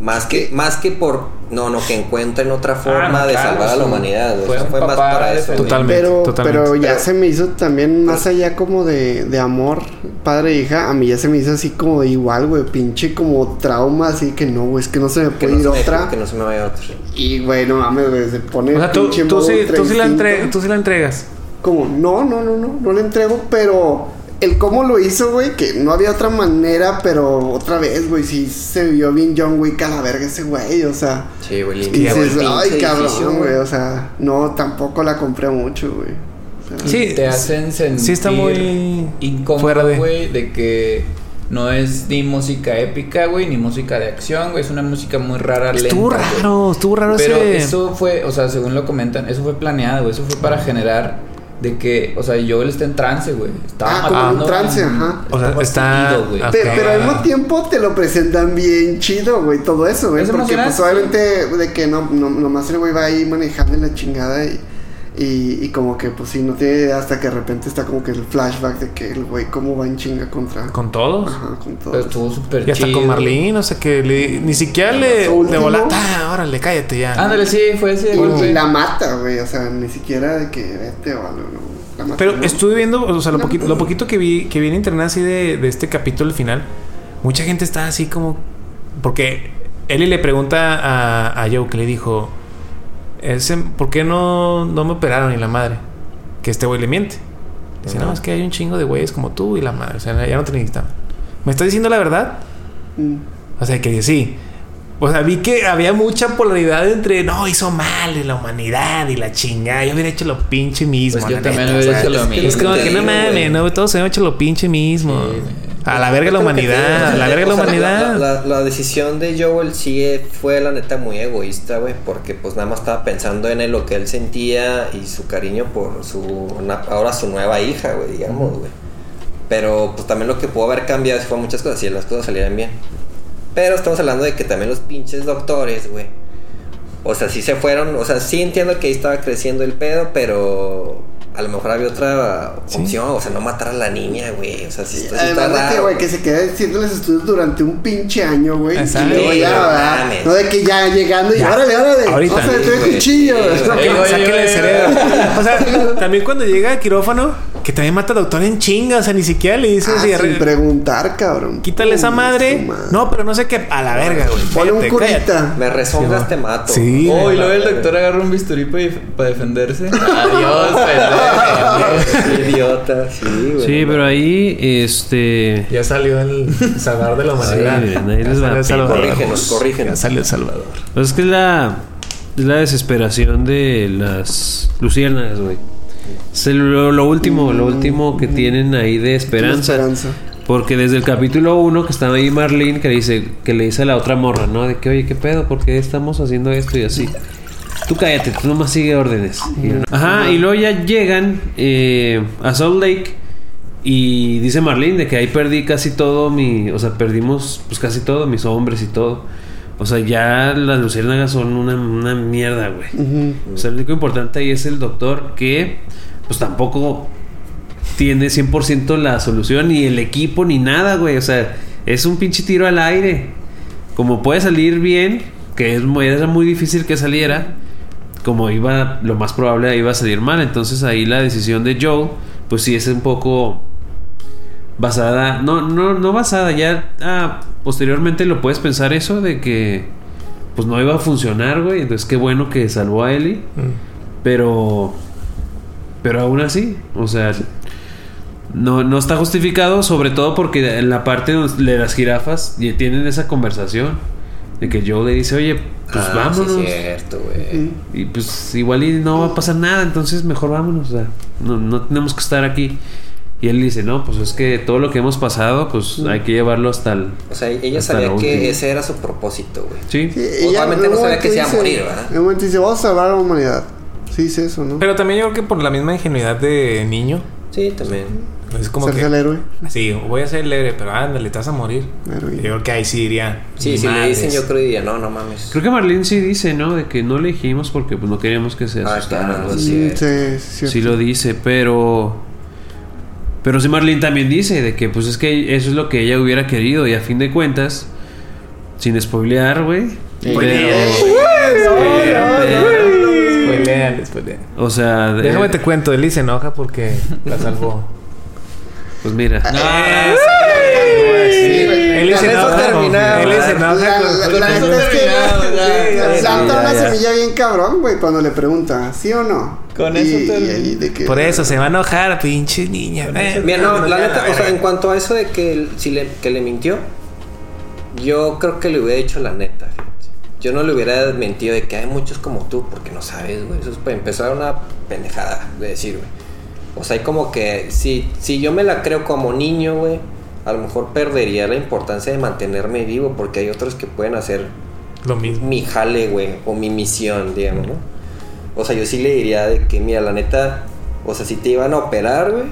S1: Más que, más que por, no, no, que encuentren otra forma
S3: Ah, no,
S1: de
S3: claro,
S1: salvar a la
S3: sí.
S1: humanidad. güey. O
S3: Fue
S1: sea,
S3: un
S1: Fue, más
S3: papá
S1: para eso.
S3: defendiendo.
S1: güey.
S5: Totalmente,
S4: Pero,
S5: totalmente.
S4: pero ya
S1: Pero-
S4: se me hizo también más allá como de, de amor padre e hija. A mí ya se me hizo así como de igual, güey. Pinche como trauma, así que no, güey. Es que no se me
S1: Que
S4: puede
S1: no,
S4: ir
S1: se me,
S4: otra.
S1: que no se me vaya otra.
S4: Y güey, no mames, güey. Se pone.
S5: O sea, tú,
S4: pinche
S5: tú
S4: modo
S5: sí,
S4: ultra
S5: tú sí la
S4: instinto.
S5: entre- tú sí la entregas.
S4: Como, no, no, no, no. No le entrego, pero. El cómo lo hizo, güey, que no había otra manera, pero otra vez, güey, sí se vio bien John Wick a la verga ese güey, o sea.
S1: Sí, güey,
S4: Y
S1: limpiaba el
S4: dices, ay,
S1: pinche edificio,
S4: cabrón, güey,
S1: güey.
S4: o sea, no, tampoco la compré mucho, güey. O sea,
S5: Sí,
S3: te hacen sentir
S5: Sí, está muy fuera
S3: incómodo,
S5: de-
S3: güey, de que no es ni música épica, güey, ni música de acción, güey. Es una música muy rara,
S5: Estuvo
S3: lenta, güey.
S5: raro, estuvo raro
S3: Pero
S5: ese.
S3: eso fue, o sea, según lo comentan, eso fue planeado, güey, eso fue para generar de que, o sea, Joel está en trance, güey. Estaba
S4: Ah, como en
S3: matando
S4: un trance,
S3: a-
S4: ajá.
S5: O sea,
S3: estaba
S5: está-
S3: poseído, güey.
S5: ah,
S4: Pe-
S5: Ok.
S4: pero al mismo tiempo te lo presentan bien chido, güey, todo eso, güey.
S3: Es
S4: Porque
S3: emocionante,
S4: pues obviamente de que no, no, nomás el güey va ahí manejando la chingada y, y, y como que pues sí, no tiene idea hasta que de repente está como que el flashback de que el güey cómo va en chinga contra...
S5: Con todos.
S4: Ajá, con todo.
S3: Pero estuvo súper
S5: Y hasta
S3: chido.
S5: con Marlene, o sea que le- ni siquiera le,
S4: Lo
S5: le
S4: último. Ah,
S5: volata. Órale, cállate ya.
S3: Ándale, sí, fue ese
S4: Y-
S3: golpe.
S4: y la mata, güey, o sea, ni siquiera de que vete o algo, no. La mata,
S5: Pero
S4: ¿no?
S5: estuve viendo, o sea, lo, poquito, lo poquito que vi que vi en internet así de, de este capítulo final, mucha gente está así como. Porque Eli le pregunta a, a Joe que le dijo: "Ese- ¿Por qué no, no me operaron y la madre? Que este güey le miente. Dice: No, es que hay un chingo de güeyes como tú y la madre. O sea, ya no te necesitan. ¿Me estás diciendo la verdad?
S4: Mm.
S5: O sea, que sí. O sea, vi que había mucha polaridad entre no, hizo mal y la humanidad y la chingada. Yo hubiera hecho lo pinche mismo.
S3: Pues yo
S5: la
S3: también
S5: neta,
S3: hubiera
S5: o sea,
S3: hecho lo mismo.
S5: Es como que no
S1: Te digo,
S5: mames,
S1: güey.
S5: no, todos se hubiera hecho lo pinche mismo.
S3: Sí, güey.
S5: a la verga la
S1: Como que sí,
S5: humanidad, a la verga la
S1: o sea,
S5: humanidad.
S1: La, la- la decisión de Joel sí eh, fue la neta muy egoísta, güey, porque pues nada más estaba pensando en él, lo que él sentía y su cariño por su na- ahora su nueva hija, güey, digamos, güey. Pero pues también lo que pudo haber cambiado fue muchas cosas y las cosas salieran bien. Pero estamos hablando de que también los pinches doctores, güey. O sea, sí se fueron, o sea, sí entiendo que ahí estaba creciendo el pedo, pero a lo mejor había otra
S5: Sí.
S1: opción, o sea, no matar a la niña, güey. O sea, sí, está, sí está
S4: Además de que,
S1: raro,
S4: güey, que se queda haciendo los estudios durante un pinche año, güey. Y
S5: Exacto.
S4: luego
S1: Sí,
S4: ya,
S1: no
S4: ¿verdad?
S1: mames.
S4: No de que ya llegando y
S5: Ya.
S4: órale, órale.
S5: Ahorita.
S4: Vamos a
S1: Sí,
S4: meter el cuchillo.
S1: güey. Sí,
S5: Que
S1: güey.
S5: le
S3: Oye,
S5: saquen
S3: oye,
S5: el
S3: oye.
S5: cerebro. O sea, también cuando llega al quirófano, que también mata al doctor en chinga, o sea, ni siquiera le dice
S4: Ah,
S5: así,
S4: sin
S5: arre-
S4: preguntar, cabrón.
S5: quítale esa
S4: Uy,
S5: madre.
S4: su madre.
S5: No, pero no sé qué, a la verga, güey.
S4: Ponle un
S5: cállate, cállate.
S4: curita.
S1: Me rezongas, te mato.
S5: Sí.
S1: Oh,
S3: Oh, y luego el doctor agarra un bisturí para defenderse. Adiós, pendejo.
S1: Idiota, sí, güey.
S2: Sí, pero ahí, este.
S5: Ya salió el salvador de la humanidad.
S2: Sí, ahí les
S5: Ya salió
S2: va,
S5: el Salvador.
S1: Corrígenos,
S5: Ya
S1: corrígenos.
S5: salió el Salvador.
S2: Pues es que es la, es la desesperación de las luciérnagas, güey. Es el- lo, lo último, lo último que tienen ahí de esperanza.
S4: Esperanza.
S2: Porque desde el capítulo 1 que estaba ahí Marlene que le dice que le dice a la otra morra, ¿no? De que, "Oye, qué pedo, ¿por qué estamos haciendo esto y así?" Tú cállate, tú nomás sigue órdenes. Y- Ajá, y luego ya llegan eh, a Salt Lake y dice Marlene de que ahí perdí casi todo mi, o sea, perdimos pues casi todo mis hombres y todo. O sea, ya las luciérnagas son una, una mierda, güey.
S4: Ujú.
S2: O sea, lo único importante ahí es el doctor que, pues tampoco tiene 100% la solución, ni el equipo, ni nada, güey. O sea, es un pinche tiro al aire. Como puede salir bien, que es muy, era muy difícil que saliera, como iba, lo más probable iba a salir mal. Entonces ahí la decisión de Joe, pues sí es un poco basada, no, no, no basada, ya ah, posteriormente lo puedes pensar eso de que pues no iba a funcionar, güey. Entonces qué bueno que salvó a Ellie.
S5: Mm.
S2: Pero. Pero aún así, o sea. No, no está justificado, sobre todo porque en la parte donde- de las jirafas ya tienen esa conversación. De que Joe le dice, oye, pues
S1: Ah, sí,
S2: vámonos.
S1: cierto, güey.
S2: y pues igual y no va a pasar nada, entonces mejor vámonos. O sea, no, no tenemos que estar aquí. Y él dice, no, pues es que todo lo que hemos pasado, pues hay que llevarlo hasta el...
S1: O sea, ella
S2: Hasta
S1: sabía
S2: lo
S1: que
S2: último.
S1: ese era su propósito, güey.
S2: Sí.
S4: Y- y ya,
S1: Obviamente
S4: en
S1: no
S4: un
S1: sabía que se iba a
S4: momento
S1: morir,
S4: dice-
S1: ¿verdad?
S4: En un momento dice, vamos a salvar a la humanidad. Sí, dice eso, ¿no?
S5: Pero también yo creo que por la misma ingenuidad de niño,
S1: Sí, también.
S5: es como
S4: Ser
S5: que.
S4: el héroe.
S5: Sí, voy a ser el héroe, pero ándale, te vas a morir.
S4: Héroe.
S5: Yo creo que ahí sí diría.
S1: Sí,
S5: "Ni
S1: si le
S5: madres".
S1: dicen, yo creo que diría, no, no mames.
S2: Creo que Marlene sí dice, ¿no? De que no le dijimos porque pues, no queríamos que se
S1: Ah,
S2: asustara.
S1: claro,
S2: ¿no?
S1: sí. cierto.
S4: Mm, Sí, sí,
S2: Sí
S4: cierto.
S2: lo dice, pero... Pero sí Marlene también dice de que pues es que eso es lo que ella hubiera querido y a fin de cuentas, sin spoilear, güey. Pues, pero-
S5: Spoilean, spoilean.
S2: O sea, de-
S5: Déjame te cuento, Eli se enoja porque la salvó.
S2: pues mira.
S5: Eli se
S4: Con eso
S5: enoja. con-
S4: terminamos.
S5: Eli se
S4: La-
S5: enoja. con-
S4: la- la
S5: con-
S4: neta es que-
S3: terminamos, ya,
S4: la-
S1: ya,
S4: la-
S1: ya,
S4: una
S1: ya.
S4: semilla bien cabrón, güey, cuando le pregunta, ¿sí o no?
S3: Con
S4: Y-
S3: eso
S4: y
S3: termina.
S4: ahí de que-
S5: Por eso se va a enojar, pinche niña. Eh,
S1: Mira, no, la
S5: ya,
S1: neta, o sea, en cuanto a eso de que, el- si le, que le mintió, yo creo que le hubiera dicho la neta. fíjate. Yo no le hubiera mentido de que hay muchos como tú, porque no sabes, güey. Eso es para empezar una pendejada de decir, güey. O sea, hay como que, si, si yo me la creo como niño, güey, a lo mejor perdería la importancia de mantenerme vivo, porque hay otros que pueden hacer
S5: Lo mismo.
S1: mi jale, güey, o mi misión, digamos, ¿no? O sea, yo sí le diría de que, mira, la neta, o sea, si te iban a operar, güey,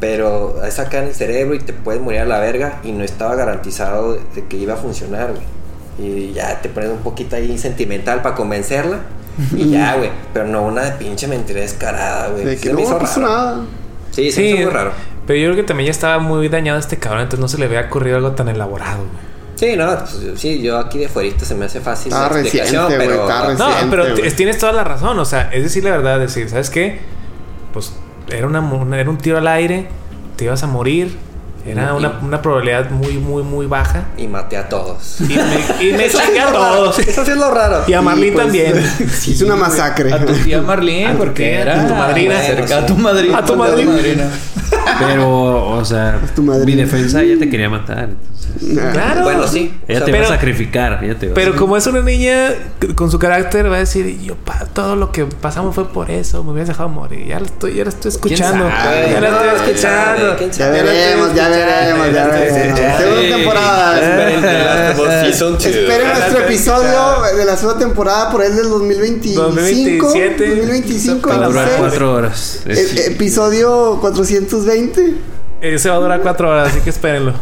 S1: pero es acá en el cerebro y te puedes morir a la verga y no estaba garantizado de que iba a funcionar, güey. Y ya te pones un poquito ahí sentimental para convencerla. Y ya, güey. Pero no una de pinche mentira descarada, güey.
S4: De
S1: Se
S4: que
S1: me
S4: no
S1: hizo
S4: pasa
S1: raro.
S4: nada.
S1: Sí, se me
S5: Sí,
S1: hizo muy raro.
S5: pero yo creo que también ya estaba muy dañado este cabrón, entonces no se le había ocurrido algo tan elaborado. güey.
S1: Sí, no, pues, yo- sí, yo aquí de fuerita se me hace fácil
S4: Está
S1: la
S4: reciente,
S1: explicación,
S4: güey,
S1: pero...
S4: está reciente.
S5: No,
S4: Presente,
S5: pero
S4: güey.
S5: t- tienes toda la razón. O sea, es decir la verdad, es decir, ¿sabes qué? Pues era, una, mu- una- era un tiro al aire, te ibas a morir. Era
S1: Y-
S5: una, una probabilidad muy, muy, muy baja.
S1: Y maté a todos.
S5: Y me, y me
S1: Eso sí
S5: chingué
S1: es
S5: a
S1: lo raro,
S5: todos.
S1: Eso sí es lo raro.
S5: Y a Marlene
S4: Y, pues,
S5: también.
S4: es una masacre.
S3: A tu tía Marlene,
S5: tu
S3: porque
S5: tía,
S3: era
S5: a tu madrina.
S3: Cerca a tu madrina.
S5: A tu
S3: ponte
S5: madrina.
S2: Pero, o sea,
S4: tu madrina.
S2: mi defensa ella te quería matar. entonces,
S4: Nah.
S5: Claro.
S1: Bueno, sí. O
S2: ella
S1: sea,
S2: te
S5: pero-
S2: va a sacrificar, ella te va a
S5: Pero como es una niña c- con su carácter, va a decir: Yo, pa, todo lo que pasamos fue por eso, me hubieras dejado morir. Ya la estoy, ya la estoy escuchando.
S1: sabe?
S5: Ya la
S1: No,
S5: estoy
S1: ¿quién
S5: escuchando.
S1: sabe? ¿Quién
S4: Ya
S1: sabe?
S4: veremos, ya veremos, ya veremos. Segunda temporada. Esperen nuestro episodio de la segunda temporada por ahí del 2025.
S5: 2027.
S4: 2025,
S2: Va a
S5: Para
S4: no
S2: durar
S4: sé.
S2: cuatro horas. Es-
S4: E- Episodio 420.
S5: Ese Eh, va a durar cuatro horas, así que espérenlo.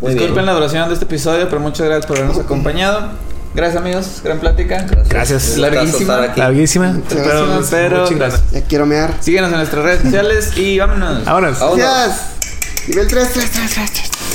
S1: Muy
S3: Disculpen
S1: bien.
S3: la duración de este episodio, pero muchas gracias por habernos acompañado. Gracias, amigos. Gran plática.
S5: Gracias.
S1: Un gustazo
S3: Larguísima.
S1: estar aquí.
S5: Larguísima.
S4: Pero-
S5: Pero,
S3: pero-
S4: Ya quiero mear.
S3: Síguenos en nuestras redes sociales y vámonos.
S5: Ahora.
S1: Vámonos.
S4: Gracias. Nivel 3, 3, 3, 3, 3.